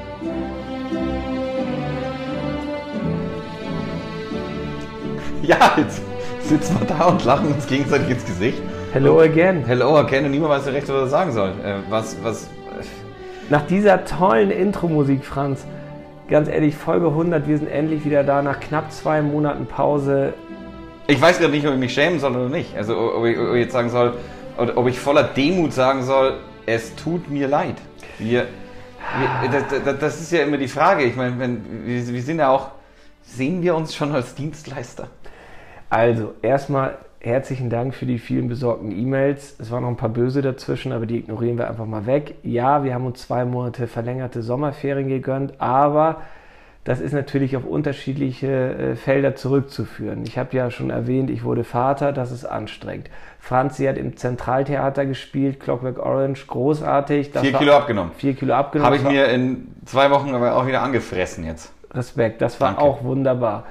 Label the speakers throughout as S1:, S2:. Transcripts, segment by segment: S1: ja, jetzt sitzen wir da und lachen uns gegenseitig ins Gesicht.
S2: Hello again.
S1: Hello, again und niemand weiß so recht, was er sagen soll. Äh, was, was,
S2: Nach dieser tollen Intro-Musik, Franz, ganz ehrlich, Folge 100, wir sind endlich wieder da nach knapp zwei Monaten Pause.
S1: ich weiß gerade nicht, ob ich mich schämen soll oder nicht. Also, ob ich, ob ich jetzt sagen soll, oder ob ich voller Demut sagen soll, es tut mir leid. Wir, wir das, das, das ist ja immer die Frage. Ich meine, wenn, wir, wir sind ja auch, sehen wir uns schon als Dienstleister?
S2: Also, erstmal herzlichen Dank für die vielen besorgten E-Mails. Es waren noch ein paar böse dazwischen, aber die ignorieren wir einfach mal weg. Ja, wir haben uns zwei Monate verlängerte Sommerferien gegönnt, aber das ist natürlich auf unterschiedliche äh, Felder zurückzuführen. Ich habe ja schon erwähnt, ich wurde Vater, das ist anstrengend. Franzi hat im Zentraltheater gespielt, Clockwork Orange, großartig. Das
S1: Vier
S2: war-
S1: Kilo abgenommen.
S2: Vier Kilo abgenommen.
S1: Habe ich
S2: Das
S1: mir
S2: war-
S1: in zwei Wochen aber auch wieder angefressen jetzt.
S2: Respekt, das war
S1: Danke.
S2: auch wunderbar.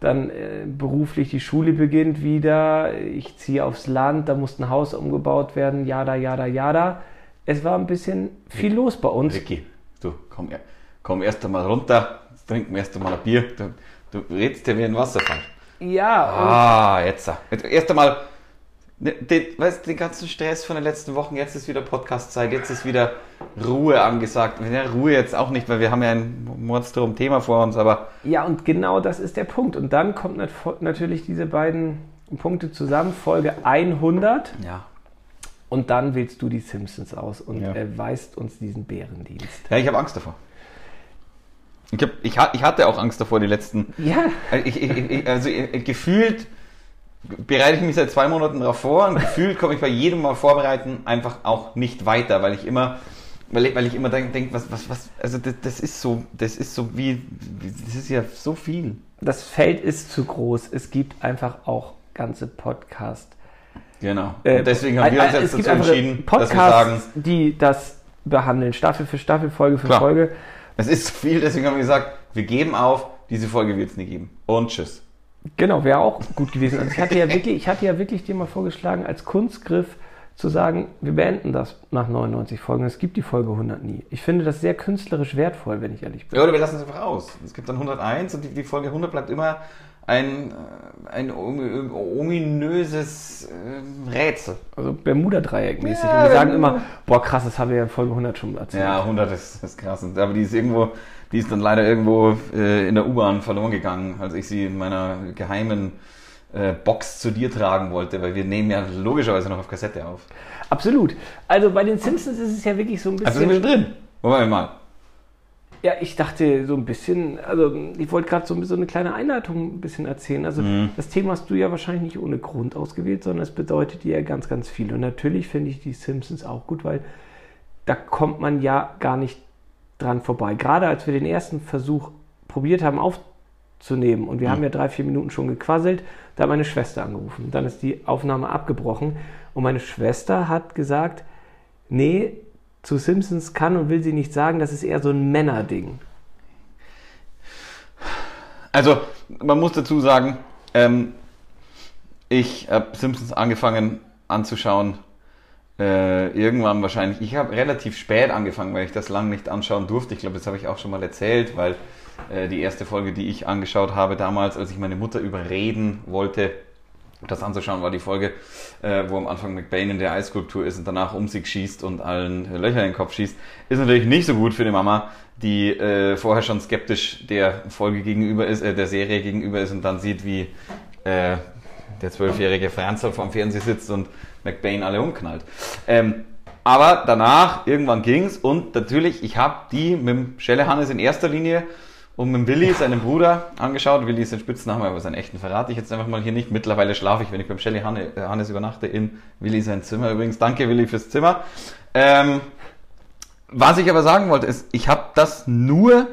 S2: Dann äh, beruflich die Schule beginnt wieder, ich ziehe aufs Land, da muss ein Haus umgebaut werden, jada, jada, jada. Es war ein bisschen viel los bei uns.
S1: Ricky, du, komm, er- komm erst einmal runter, jetzt trinken wir erst einmal ein Bier. Du, du redst ja wie ein Wasserfall.
S2: Ja,
S1: Ah, jetzt. jetzt erst einmal, ne, den, weißt, du, den ganzen Stress von den letzten Wochen, jetzt ist wieder Podcast-Zeit, jetzt ist wieder Ruhe angesagt. Ja, Ruhe jetzt auch nicht, weil wir haben ja ein Monstrum-Thema vor uns, aber
S2: und, ja, und genau das ist der Punkt. Und dann kommt nat natürlich diese beiden Punkte zusammen, Folge 100.
S1: ja.
S2: Und dann wählst du die Simpsons aus und
S1: Ja.
S2: erweist uns diesen Bärendienst.
S1: ja ich habe Angst davor. Ich, hab, ich, ha- ich hatte auch Angst davor die letzten
S2: Ja,
S1: Also, ich, ich, ich, also äh, gefühlt bereite ich mich seit zwei Monaten darauf vor und gefühlt komme ich bei jedem Mal vorbereiten einfach auch nicht weiter, weil ich immer, weil ich, weil ich immer denke, denk, was, was, was, also das, das ist so, das ist so wie, das ist ja so viel.
S2: das Feld ist zu groß. Es gibt einfach auch ganze Podcast-
S1: Genau.
S2: Äh,
S1: und deswegen haben
S2: äh,
S1: wir uns
S2: äh,
S1: jetzt
S2: es gibt
S1: dazu
S2: andere
S1: entschieden, dass wir sagen,
S2: Podcasts, die das behandeln, Staffel für Staffel, Folge für
S1: Klar.
S2: Folge.
S1: es ist zu viel, deswegen haben wir gesagt, wir geben auf, diese Folge wird es nie geben. Und tschüss.
S2: Genau, wäre auch gut gewesen. Also ich hatte ja wirklich, ich hatte ja wirklich dir mal vorgeschlagen, als Kunstgriff zu sagen, wir beenden das nach 99 Folgen. Es gibt die Folge 100 nie. Ich finde das sehr künstlerisch wertvoll, wenn ich ehrlich bin.
S1: Ja, oder wir lassen es einfach aus. Es gibt dann 101 und die, die Folge 100 bleibt immer ein, äh, ein om- ominöses ähm, Rätsel.
S2: Also Bermuda-Dreieck mäßig.
S1: Ja,
S2: Und wir sagen
S1: wenn-
S2: immer, boah krass, das haben wir ja in Folge 100 schon erzählt.
S1: Ja, 100 ist, ist krass. Und- Aber die ist irgendwo, die ist dann leider irgendwo äh, in der U-Bahn verloren gegangen, als ich sie in meiner geheimen äh, Box zu dir tragen wollte, weil wir nehmen ja logischerweise noch auf Kassette auf.
S2: Absolut. Also bei den Simpsons ist es ja wirklich so ein bisschen...
S1: Also sind wir drin. Moment mal.
S2: Ja, ich dachte so ein bisschen, also ich wollte gerade so, ein- so eine kleine Einleitung ein bisschen erzählen. Also das Thema hast du ja wahrscheinlich nicht ohne Grund ausgewählt, sondern es bedeutet dir ja ganz, ganz viel. Und natürlich finde ich die Simpsons auch gut, weil da kommt man ja gar nicht dran vorbei. Gerade als wir den ersten Versuch probiert haben aufzunehmen und wir haben ja drei, vier Minuten schon gequasselt, da hat meine Schwester angerufen. Dann ist die Aufnahme abgebrochen und meine Schwester hat gesagt, nee, zu Simpsons kann und will sie nicht sagen, das ist eher so ein Männerding.
S1: Also, man muss dazu sagen, ähm, ich habe Simpsons angefangen anzuschauen. Äh, irgendwann wahrscheinlich. Ich habe relativ spät angefangen, weil ich das lang nicht anschauen durfte. Ich glaube, das habe ich auch schon mal erzählt, weil äh, die erste Folge, die ich angeschaut habe damals, als ich meine Mutter überreden wollte, das anzuschauen, war die Folge, äh, wo am Anfang McBain in der Eiskulptur ist und danach um sich schießt und allen äh, Löcher in den Kopf schießt. Ist natürlich nicht so gut für die Mama, die äh, vorher schon skeptisch der Folge gegenüber ist, äh, der Serie gegenüber ist und dann sieht, wie äh, der zwölfjährige Franzl vorm Fernseher sitzt und McBain alle umknallt. Ähm, aber danach, irgendwann ging's und natürlich, ich habe die mit dem Schellehannes in erster Linie und mit dem Willi, seinem Bruder, angeschaut. Willi ist ein Spitzname, aber seinen echten verrate ich jetzt einfach mal hier nicht. Mittlerweile schlafe ich, wenn ich beim Schellehannes übernachte, in Willi sein Zimmer. Übrigens, danke Willi fürs Zimmer. Ähm, was ich aber sagen wollte, ist, ich habe das nur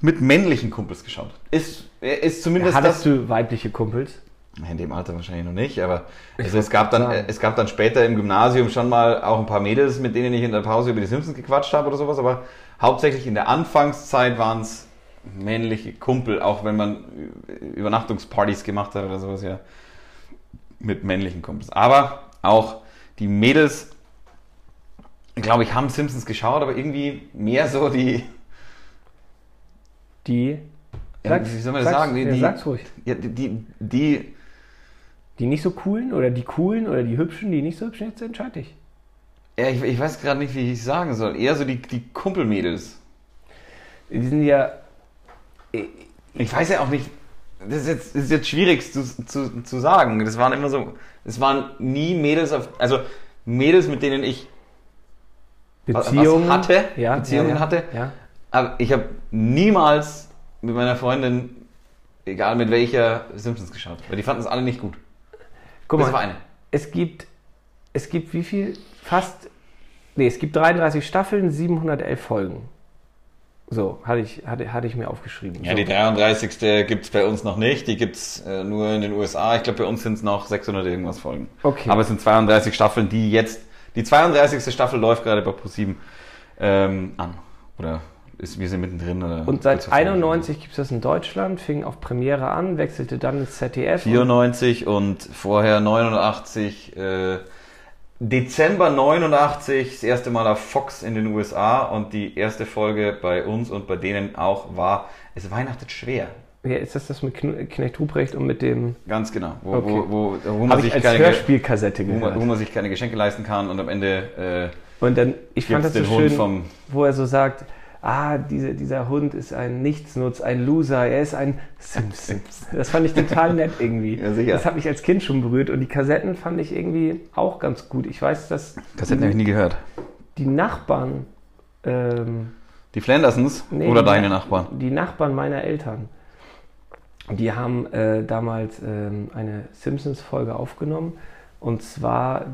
S1: mit männlichen Kumpels geschaut. Ist, äh, ist zumindest das,
S2: Hattest du weibliche Kumpels?
S1: in dem Alter wahrscheinlich noch nicht, aber also es, gab dann, äh, es gab dann später im Gymnasium schon mal auch ein paar Mädels, mit denen ich in der Pause über die Simpsons gequatscht habe oder sowas, aber hauptsächlich in der Anfangszeit waren es männliche Kumpel, auch wenn man Ü- Übernachtungspartys gemacht hat oder sowas, ja, mit männlichen Kumpels. Aber auch die Mädels, glaube ich, haben Simpsons geschaut, aber irgendwie mehr so die,
S2: Die.
S1: ja, wie soll man das
S2: sag's-
S1: sagen, die,
S2: ja,
S1: die,
S2: sag's ruhig.
S1: ja, die, die, die
S2: Die nicht so coolen oder die coolen oder die hübschen, die nicht so hübschen, jetzt entscheide ich.
S1: Ja, ich, ich weiß gerade nicht, wie ich sagen soll. Eher so die, die Kumpelmädels.
S2: Die sind ja.
S1: Ich weiß ja auch nicht, das ist jetzt, das ist jetzt schwierig zu, zu, zu sagen. Das waren immer so, es waren nie Mädels auf, also Mädels, mit denen ich was-
S2: Beziehungen.
S1: was hatte,
S2: ja,
S1: Beziehungen
S2: ja, ja,
S1: hatte.
S2: Ja.
S1: Aber ich habe niemals mit meiner Freundin, egal mit welcher, Simpsons geschaut. Weil die fanden es alle nicht gut.
S2: Guck
S1: Das war
S2: mal,
S1: eine.
S2: es gibt, es gibt wie viel? Fast. Nee, es gibt 33 Staffeln, 711 Folgen. So, hatte ich, hatte, hatte ich mir aufgeschrieben.
S1: Ja,
S2: so.
S1: die 33. gibt es bei uns noch nicht. Die gibt es äh, nur in den USA. Ich glaube, bei uns sind es noch 600 irgendwas Folgen.
S2: Okay.
S1: Aber es sind 32 Staffeln, die jetzt... Die 32. Staffel läuft gerade bei ProSieben ähm, an. Oder ist, wir sind mittendrin. Oder
S2: Und seit
S1: kurz davor.
S2: 91 gibt es das in Deutschland, fing auf Premiere an, wechselte dann ins ZDF. und-
S1: 94 und vorher 89. Äh, Dezember 89 das erste Mal auf Fox in den USA und die erste Folge bei uns und bei denen auch war Es weihnachtet schwer.
S2: Ja, ist das das mit Kn- Knecht Ruprecht und mit dem.
S1: Ganz genau. Wo,
S2: Okay.
S1: wo, wo, wo, man
S2: Habe ich
S1: sich
S2: als
S1: keine, Ge-
S2: Hörspielkassette
S1: wo, man, wo
S2: gehört.
S1: man sich keine Geschenke leisten kann und am Ende
S2: Und dann, ich
S1: äh,
S2: fand
S1: gibt
S2: das
S1: es
S2: so
S1: den Hund
S2: schön,
S1: vom...
S2: wo er so sagt: Ah, diese, dieser Hund ist ein Nichtsnutz, ein Loser, er ist ein Simpson. Das fand ich total nett irgendwie.
S1: Ja, sicher.
S2: Das hat mich als Kind schon berührt und die Kassetten fand ich irgendwie auch ganz gut. Ich weiß, dass
S1: Das hätten wir nie gehört.
S2: die Nachbarn. Ähm,
S1: Die Flandersons
S2: Nee,
S1: oder
S2: die-
S1: deine Nachbarn?
S2: Die Nachbarn meiner Eltern. Die haben äh, damals ähm, eine Simpsons-Folge aufgenommen. Und zwar mh,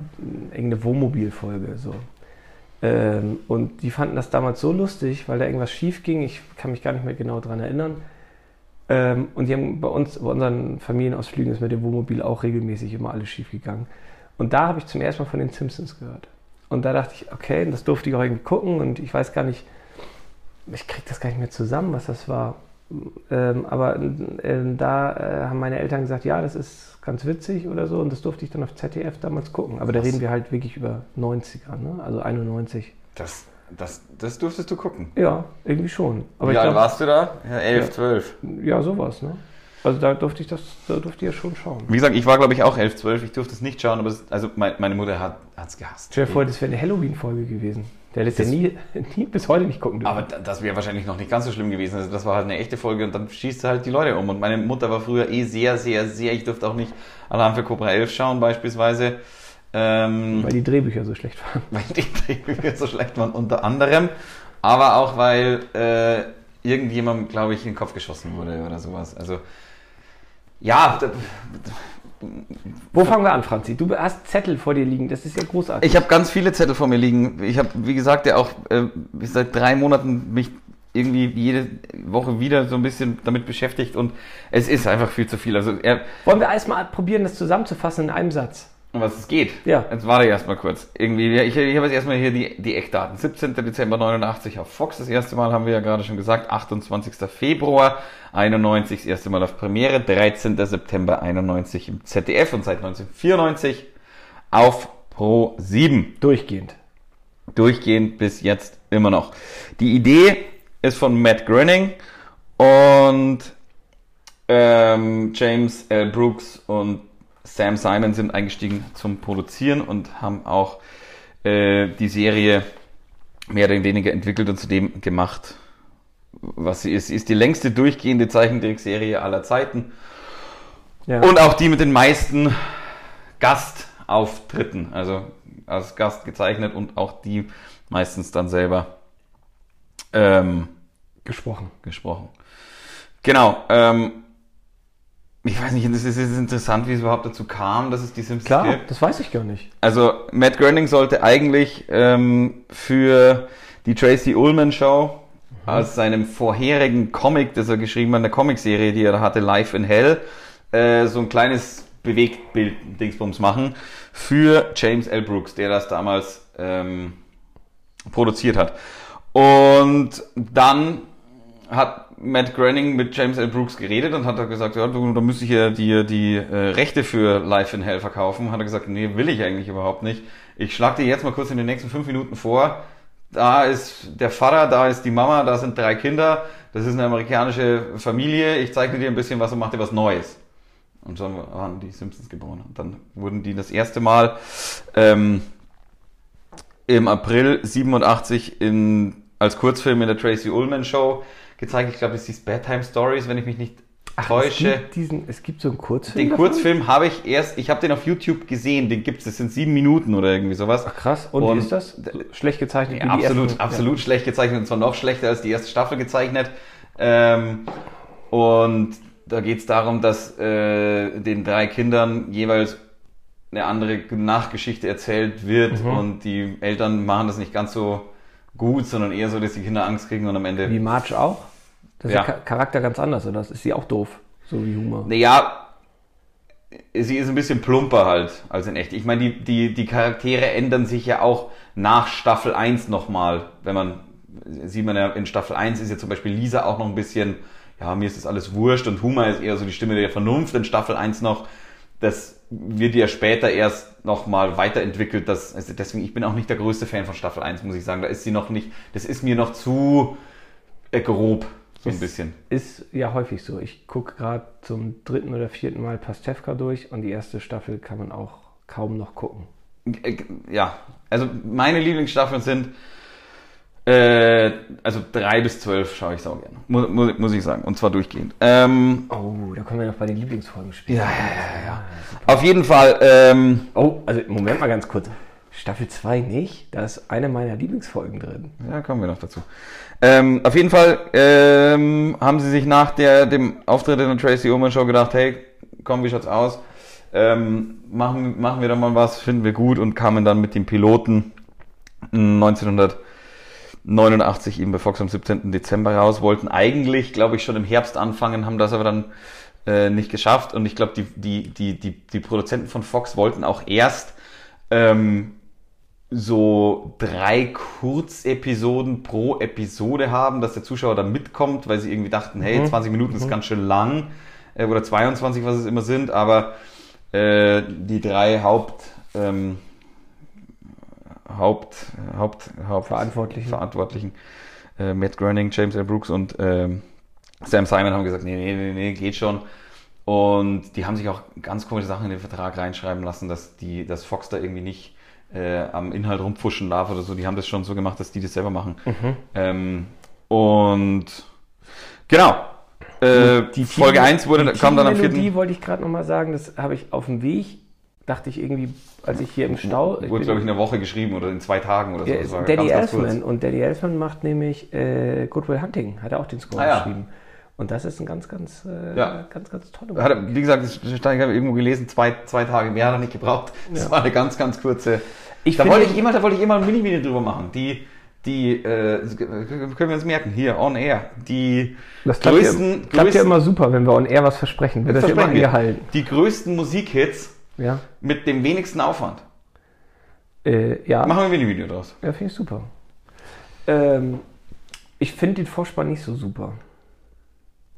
S2: irgendeine Wohnmobil-Folge. So. Ähm, und die fanden das damals so lustig, weil da irgendwas schief ging. Ich kann mich gar nicht mehr genau dran erinnern. Ähm, und die haben bei uns, bei unseren Familienausflügen ist mit dem Wohnmobil auch regelmäßig immer alles schief gegangen. Und da habe ich zum ersten Mal von den Simpsons gehört. Und da dachte ich, okay, das durfte ich auch irgendwie gucken und ich weiß gar nicht, ich krieg das gar nicht mehr zusammen, was das war. Ähm, aber ähm, da äh, haben meine Eltern gesagt, ja, das ist ganz witzig oder so und das durfte ich dann auf ZDF damals gucken. Aber da reden wir halt wirklich über 90er, ne? also 91.
S1: Das, das, das durftest du gucken.
S2: Ja, irgendwie schon. Aber
S1: Wie
S2: ich
S1: alt
S2: glaub,
S1: warst du da? Ja, 11,
S2: Ja.
S1: 12.
S2: ja, sowas, ne? Also da durfte ich das, da durfte ich ja schon schauen.
S1: Wie gesagt, ich war, glaube ich, auch 11, 12. Ich durfte es nicht schauen, aber es, also mein, meine Mutter hat es gehasst.
S2: Stell dir vor, das wäre eine Halloween-Folge gewesen. Der hätte es ja nie, nie bis heute nicht gucken dürfen.
S1: Aber da- das wäre wahrscheinlich noch nicht ganz so schlimm gewesen. Also das war halt eine echte Folge und dann schießt du halt die Leute um. Und meine Mutter war früher eh sehr, sehr, sehr. Ich durfte auch nicht Alarm für Cobra 11 schauen, beispielsweise. Ähm,
S2: weil die Drehbücher so schlecht waren.
S1: weil die Drehbücher so schlecht waren, unter anderem. Aber auch, weil äh, irgendjemandem, glaube ich, in den Kopf geschossen wurde oder sowas. Also, ja, da-
S2: Wo fangen wir an, Franzi? Du hast Zettel vor dir liegen, das ist ja großartig.
S1: Ich habe ganz viele Zettel vor mir liegen. Ich habe, wie gesagt, ja auch äh, seit drei Monaten mich irgendwie jede Woche wieder so ein bisschen damit beschäftigt und es ist einfach viel zu viel. Also, er,
S2: Wollen wir erstmal probieren, das zusammenzufassen in einem Satz?
S1: um was es geht.
S2: Ja.
S1: Jetzt warte ich erstmal kurz. Irgendwie, ja, ich, ich habe jetzt erstmal hier die, die Eckdaten. 17. Dezember 89 auf Fox, das erste Mal haben wir ja gerade schon gesagt. 28. Februar 91, das erste Mal auf Premiere. 13. September 91 im ZDF und seit 1994 auf Pro 7.
S2: Durchgehend.
S1: durchgehend bis jetzt immer noch. Die Idee ist von Matt Groening und ähm, James L. Brooks und Sam Simon sind eingestiegen zum Produzieren und haben auch äh, die Serie mehr oder weniger entwickelt und zu dem gemacht, was sie ist. Sie ist die längste durchgehende Zeichentrickserie aller Zeiten
S2: Ja.
S1: und auch die mit den meisten Gastauftritten, also als Gast gezeichnet und auch die meistens dann selber ähm,
S2: gesprochen.
S1: gesprochen. Genau. Ähm, ich weiß nicht, es ist, es ist interessant, wie es überhaupt dazu kam, dass es die Simpsons
S2: Klar,
S1: gibt.
S2: das weiß ich gar nicht.
S1: Also Matt Groening sollte eigentlich ähm, für die Tracy Ullman Show aus seinem vorherigen Comic, das er geschrieben hat, eine Comicserie, die er da hatte, Life in Hell, äh, so ein kleines Bewegtbild-Dingsbums machen für James L. Brooks, der das damals ähm, produziert hat. Und dann hat Matt Groening mit James L. Brooks geredet und hat er gesagt, ja, du, da müsste ich ja dir die äh, Rechte für Life in Hell verkaufen. Hat er gesagt, nee, will ich eigentlich überhaupt nicht. Ich schlage dir jetzt mal kurz in den nächsten fünf Minuten vor. Da ist der Vater, da ist die Mama, da sind drei Kinder. Das ist eine amerikanische Familie. Ich zeige dir ein bisschen was und mache dir was Neues. Und dann waren die Simpsons geboren. Und dann wurden die das erste Mal ähm, im April 87 in, als Kurzfilm in der Tracy Ullman Show gezeigt. Ich glaube, es hieß Bedtime Stories, wenn ich mich nicht täusche.
S2: Es gibt, diesen, es gibt so einen Kurzfilm.
S1: Den
S2: davon?
S1: Kurzfilm habe ich erst, ich habe den auf YouTube gesehen, den gibt's, das sind sieben Minuten oder irgendwie sowas.
S2: Ach krass, und,
S1: Und-
S2: wie ist das? So Schlecht gezeichnet? wie die
S1: absolut,
S2: ersten?
S1: absolut schlecht gezeichnet, und zwar noch schlechter als die erste Staffel gezeichnet. Ähm, und da geht's darum, dass äh, den drei Kindern jeweils eine andere Nachgeschichte erzählt wird
S2: Mhm.
S1: und die Eltern machen das nicht ganz so gut, sondern eher so, dass die Kinder Angst kriegen und am Ende
S2: Ja. Wie Marge auch? Das ist
S1: Ja.
S2: der Cha- Charakter ganz anders, oder? Ist sie auch doof? So wie Humor.
S1: Naja, sie ist ein bisschen plumper halt als in echt. Ich meine, die, die, die Charaktere ändern sich ja auch nach Staffel 1 nochmal. Wenn man, sieht man ja in Staffel 1 ist ja zum Beispiel Lisa auch noch ein bisschen, ja, mir ist das alles wurscht und Huma ist eher so die Stimme der Vernunft in Staffel 1 noch. Das wird ja später erst nochmal weiterentwickelt. Das, also deswegen, ich bin auch nicht der größte Fan von Staffel 1, muss ich sagen. Da ist sie noch nicht, das ist mir noch zu äh, grob, so ein
S2: Ist-
S1: bisschen.
S2: Ist ja häufig so. Ich gucke gerade zum dritten oder vierten Mal Pastewka durch und die erste Staffel kann man auch kaum noch gucken.
S1: Äh, ja, also meine Lieblingsstaffeln sind äh, also drei bis zwölf schaue ich sau gerne. Muss, muss, muss ich sagen. Und zwar durchgehend. Ähm,
S2: Oh, da können wir noch bei den Lieblingsfolgen spielen.
S1: ja, ja, ja, ja. Auf jeden Fall, ähm,
S2: Oh, also Moment mal ganz kurz. Staffel 2 nicht, da ist eine meiner Lieblingsfolgen drin.
S1: ja, kommen wir noch dazu. Ähm, auf jeden Fall ähm, haben sie sich nach der, dem Auftritt in der Tracy Ullman Show gedacht, hey, komm, wie schaut's aus? Ähm, machen, machen wir da mal was, finden wir gut und kamen dann mit dem Piloten 1900 89 eben bei Fox am 17. Dezember raus, wollten eigentlich, glaube ich, schon im Herbst anfangen, haben das aber dann äh, nicht geschafft. Und ich glaube, die, die, die, die, die Produzenten von Fox wollten auch erst ähm, so drei Kurzepisoden pro Episode haben, dass der Zuschauer dann mitkommt, weil sie irgendwie dachten, hey, 20 Minuten ist ganz schön lang äh, oder 22, was es immer sind, aber äh, die drei Haupt... Ähm, Haupt, Haupt, Haupt,
S2: Verantwortlichen.
S1: Verantwortlichen, äh, Matt Groening, James L. Brooks und ähm, Sam Simon haben gesagt, nee, nee, nee, nee, geht schon. Und die haben sich auch ganz komische Sachen in den Vertrag reinschreiben lassen, dass die, dass Fox da irgendwie nicht äh, am Inhalt rumpfuschen darf oder so. Die haben das schon so gemacht, dass die das selber machen.
S2: Mhm.
S1: Ähm, und genau. Äh,
S2: Die
S1: Folge
S2: Team-
S1: 1 wurde,
S2: die
S1: kam dann am
S2: Teammelodie
S1: 4.
S2: wollte ich gerade nochmal sagen, das habe ich auf dem Weg, dachte ich irgendwie, als ich hier im Stau...
S1: Wurde, glaube ich, in der Woche geschrieben oder in zwei Tagen oder so.
S2: Ja,
S1: Das
S2: ist
S1: war
S2: Danny
S1: ganz, ganz kurz.
S2: Elfman. Und Danny Elfman macht nämlich äh, Goodwill Hunting, hat er auch den Score
S1: Ah, ja.
S2: geschrieben. Und das ist ein ganz, ganz, äh,
S1: Ja.
S2: ganz, ganz tolle
S1: Hat, er- wie gesagt, das stand- ich habe irgendwo gelesen, zwei, zwei Tage mehr hat er nicht gebraucht. Das war eine ganz, ganz kurze.
S2: Ich
S1: da,
S2: finde-
S1: wollte ich immer, da wollte ich immer ein Mini-Video drüber machen. Die, die, äh, können wir uns merken, hier, on air. Die
S2: Das klappt, ja, klappt ja immer super, wenn wir on air was versprechen. Wird das ja immer
S1: versprechen wir,
S2: angehalten.
S1: die größten Musikhits
S2: Ja,
S1: mit dem wenigsten Aufwand.
S2: äh, ja.
S1: Machen wir ein Mini-Video draus.
S2: ja finde ich super. Ähm, ich finde den Vorspann nicht so super.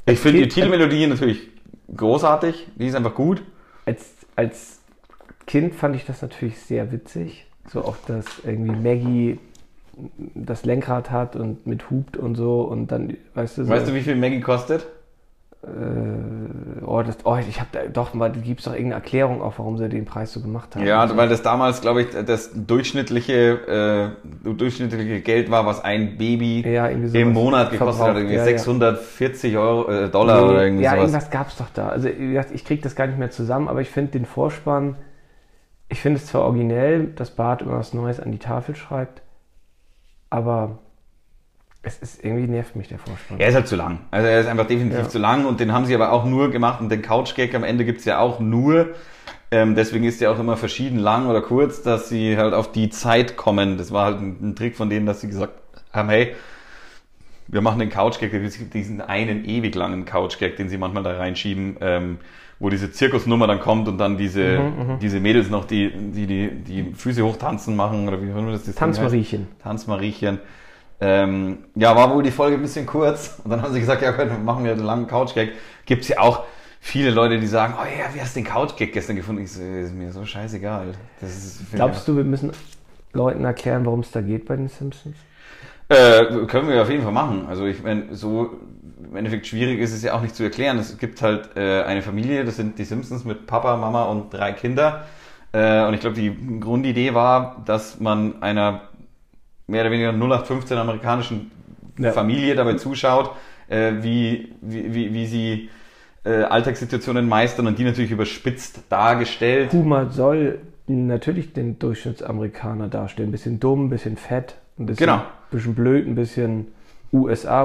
S1: Ich finde die
S2: geht-
S1: Titelmelodie natürlich großartig. Die ist einfach gut.
S2: Als, als Kind fand ich das natürlich sehr witzig. So auch, dass irgendwie Maggie das Lenkrad hat und mit hupt und so und dann, weißt du, so
S1: Weißt du, wie viel Maggie kostet?
S2: Äh, oh, das, oh, ich habe da doch mal, gibt es doch irgendeine Erklärung auch, warum sie den Preis so gemacht haben.
S1: Ja, weil das damals, glaube ich, das durchschnittliche, äh, durchschnittliche Geld war, was ein Baby
S2: Ja, irgendwie sowas
S1: im Monat gekostet hat.
S2: verbraucht.
S1: Irgendwie
S2: Ja, ja.
S1: 640 Euro, äh, Dollar oder irgendwie
S2: ja,
S1: sowas.
S2: irgendwas gab's doch da. Also wie gesagt, ich krieg das gar nicht mehr zusammen, aber ich finde den Vorspann, ich finde es zwar originell, dass Bart immer was Neues an die Tafel schreibt, aber es ist irgendwie nervt mich der Vorspann.
S1: Er ist halt zu lang. Also er ist einfach definitiv
S2: Ja.
S1: zu lang und den haben sie aber auch nur gemacht und den Couch-Gag am Ende gibt's ja auch nur. Ähm, deswegen ist der auch immer verschieden lang oder kurz, dass sie halt auf die Zeit kommen. Das war halt ein, ein Trick von denen, dass sie gesagt haben, hey, wir machen den Couch-Gag, es gibt diesen einen ewig langen Couch-Gag, den sie manchmal da reinschieben, ähm, wo diese Zirkusnummer dann kommt und dann diese, diese Mädels noch die, die, die, die Füße hochtanzen machen oder wie auch immer das das Ding heißt.
S2: Tanzmariechen.
S1: Tanzmariechen. Ähm, ja, war wohl die Folge ein bisschen kurz. Und dann haben sie gesagt, ja, komm, machen wir einen langen Couch-Gag. Gibt es ja auch viele Leute, die sagen, oh ja, wie hast du den Couch-Gag gestern gefunden? Ich so, ist mir so scheißegal. Das ist,
S2: Glaubst du, wir müssen Leuten erklären, worum es da geht bei den Simpsons?
S1: Äh, können wir auf jeden Fall machen. Also ich meine, so im Endeffekt schwierig ist es ja auch nicht zu erklären. Es gibt halt äh, eine Familie, das sind die Simpsons mit Papa, Mama und drei Kinder. Äh, und ich glaube, die Grundidee war, dass man einer mehr oder weniger 0815 amerikanischen
S2: Ja.
S1: Familie dabei zuschaut, äh, wie, wie, wie, wie sie äh, Alltagssituationen meistern und die natürlich überspitzt dargestellt.
S2: Puma soll natürlich den Durchschnittsamerikaner darstellen. Ein bisschen dumm, ein bisschen fett, ein bisschen,
S1: Genau.
S2: bisschen blöd, ein bisschen USA,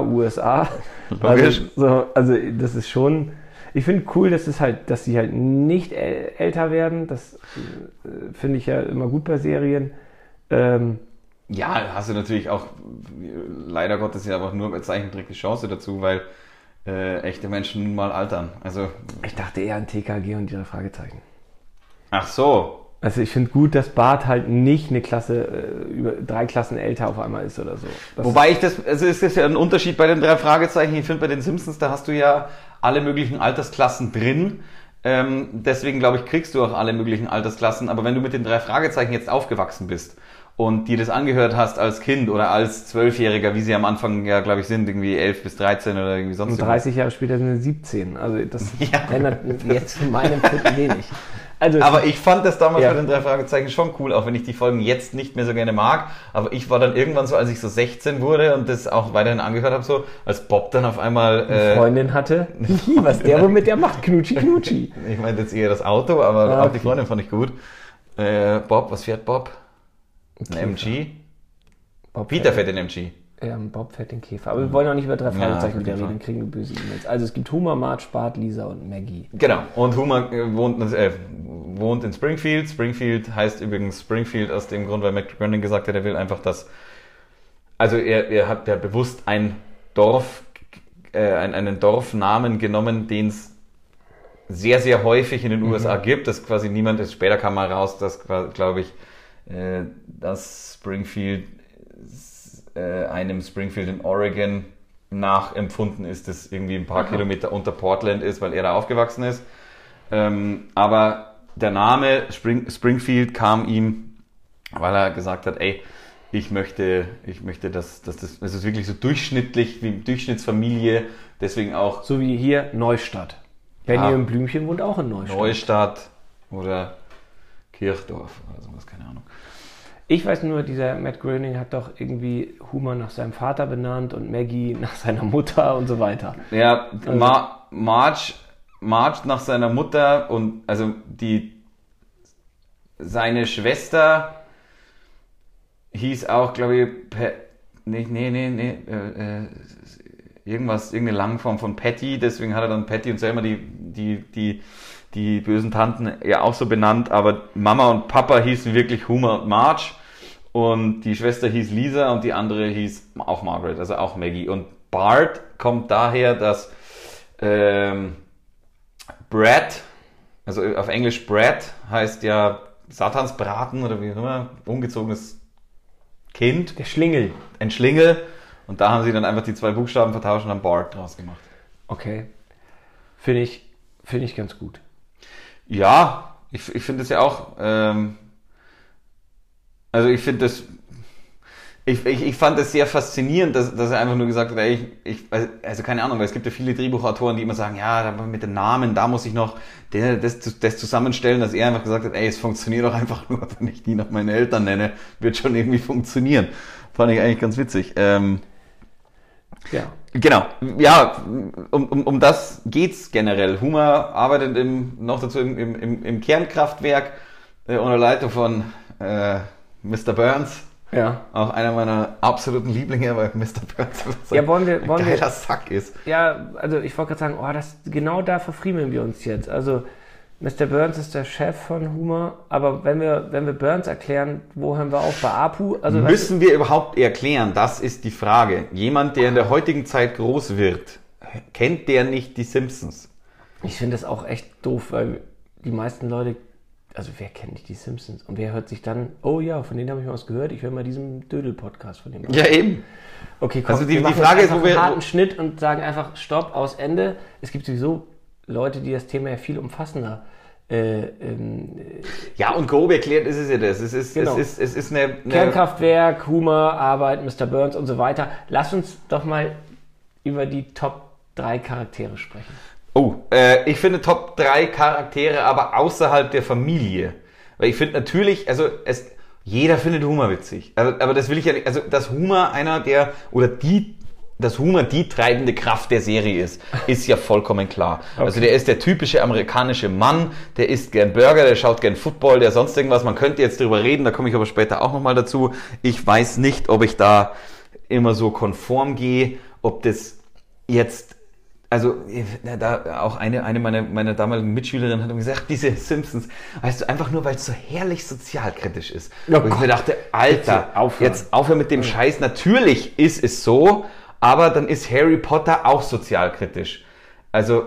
S2: USA.
S1: Logisch.
S2: Also, so, also das ist schon. Ich finde cool, dass es halt, dass sie halt nicht äl älter werden. Das äh, finde ich ja immer gut bei Serien. Ähm,
S1: Ja, hast du natürlich auch, äh, leider Gottes ja aber auch nur bei Zeichentrick die Chance dazu, weil äh, echte Menschen nun mal altern. Also,
S2: ich dachte eher an TKG und ihre Fragezeichen.
S1: ach so.
S2: Also ich finde gut, dass Bart halt nicht eine Klasse, äh, über drei Klassen älter auf einmal ist oder so. Das
S1: Wobei ich das, also es ist ja ein Unterschied bei den drei Fragezeichen. Ich finde, bei den Simpsons, da hast du ja alle möglichen Altersklassen drin. Ähm, deswegen, glaube ich, kriegst du auch alle möglichen Altersklassen. Aber wenn du mit den drei Fragezeichen jetzt aufgewachsen bist und dir das angehört hast als Kind oder als Zwölfjähriger, wie sie am Anfang ja, glaube ich, sind, irgendwie elf bis 13 oder irgendwie sonst
S2: Und 30 Jahre später sind sie 17. Also das
S1: Ja.
S2: ändert jetzt in meinem Empfinden wenig. Also
S1: Aber ich fand das damals
S2: Ja.
S1: bei den drei Fragezeichen schon cool, auch wenn ich die Folgen jetzt nicht mehr so gerne mag. Aber ich war dann irgendwann so, als ich so 16 wurde und das auch weiterhin angehört habe, so, als Bob dann auf einmal.
S2: eine
S1: Äh,
S2: Freundin hatte, hihi, was der wohl mit der macht, knutschi knutschi.
S1: ich meinte jetzt eher das Auto, aber
S2: Ah,
S1: auch die
S2: okay.
S1: Freundin fand ich gut. Äh, Bob, was fährt Bob? Ein MG?
S2: Bob
S1: Peter fährt den MG.
S2: Ähm, Bob fährt den Käfer. Aber wir wollen auch nicht über drei Fragezeichen
S1: okay,
S2: wieder reden,
S1: klar.
S2: dann kriegen wir böse E-Mails. Also es gibt Homer, Mart, Spart, Lisa und Maggie.
S1: Genau. Und Homer äh, wohnt, äh, wohnt in Springfield. Springfield heißt übrigens Springfield aus dem Grund, weil McGronin gesagt hat, er will einfach, dass. Also er, er hat ja bewusst ein Dorf, äh, ein- einen Dorfnamen genommen, den es sehr, sehr häufig in den USA gibt, dass quasi niemand ist. Später kam mal raus, dass, glaube ich, äh, dass Springfield äh, einem Springfield in Oregon nachempfunden ist, das irgendwie ein paar Kilometer unter Portland ist, weil er da aufgewachsen ist. Ähm, aber der Name Spring, Springfield kam ihm, weil er gesagt hat, ey, ich möchte, ich möchte, dass, dass das, es ist wirklich so durchschnittlich wie Durchschnittsfamilie, deswegen auch
S2: So wie hier Neustadt. Benjamin Blümchen wohnt auch in Neustadt.
S1: Neustadt oder Kirchdorf oder sowas, keine Ahnung.
S2: Ich weiß nur, dieser Matt Groening hat doch irgendwie Homer nach seinem Vater benannt und Maggie nach seiner Mutter und so weiter.
S1: Ja, Ma Marge, Marge nach seiner Mutter und also die seine Schwester hieß auch, glaube ich, Pe nee, nee, nee, nee, äh, äh, irgendwas, irgendeine Langform von Patty, deswegen hat er dann Patty und Selma die, die, die, die bösen Tanten ja auch so benannt, aber Mama und Papa hießen wirklich Homer und Marge und die Schwester hieß Lisa und die andere hieß auch Margaret, also auch Maggie. Und Bart kommt daher, dass ähm, Brad, also auf Englisch Brad heißt ja Satansbraten oder wie auch immer, ungezogenes Kind,
S2: Der Schlingel.
S1: ein Schlingel. Und da haben sie dann einfach die zwei Buchstaben vertauscht und haben Bart draus gemacht.
S2: Okay. Finde ich, finde ich ganz gut.
S1: Ja, ich, ich finde es ja auch. Ähm, also ich finde das. Ich, ich, ich fand es sehr faszinierend, dass, dass er einfach nur gesagt hat, ey, ich, ich, also keine Ahnung, weil es gibt ja viele Drehbuchautoren, die immer sagen, ja, da mit dem Namen, da muss ich noch der- das, das zusammenstellen, dass er einfach gesagt hat, ey, es funktioniert doch einfach nur, wenn ich die nach meinen Eltern nenne, wird schon irgendwie funktionieren. Fand ich eigentlich ganz witzig. Ähm,
S2: Ja.
S1: Genau, ja, um, um, um das geht's generell. Hummer arbeitet im, noch dazu im, im- im, im Kernkraftwerk äh, unter Leitung von äh, Mr. Burns.
S2: Ja.
S1: Auch einer meiner absoluten Lieblinge, weil Mr. Burns einfach so
S2: Ja, wollen wir-
S1: ein
S2: wollen wir-
S1: geiler Sack ist.
S2: Ja, also ich wollte gerade sagen, oh, das, genau da verfriemeln wir uns jetzt. Also Mr. Burns ist der Chef von Humor, aber wenn wir, wenn wir Burns erklären, wo hören wir auf? Bei Apu? Also was-
S1: Müssen wir überhaupt erklären, das ist die Frage. Jemand, der in der heutigen Zeit groß wird, kennt der nicht die Simpsons?
S2: ich finde das auch echt doof, weil die meisten Leute, also wer kennt nicht die Simpsons? Und wer hört sich dann, oh ja, von denen habe ich mal was gehört, ich höre mal diesen Dödel-Podcast von dem.
S1: Ja, eben.
S2: Okay, komm,
S1: Also die-
S2: wir
S1: die
S2: machen
S1: Frage ist,
S2: jetzt
S1: wo
S2: einfach einen
S1: wir-
S2: harten Schnitt und sagen einfach Stopp, aus Ende. Es gibt sowieso Leute, die das Thema ja viel umfassender äh, ähm,
S1: Ja, und grob erklärt ist es ja das. Es ist,
S2: Genau.
S1: es ist, es ist eine, eine
S2: Äh, Kernkraftwerk, Hummer, Arbeit, Mr. Burns und so weiter. Lass uns doch mal über die Top 3 Charaktere sprechen.
S1: Oh, äh, ich finde Top 3 Charaktere aber außerhalb der Familie. Weil ich finde natürlich, also es, jeder findet Humor witzig. Also, aber das will ich ja nicht. Also, dass Humor einer der, oder die, dass Humor die treibende Kraft der Serie ist, ist ja vollkommen klar. Also der ist der typische amerikanische Mann, der isst gern Burger, der schaut gern Football, der sonst irgendwas. Man könnte jetzt drüber reden, da komme ich aber später auch nochmal dazu. Ich weiß nicht, ob ich da immer so konform gehe, ob das jetzt also na, da auch eine, eine meiner, meiner damaligen Mitschülerinnen hat mir gesagt, diese Simpsons, weißt du, einfach nur, weil es so herrlich sozialkritisch ist.
S2: Ja,
S1: Und ich mir
S2: Gott.
S1: dachte, Alter,
S2: Bitte aufhören.
S1: jetzt aufhören mit dem Scheiß. Natürlich ist es so, aber dann ist Harry Potter auch sozialkritisch. Also,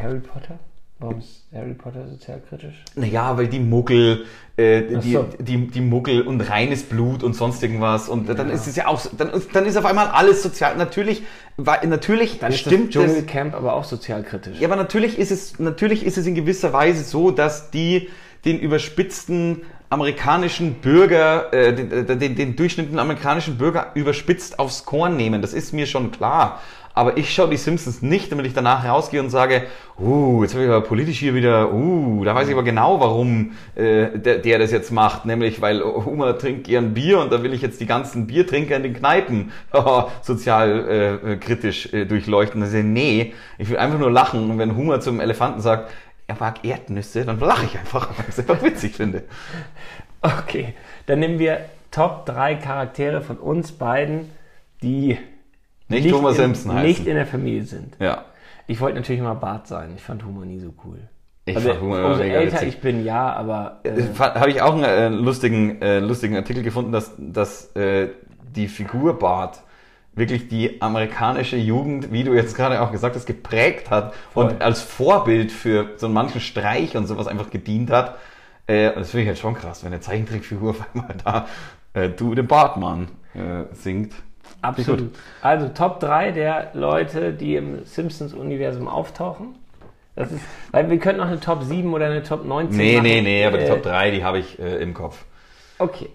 S2: Harry Potter? Warum ist Harry Potter sozialkritisch?
S1: naja, weil die Muggel, äh, die,
S2: so.
S1: die, die Muggel und reines Blut und sonst irgendwas und dann ist es ja auch, so- dann, ist- dann ist auf einmal alles sozial. Natürlich, weil, natürlich
S2: Dann ist
S1: stimmt
S2: das
S1: es.
S2: Dschungelcamp aber auch sozialkritisch.
S1: Ja, aber natürlich ist es, natürlich ist es in gewisser Weise so, dass die den überspitzten amerikanischen Bürger, äh, den, äh, den, den durchschnittlichen amerikanischen Bürger überspitzt aufs Korn nehmen. Das ist mir schon klar. Aber ich schaue die Simpsons nicht, damit ich danach rausgehe und sage, uh, jetzt habe ich aber politisch hier wieder, uh, da weiß ich aber genau, warum äh, der, der das jetzt macht. Nämlich, weil Homer trinkt gern Bier und da will ich jetzt die ganzen Biertrinker in den Kneipen sozial äh, äh, kritisch äh, durchleuchten. Also, nee, ich will einfach nur lachen. Und wenn Homer zum Elefanten sagt, er mag Erdnüsse, dann lache ich einfach, weil ich es einfach witzig finde.
S2: Okay, dann nehmen wir Top 3 Charaktere von uns beiden, die
S1: Nicht, Homer Simpson
S2: in,
S1: heißen.
S2: nicht in der Familie sind.
S1: ja.
S2: Ich wollte natürlich mal Bart sein. Ich fand Humor nie so cool.
S1: Ich
S2: also,
S1: fand Humor immer
S2: umso
S1: mega
S2: älter
S1: witzig.
S2: ich bin, ja, aber äh,
S1: habe ich auch einen äh, lustigen, äh, lustigen Artikel gefunden, dass, dass äh, die Figur Bart wirklich die amerikanische Jugend, wie du jetzt gerade auch gesagt hast, geprägt hat und
S2: Voll.
S1: als Vorbild für so manchen Streich und sowas einfach gedient hat. Äh, und das finde ich halt schon krass, wenn eine Zeichentrickfigur auf einmal da äh, Du den Bartmann äh, singt.
S2: absolut. Also Top 3 der Leute, die im Simpsons-Universum auftauchen. Das ist, weil wir könnten auch eine Top 7 oder eine Top 19
S1: Nee,
S2: machen.
S1: nee, nee, aber die
S2: Äh,
S1: Top 3, die habe ich äh, im Kopf.
S2: Okay.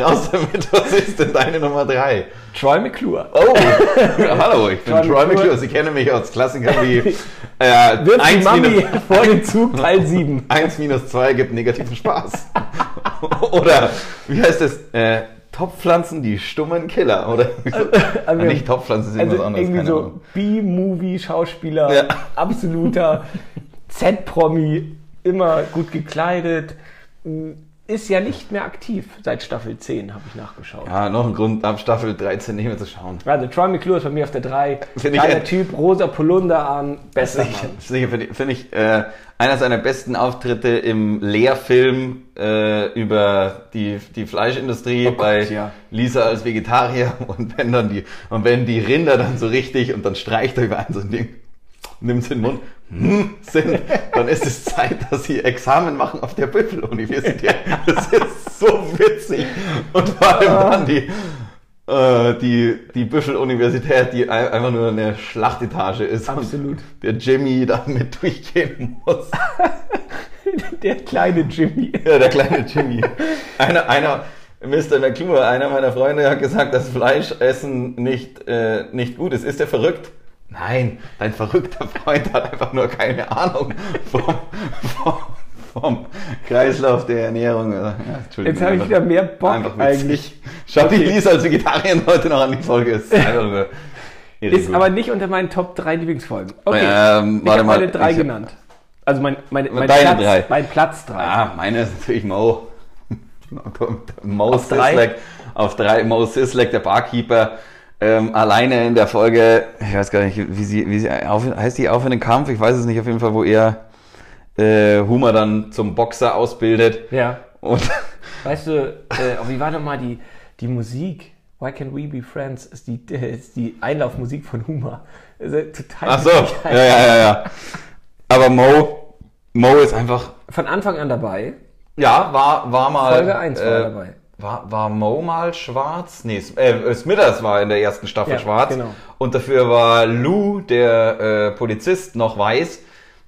S1: Raus damit, was ist denn deine Nummer 3?
S2: Troy McClure.
S1: Oh, hallo, ich bin Troy
S2: Troy McClure.
S1: McClure. Sie kennen mich aus Klassikern wie äh,
S2: Wirft die
S1: 1
S2: Mami
S1: minus,
S2: vor den Zug Teil 7.
S1: 1 minus 2 gibt negativen Spaß. oder wie heißt das? Äh, Topfpflanzen, die stummen Killer, oder?
S2: also-
S1: Nicht Topfpflanzen, sind
S2: Also
S1: was anderes.
S2: irgendwie
S1: Keine
S2: so
S1: Ahnung.
S2: B-Movie-Schauspieler,
S1: Ja.
S2: absoluter Z-Promi, immer gut gekleidet, ist ja nicht mehr aktiv seit Staffel 10, habe ich nachgeschaut.
S1: Ja, noch ein Grund, ab Staffel 13 nicht mehr zu schauen.
S2: Also Troy McClure ist bei mir auf der 3,
S1: Find ich
S2: geiler
S1: ein-
S2: Typ, rosa Polunderarm, besser Mann.
S1: Sicher finde ich, find ich äh, einer seiner besten Auftritte im Lehrfilm äh, über die, die Fleischindustrie
S2: Oh Gott,
S1: bei
S2: ja.
S1: Lisa als Vegetarier und wenn dann die und wenn die Rinder dann so richtig und dann streicht er über ein so ein Ding, nimmt den Mund, hm, sind, dann ist es Zeit, dass sie Examen machen auf der Büffeluniversität. Das ist so witzig und vor allem dann die äh, die, die Büffel-Universität, die ein, einfach nur eine Schlachtetage ist. und
S2: Absolut.
S1: Der Jimmy da mit durchgehen muss.
S2: Der kleine Jimmy.
S1: Ja, der kleine Jimmy. Einer, einer, Mr. McClure, einer meiner Freunde hat gesagt, dass Fleischessen nicht, äh, nicht gut ist. Ist er verrückt? Nein, dein verrückter Freund hat einfach nur keine Ahnung vom, vom, vom Kreislauf der Ernährung. Ja, Entschuldigung,
S2: Jetzt habe ich
S1: einfach-
S2: wieder mehr Bock
S1: einfach witzig.
S2: eigentlich.
S1: Schaut die
S2: Okay.
S1: Lisa als Vegetarierin heute noch an die Folge. Ist, einfach nur irre
S2: Ist
S1: gut.
S2: aber nicht unter meinen Top 3 Lieblingsfolgen. Okay,
S1: Ähm,
S2: ich
S1: warte
S2: habe
S1: mal,
S2: meine 3
S1: ich-
S2: genannt. Also mein, mein, mein,
S1: Deine
S2: Platz,
S1: drei.
S2: mein Platz 3.
S1: Ah, meine ist natürlich Mo. Mo
S2: Auf drei?
S1: Sislak. Auf drei. Mo Sislak, der Barkeeper. Ähm, alleine in der Folge, ich weiß gar nicht, wie sie, wie sie auf, heißt die auf in den Kampf? Ich weiß es nicht, auf jeden Fall, wo er äh, Humor dann zum Boxer ausbildet.
S2: Ja.
S1: Und
S2: Weißt du, äh, aber wie war nochmal die, die Musik? Why Can We Be Friends ist die, äh, ist die Einlaufmusik von Huma. Also, total
S1: ach so, ja,
S2: geil.
S1: ja, ja, ja. Aber Mo, Mo ist einfach.
S2: Von Anfang an dabei.
S1: Ja, war, war mal. äh,
S2: Folge eins war er dabei.
S1: War, war Mo mal schwarz? Nee, S- äh, Smithers war in der ersten Staffel
S2: Ja,
S1: schwarz.
S2: genau.
S1: Und dafür war Lou, der äh, Polizist, noch weiß.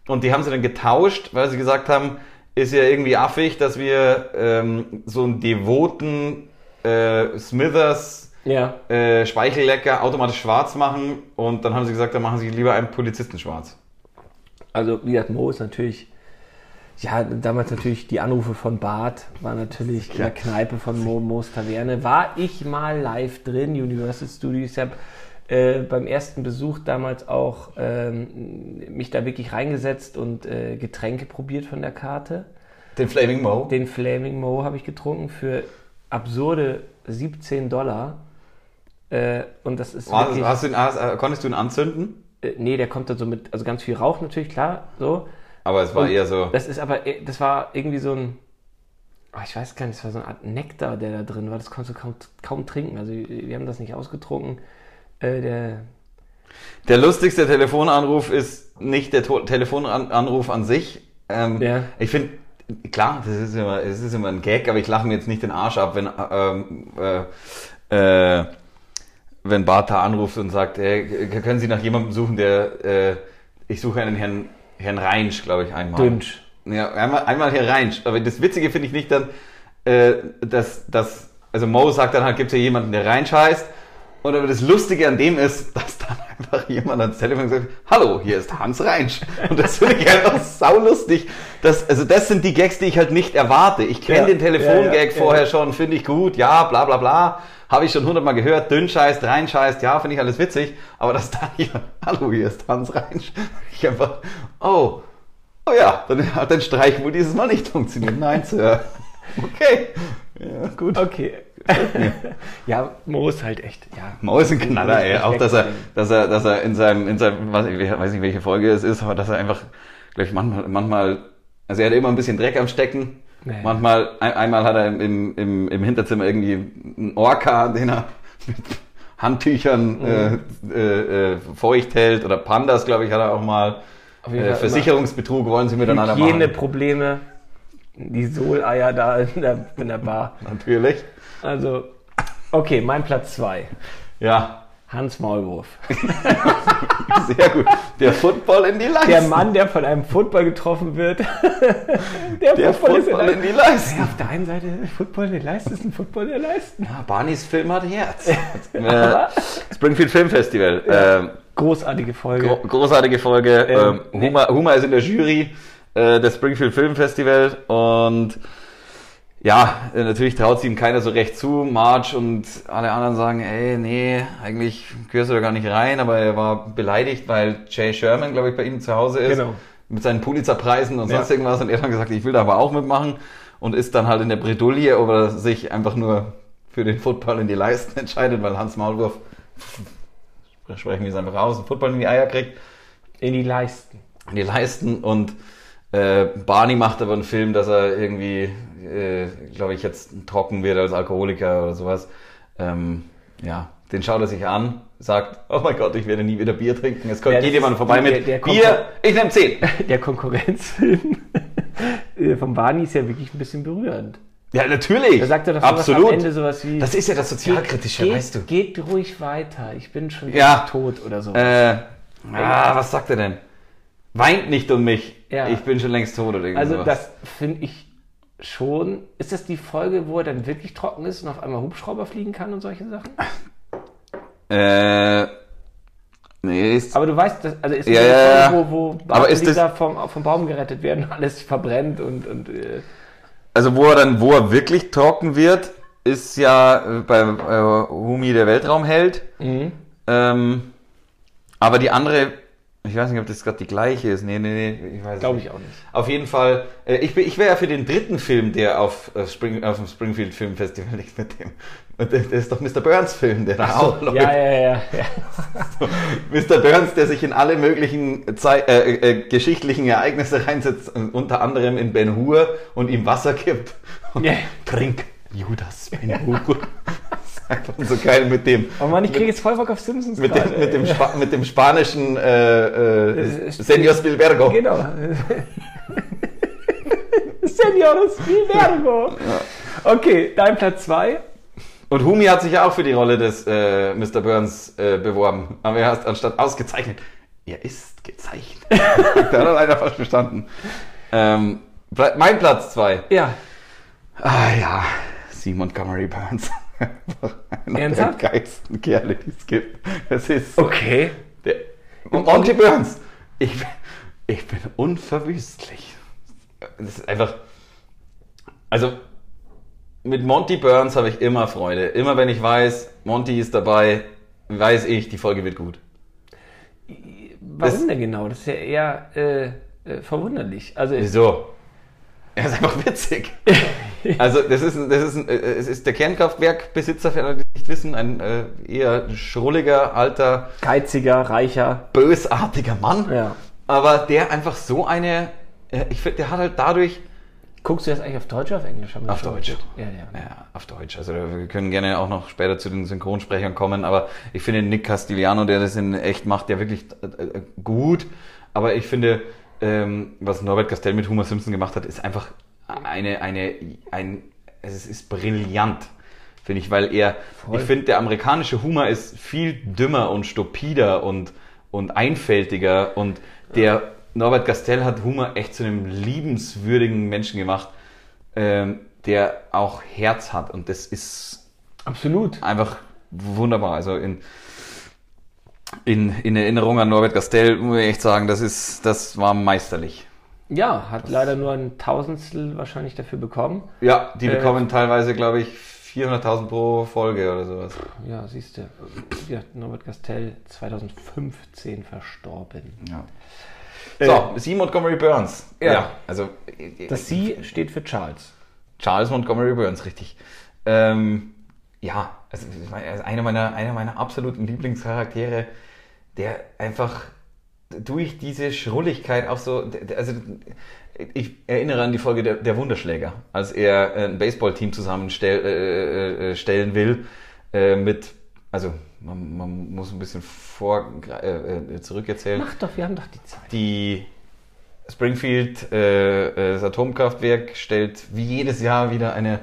S1: Und die haben sie dann getauscht, weil sie gesagt haben, ist ja irgendwie affig, dass wir ähm, so einen devoten äh, Smithers
S2: Ja.
S1: äh, Speichellecker automatisch schwarz machen. Und dann haben sie gesagt, dann machen sie lieber einen Polizisten schwarz.
S2: Also, wie gesagt, Mo ist natürlich. Ja, damals natürlich die Anrufe von Bart, war natürlich in der Kneipe von Mo, Mo's Taverne. War ich mal live drin, Universal Studios. Ich habe äh, beim ersten Besuch damals auch ähm, mich da wirklich reingesetzt und äh, Getränke probiert von der Karte.
S1: Den Flaming Mo.
S2: Den Flaming Mo habe ich getrunken für absurde 17 Dollar. Äh, und das ist
S1: War-
S2: wirklich,
S1: hast du ihn, hast, äh, konntest du ihn anzünden?
S2: äh, nee, der kommt dann so mit, also ganz viel Rauch natürlich, klar, so.
S1: Aber es war
S2: Und
S1: eher so.
S2: Das ist aber, eh- das war irgendwie so ein, ah, ich weiß gar nicht, das war so eine Art Nektar, der da drin war. Das konntest du kaum, kaum trinken. Also wir wir haben das nicht ausgetrunken. Äh, der,
S1: Der lustigste Telefonanruf ist nicht der To- Telefonanruf an sich. Ähm,
S2: Ja.
S1: Ich finde, klar, das ist, immer, es ist immer ein Gag, aber ich lache mir jetzt nicht den Arsch ab, wenn, ähm, äh, äh, wenn Bartha anruft und sagt, äh, k- können Sie nach jemandem suchen, der, äh, ich suche einen Herrn, Herrn Reinsch, glaube ich, einmal.
S2: Dünsch.
S1: Ja, einmal, einmal hier rein. Aber das Witzige finde ich nicht dann, äh, dass, dass, also Mo sagt dann halt, gibt es hier jemanden, der reinscheißt. Und aber das Lustige an dem ist, dass dann einfach jemand ans Telefon sagt, hallo, hier ist Hans Reinsch. Und das finde ich einfach saulustig. Das, also das sind die Gags, die ich halt nicht erwarte. Ich kenne
S2: Ja,
S1: den Telefongag
S2: ja, ja, ja.
S1: vorher schon, finde ich gut, ja, bla bla bla. Habe ich schon hundertmal gehört, dünn scheißt, rein scheißt, ja, finde ich alles witzig. Aber dass dann jemand, hallo, hier ist Hans Reinsch. Ich einfach, oh, Oh ja, dann hat dein Streich wohl dieses Mal nicht funktioniert. Nein, Sir. Okay. Ja, gut.
S2: Okay. ja, Mo ist halt echt, ja.
S1: Maul ist ein Knaller, ey. Auch, dass er, dass er, dass er in seinem, in seinem, weiß ich weiß nicht, welche Folge es ist, aber dass er einfach, glaube ich, manchmal, manchmal, also er hat immer ein bisschen Dreck am Stecken.
S2: Nee.
S1: Manchmal, ein, einmal hat er im- im, im, im Hinterzimmer irgendwie einen Orca, den er mit Handtüchern
S2: Mhm.
S1: äh, äh, äh, feucht hält oder Pandas, glaube ich, hat er auch mal.
S2: Auf jeden
S1: Äh,
S2: Fall
S1: Versicherungsbetrug wollen sie
S2: immer
S1: miteinander machen.
S2: Hygieneprobleme. Die Soleier da in der, in der Bar.
S1: Natürlich.
S2: Also, okay, mein Platz 2.
S1: Ja,
S2: Hans Maulwurf.
S1: Sehr gut. Der Football in die Leiste.
S2: Der Mann, der von einem Football getroffen wird. der,
S1: Der
S2: Football, ist in
S1: Football in
S2: der,
S1: die Leiste.
S2: auf der einen Seite Football der Leisten ist ein Football der Leisten.
S1: Ja, Barneys Film hat Herz. äh, Springfield Film Festival. Ähm,
S2: Großartige Folge.
S1: gro großartige Folge. Ähm,
S2: Ähm,
S1: Huma, Huma ist in der Jury äh, des Springfield Film Festival und ja, äh, natürlich traut sie ihm keiner so recht zu. Marge und alle anderen sagen, ey, nee, eigentlich gehörst du da gar nicht rein, aber er war beleidigt, weil Jay Sherman, glaube ich, bei ihm zu Hause ist.
S2: Genau.
S1: Mit seinen Pulitzer-Preisen und
S2: Ja.
S1: sonst irgendwas. Und er hat dann gesagt, ich will da aber auch mitmachen. Und ist dann halt in der Bredouille, ob er sich einfach nur für den Football in die Leisten entscheidet, weil Hans Maulwurf, sprechen wir es einfach raus, einen Football in die Eier kriegt
S2: In die Leisten.
S1: die leisten und äh, Barney macht aber einen Film, dass er irgendwie, äh, glaube ich, jetzt trocken wird als Alkoholiker oder sowas. Ähm, ja, den schaut er sich an, sagt, oh mein Gott, ich werde nie wieder Bier trinken. Es kommt
S2: Ja, das
S1: geht jemand
S2: ist-
S1: vorbei
S2: der-
S1: mit
S2: der kommt-
S1: Bier, ich nehme 10.
S2: Der Konkurrenzfilm äh, von Barney ist ja wirklich ein bisschen berührend.
S1: Ja, natürlich.
S2: Da sagt er doch sowas
S1: Absolut.
S2: am Ende sowas wie...
S1: das ist ja das Sozialkritische,
S2: geht,
S1: weißt du.
S2: Geht ruhig weiter, ich bin schon
S1: Ja.
S2: tot oder so.
S1: Äh, ah, was sagt er denn? Weint nicht um mich.
S2: Ja.
S1: Ich bin schon längst tot oder irgendwas.
S2: also das finde ich schon... Ist das die Folge, wo er dann wirklich trocken ist und auf einmal Hubschrauber fliegen kann und solche Sachen?
S1: Äh, nee, ist
S2: Aber du weißt, dass, also ist
S1: Ja,
S2: das
S1: ja,
S2: eine
S1: ja.
S2: Folge, wo, wo
S1: Aber ist das-
S2: Lisa vom, vom Baum gerettet werden und alles verbrennt und, und äh,
S1: Also wo er dann, wo er wirklich trocken wird, ist ja äh, bei äh, Humi der Weltraumheld.
S2: Mhm.
S1: Ähm, aber die andere, ich weiß nicht, ob das gerade die gleiche ist. Nee, nee, nee, ich weiß es
S2: glaube
S1: nicht.
S2: ich auch nicht.
S1: Auf jeden Fall, äh, ich, bin- ich wäre ja für den dritten Film, der auf, äh, Spring, auf dem Springfield Film Festival liegt mit dem. Und das das ist doch Mr. Burns Film, der da auch läuft.
S2: Ja, ja, ja, ja.
S1: Mr. Burns, der sich in alle möglichen Zei äh, äh, geschichtlichen Ereignisse reinsetzt, äh, unter anderem in Ben Hur und ihm Wasser gibt. Und
S2: Ja.
S1: Trink, Judas Ben Hur. das ist einfach so geil mit dem.
S2: Oh Mann, ich kriege jetzt voll Bock auf Simpsons
S1: Mit
S2: gerade, Äh,
S1: dem, mit, dem
S2: ey.
S1: Spa mit dem spanischen äh, äh,
S2: Das ist-
S1: Senor Spielbergo.
S2: Genau. Senores Vilbergo. Okay, dein Platz 2.
S1: Und Humi hat sich ja auch für die Rolle des äh, Mr. Burns äh, beworben. Aber er hat anstatt ausgezeichnet Er ist gezeichnet. da hat er leider falsch verstanden. Ähm, Ple- mein Platz 2.
S2: Ja,
S1: Ah ja, C. Montgomery Burns. Einfach einer
S2: Ernsthaft?
S1: der geilsten Kerle, die es gibt. Das ist
S2: okay.
S1: der Monty Burns. Ich, bin- ich bin unverwüstlich. Das ist einfach. Also, mit Monty Burns habe ich immer Freude. Immer wenn ich weiß, Monty ist dabei, weiß ich, die Folge wird gut.
S2: Warum
S1: Das-
S2: denn genau? Das ist ja eher äh, äh, verwunderlich. Also
S1: Wieso? Er ist einfach witzig. Also das ist, ein- das ist, ein, äh, es ist der Kernkraftwerkbesitzer, für alle, die es nicht wissen, ein äh, eher schrulliger, alter,
S2: geiziger, reicher.
S1: bösartiger Mann.
S2: Ja.
S1: Aber der einfach so eine, äh, ich finde, der hat halt dadurch,
S2: Guckst du das eigentlich auf Deutsch oder auf Englisch? Haben wir
S1: Auf
S2: schon
S1: Deutsch.
S2: gesagt. Ja, ja.
S1: ja, auf Deutsch, also wir können gerne auch noch später zu den Synchronsprechern kommen, aber ich finde Nick Castigliano, der das in echt macht, der wirklich äh, äh, gut, aber ich finde, ähm, was Norbert Castell mit Homer Simpson gemacht hat, ist einfach eine, eine, ein, es ist brillant, finde ich, weil er,
S2: Voll.
S1: ich finde, der amerikanische Humor ist viel dümmer und stupider und, und einfältiger und der Norbert Castell hat Humor echt zu einem liebenswürdigen Menschen gemacht ähm, der auch Herz hat. Und das ist
S2: Absolut.
S1: einfach wunderbar. Also in, in, in Erinnerung an Norbert Gastel muss ich echt sagen, das, ist, das war meisterlich.
S2: Ja, hat leider nur ein Tausendstel wahrscheinlich dafür bekommen.
S1: Ja, die
S2: Äh,
S1: bekommen teilweise, glaube ich, 400.000 pro Folge oder sowas.
S2: Ja, siehst du. Ja, Norbert Castell 2015 verstorben.
S1: Ja. So, C. Montgomery Burns.
S2: Äh, ja.
S1: also
S2: Das Sie steht für Charles.
S1: Charles Montgomery Burns, richtig. Ähm, ja, also, ich meine, also einer, meiner, einer meiner absoluten Lieblingscharaktere, der einfach durch diese Schrulligkeit auch so, der- der- also ich erinnere an die Folge der, der Wunderschläger, als er ein Baseballteam zusammenstellen äh, äh, stellen will äh, mit, also man, man muss ein bisschen vor, äh, äh, zurückerzählen
S2: Mach doch, wir haben doch die Zeit.
S1: die Springfield, äh, äh, das Atomkraftwerk, stellt wie jedes Jahr wieder eine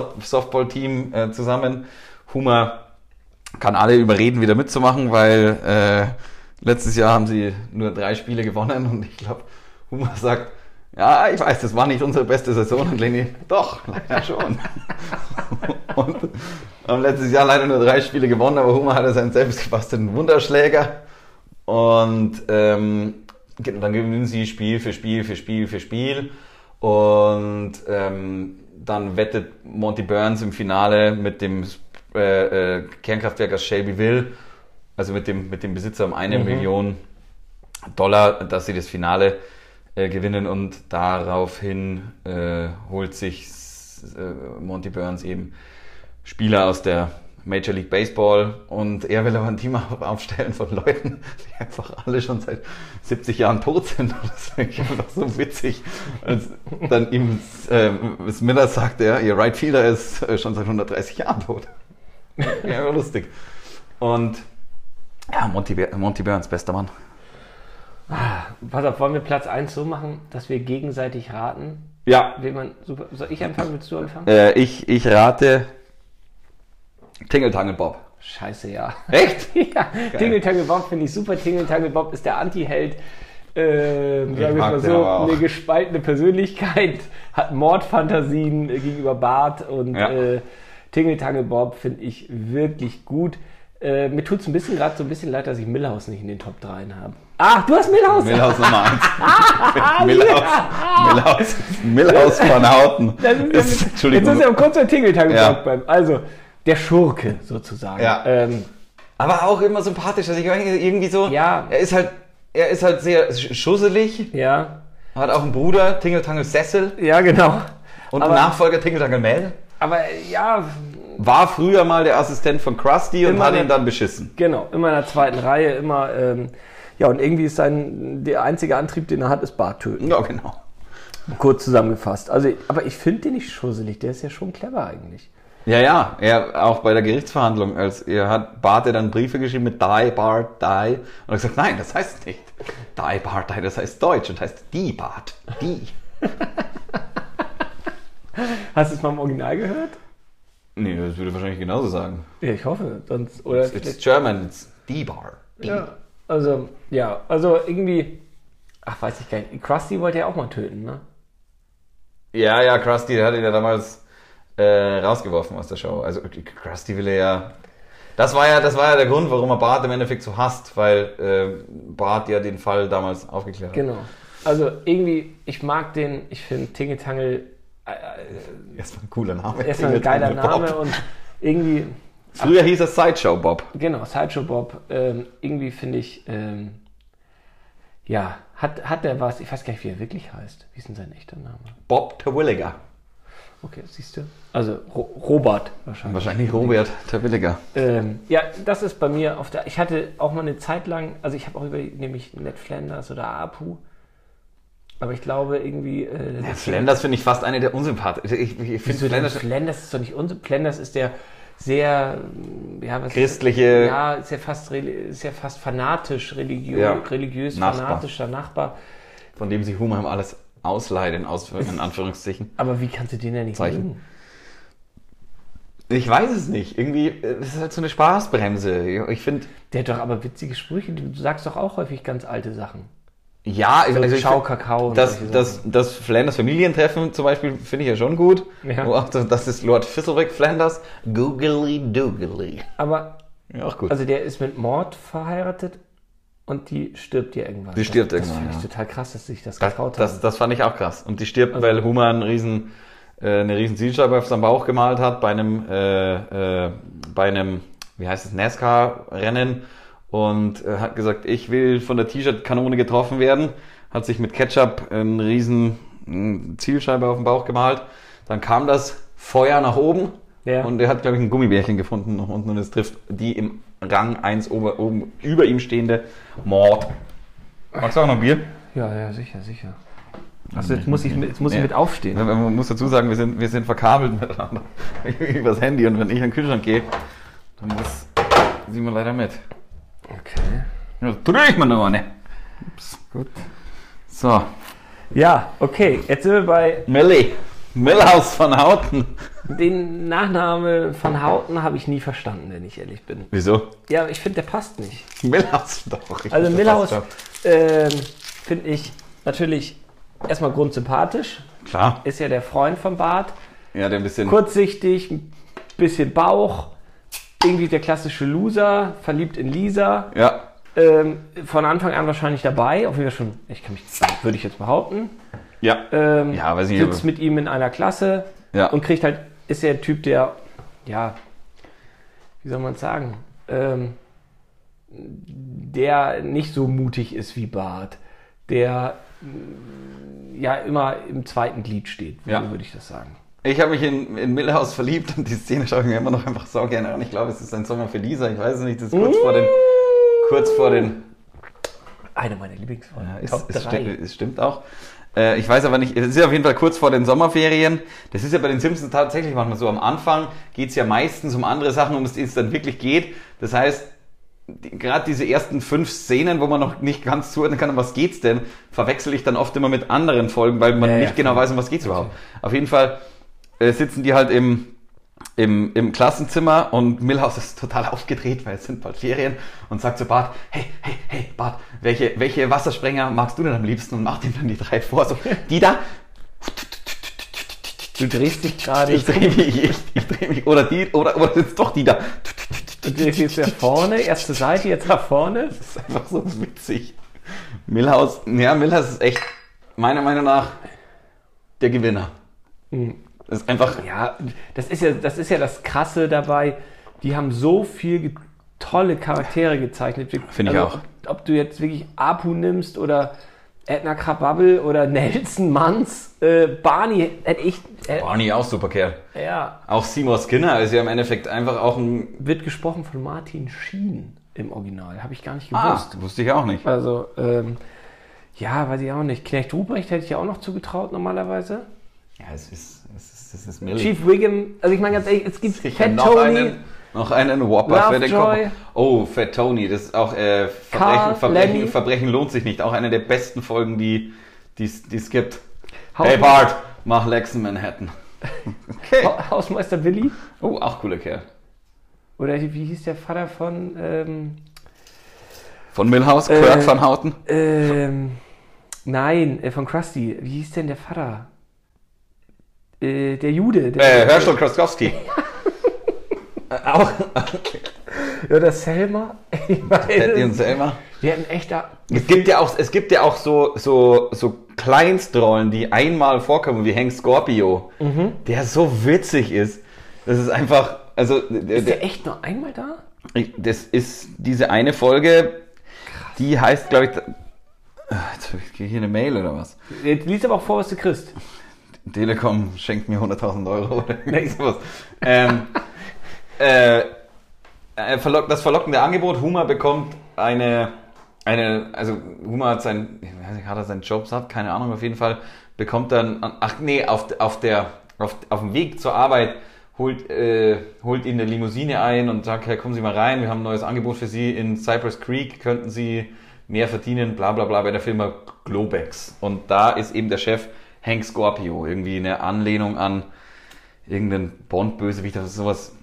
S1: Firmen-Softball-Team äh, zusammen. Hummer kann alle überreden, wieder mitzumachen, weil äh, letztes Jahr haben sie nur drei Spiele gewonnen und ich glaube, Hummer sagt, ja, ich weiß, das war nicht unsere beste Saison und Lenny, doch, leider schon. und haben letztes Jahr leider nur drei Spiele gewonnen, aber Hummer hatte seinen selbstgebastelten Wunderschläger und ähm, ge- dann gewinnen sie Spiel für Spiel für Spiel für Spiel. Und ähm, dann wettet Monty Burns im Finale mit dem äh, äh, Kernkraftwerk aus Shelbyville, also mit dem, mit dem Besitzer um eine Million Dollar, dass sie das Finale äh, gewinnen. Und daraufhin äh, holt sich s- äh, Monty Burns eben Spieler aus der Major League Baseball und er will aber ein Team auf- aufstellen von Leuten, die einfach alle schon seit 70 Jahren tot sind. Und Das finde ich einfach so witzig. Als dann ihm ähm, Miller sagt, er, ihr Right Fielder ist äh, schon seit 130 Jahren tot. Ja, aber lustig. Und ja, Monty, Bur- Monty Burns, bester Mann.
S2: Pass auf, wollen wir Platz 1 so machen, dass wir gegenseitig raten?
S1: Ja,
S2: Will man super. Soll ich anfangen? Willst du anfangen?
S1: äh, ich, ich rate Tingeltangel Bob.
S2: Scheiße, ja.
S1: Echt?
S2: ja, Tingeltangel Bob finde ich super. Tingeltangel Bob ist der Anti-Held. Ähm, sagen wir
S1: mag
S2: mal
S1: den
S2: so,
S1: aber auch.
S2: eine gespaltene Persönlichkeit, hat Mordfantasien äh, gegenüber Bart und
S1: Ja.
S2: äh, Tingeltangel Bob finde ich wirklich gut. Äh, mir tut es ein bisschen gerade so ein bisschen leid, dass ich Millhouse nicht in den Top 3 habe. Ach, du hast Millhouse!
S1: Millhaus Nummer
S2: Ah,
S1: 1. Millhaus, Millhaus, Millhaus von Houten.
S2: Das ist ja mit, jetzt ist
S1: Entschuldigung.
S2: ja um kurz bei Tingeltangel
S1: Ja.
S2: Bob beim. Also, der Schurke sozusagen.
S1: Ja.
S2: Ähm,
S1: Aber auch immer sympathisch. Also ich meine, irgendwie so,
S2: Ja.
S1: er ist halt, er ist halt sehr sch- schusselig,
S2: ja.
S1: hat auch einen Bruder, Tingeltangel Cecil
S2: ja, genau.
S1: und
S2: Aber-
S1: einen Nachfolger Tingeltangel Mel.
S2: Aber äh, ja,
S1: War früher mal der Assistent von Krusty und
S2: Immer
S1: hat ihn
S2: der-
S1: dann beschissen.
S2: Genau, immer in der zweiten Reihe, immer. Ähm, ja, und irgendwie ist sein, der einzige Antrieb, den er hat, ist Bartöten.
S1: Ja, genau.
S2: Kurz zusammengefasst. Also, aber ich finde den nicht schusselig, der ist ja schon clever eigentlich.
S1: Ja, ja, er auch bei der Gerichtsverhandlung, als er hat Bart ja dann Briefe geschrieben mit die Bart die und er hat gesagt, nein, das heißt nicht die Bart die, das heißt Deutsch und heißt die Bart die.
S2: Hast du es mal im Original gehört?
S1: Nee, das würde wahrscheinlich genauso sagen.
S2: Ja, ich hoffe. Sonst, oder
S1: It's German, it's die Bar. Die.
S2: ja. Also, ja, also irgendwie, ach, weiß ich gar nicht. Krusty wollte ja auch mal töten, ne?
S1: Ja, ja, Krusty, der hat ihn ja damals äh, rausgeworfen aus der Show. Also Krusty will er ja. Das war ja, das war ja der Grund, warum er Bart im Endeffekt so hasst, weil äh, Bart ja den Fall damals aufgeklärt hat.
S2: Genau. Also irgendwie, ich mag den, ich finde Tingetangel äh,
S1: Erstmal ein cooler Name.
S2: erstmal ein geiler
S1: Bob.
S2: Name und irgendwie,
S1: Früher hieß er Sideshow Bob.
S2: genau, Sideshow Bob, ähm, irgendwie finde ich, ähm, ja, hat, hat der was, ich weiß gar nicht, wie er wirklich heißt. Wie ist denn sein echter Name?
S1: Bob Terwilliger.
S2: Okay, siehst du? Also Ro Robert wahrscheinlich.
S1: Wahrscheinlich Robert Terwilliger.
S2: Ähm, ja, das ist bei mir auf der. Ich hatte auch mal eine Zeit lang, also ich habe auch über nämlich Ned Flanders oder Apu, aber ich glaube irgendwie. Äh,
S1: Ja, Flanders finde ich fast eine der unsympathischen. Ich, ich
S2: Wieso
S1: finde
S2: denn?
S1: Flanders
S2: Flanders ist doch nicht unser. Flanders ist der sehr, ähm, ja was?
S1: christliche.
S2: Ja, ist ja fast, reli- ist ja fast fanatisch, religiö
S1: Ja.
S2: religiös,
S1: Nachbar.
S2: fanatischer Nachbar.
S1: von dem sich Humor alles ausleihen, aus, in Anführungszeichen.
S2: Aber wie kannst du den denn nicht
S1: Zeichen.
S2: mögen?
S1: Ich weiß es nicht. Irgendwie, äh, das ist halt so eine Spaßbremse. Ich finde,
S2: Der hat doch aber witzige Sprüche. Du sagst doch auch häufig ganz alte Sachen.
S1: ja,
S2: So
S1: also ich
S2: Ciao,
S1: find-
S2: Kakao. und
S1: Das,
S2: solche
S1: das, das Flanders Familientreffen zum Beispiel finde ich ja schon gut.
S2: Ja.
S1: Oh, ach, das ist Lord Fisselbeck Flanders. Googly doogly.
S2: Sachen. Aber
S1: Ja, auch gut.
S2: Also der ist mit Mord verheiratet und die stirbt ja irgendwann.
S1: Die stirbt
S2: das,
S1: irgendwann,
S2: Das fand
S1: ja.
S2: ich total krass, dass sich das Also-
S1: das,
S2: getraut hat.
S1: das, das fand ich auch krass. Und die stirbt, weil Hummer einen riesen, äh, eine riesen Zielscheibe auf seinem Bauch gemalt hat bei einem, äh, äh, bei einem, wie heißt es, NASCAR-Rennen und äh, hat gesagt, ich will von der T-Shirt-Kanone getroffen werden. Hat sich mit Ketchup einen riesen mh, Zielscheibe auf den Bauch gemalt. Dann kam das Feuer nach oben
S2: Ja.
S1: und er hat, glaube ich, ein Gummibärchen gefunden nach unten und es trifft die im Rang 1 ober, oben über ihm stehende Mord. Magst du auch noch ein Bier?
S2: ja, ja, sicher, sicher. Also jetzt muss ich, mit- jetzt muss ich
S1: Nee.
S2: mit aufstehen.
S1: Man muss dazu sagen, wir sind, wir sind verkabelt miteinander übers Handy und wenn ich an den Kühlschrank gehe, dann muss Simon leider mit.
S2: Okay.
S1: Ja, drück mal noch eine. Ups.
S2: Gut.
S1: So,
S2: Ja, okay. Jetzt sind wir bei
S1: Millie, Millhaus von Houten.
S2: den Nachname von Houten habe ich nie verstanden, wenn ich ehrlich bin.
S1: Wieso?
S2: Ja, ich finde, der passt nicht.
S1: Millhaus doch. ich
S2: Also
S1: hab
S2: Millhaus
S1: das fast
S2: ähm, finde ich natürlich erstmal grundsympathisch.
S1: schon. Klar.
S2: Ist ja der Freund von Bart.
S1: Ja, der ein bisschen.
S2: kurzsichtig, ein bisschen Bauch, irgendwie der klassische Loser, verliebt in Lisa.
S1: Ja.
S2: Ähm, von Anfang an wahrscheinlich dabei, auf jeden Fall schon, ich kann mich, würde ich jetzt behaupten.
S1: Ja.
S2: Ähm,
S1: Ja, weiß nicht,
S2: sitzt
S1: aber-
S2: mit ihm in einer Klasse
S1: Ja.
S2: und kriegt halt, ist der Typ, der, ja, wie soll man es sagen, ähm, der nicht so mutig ist wie Bart, der mh, ja immer im zweiten Glied steht,
S1: Ja.
S2: würde ich das sagen.
S1: Ich habe mich in, in Millhaus verliebt und die Szene schaue ich mir immer noch einfach so gerne an. Ich glaube, es ist ein Sommer für Lisa. Ich weiß es nicht, das ist kurz vor den. Kurz vor den.
S2: Eine meiner Lieblingsfolgen.
S1: Ja, es,
S2: Top
S1: es,
S2: drei.
S1: stimmt, es stimmt auch. Äh, ich weiß aber nicht, es ist auf jeden Fall kurz vor den Sommerferien. Das ist ja bei den Simpsons tatsächlich manchmal so. Am Anfang geht's ja meistens um andere Sachen, um die es dann wirklich geht. Das heißt, die, gerade diese ersten fünf Szenen, wo man noch nicht ganz zuordnen kann, um was geht's denn, verwechsel ich dann oft immer mit anderen Folgen, weil man
S2: Ja, ja,
S1: nicht genau
S2: klar.
S1: weiß, um was geht's überhaupt. Auf jeden Fall äh, sitzen die halt im, im, im Klassenzimmer und Milhouse ist total aufgedreht, weil es sind bald Ferien und sagt zu Bart, hey, hey, hey, Bart, welche, welche Wassersprenger magst du denn am liebsten? Und macht ihm dann die drei vor, so, die da,
S2: Du drehst dich gerade.
S1: ich drehe mich, ich, ich drehe mich, oder die, oder, oder sitzt doch die da.
S2: Du drehst jetzt nach vorne, erste Seite, jetzt nach vorne.
S1: Das ist einfach so witzig. Milhouse, ja, Milhouse ist echt, meiner Meinung nach, der Gewinner.
S2: Hm.
S1: Das ist einfach,
S2: Ja, das ist ja, das ist ja das Krasse dabei. Die haben so viel ge- tolle Charaktere gezeichnet. also
S1: Finde ich auch.
S2: Ob, ob du jetzt wirklich Apu nimmst oder Edna Krabappel oder Nelson Manns, äh, Barney hätte ich, äh,
S1: Barney auch super Kerl.
S2: ja,
S1: Auch Seymour Skinner ist ja im Endeffekt einfach auch ein,
S2: wird gesprochen von Martin Sheen im Original. Habe ich gar nicht
S1: ah,
S2: gewusst.
S1: wusste ich auch nicht.
S2: Also, ähm, ja, weiß ich auch nicht. Knecht Ruprecht hätte ich ja auch noch zugetraut normalerweise.
S1: Ja, es ist, es ist, es ist Millie.
S2: Chief Wiggum, also ich meine ganz ehrlich, es gibt
S1: Sicher
S2: Fat
S1: noch
S2: Tony,
S1: einen, noch einen Whopper für den
S2: Lovejoy.
S1: Kopf. Oh, Fat Tony, das ist auch äh,
S2: Carl,
S1: Verbrechen, Verbrechen,
S2: Lenny.
S1: Verbrechen lohnt sich nicht. Auch eine der besten Folgen, die die es die es gibt.
S2: Hau-
S1: hey Bart, mach Lex in Manhattan. Okay.
S2: Ha- Hausmeister Willi
S1: Oh, auch cooler Kerl.
S2: oder wie hieß der Vater von ähm,
S1: Von Milhouse, Kirk
S2: Äh,
S1: van Houten.
S2: Ähm, nein, äh, von Krusty. Wie hieß denn der Vater? Äh, der Jude. Der
S1: Äh, Herschel Kroskowski.
S2: auch. Oder Selma? Ich
S1: Hätte
S2: meine,
S1: ihn selber.
S2: wir hatten echt da.
S1: Es gibt ja auch, es gibt ja auch so, so, so Kleinstrollen, die einmal vorkommen, wie Hank Scorpio, der so witzig ist. Das ist einfach, also, der,
S2: Ist
S1: der,
S2: der echt nur einmal da?
S1: ich- das ist diese eine Folge, die heißt, glaube ich, da- Ah, jetzt hab ich- krieg ich hier eine Mail oder was?
S2: Jetzt liest aber auch vor, was du kriegst.
S1: Telekom schenkt mir 100.000 Euro oder irgendwie sowas. ähm, äh, äh, verlock, das verlockende Angebot, Huma bekommt eine, eine, also Huma hat seinen, ich weiß nicht, hat er seinen Job satt, keine Ahnung, auf jeden Fall, bekommt dann, ach nee, auf, auf der, auf, auf dem Weg zur Arbeit holt, äh, holt ihn eine Limousine ein und sagt, hey, kommen Sie mal rein, wir haben ein neues Angebot für Sie in Cypress Creek, könnten Sie mehr verdienen, bla bla bla, bei der Firma Globex. Und da ist eben der Chef Hank Scorpio, irgendwie eine Anlehnung an irgendeinen Bond-Bösewicht, das ist sowas,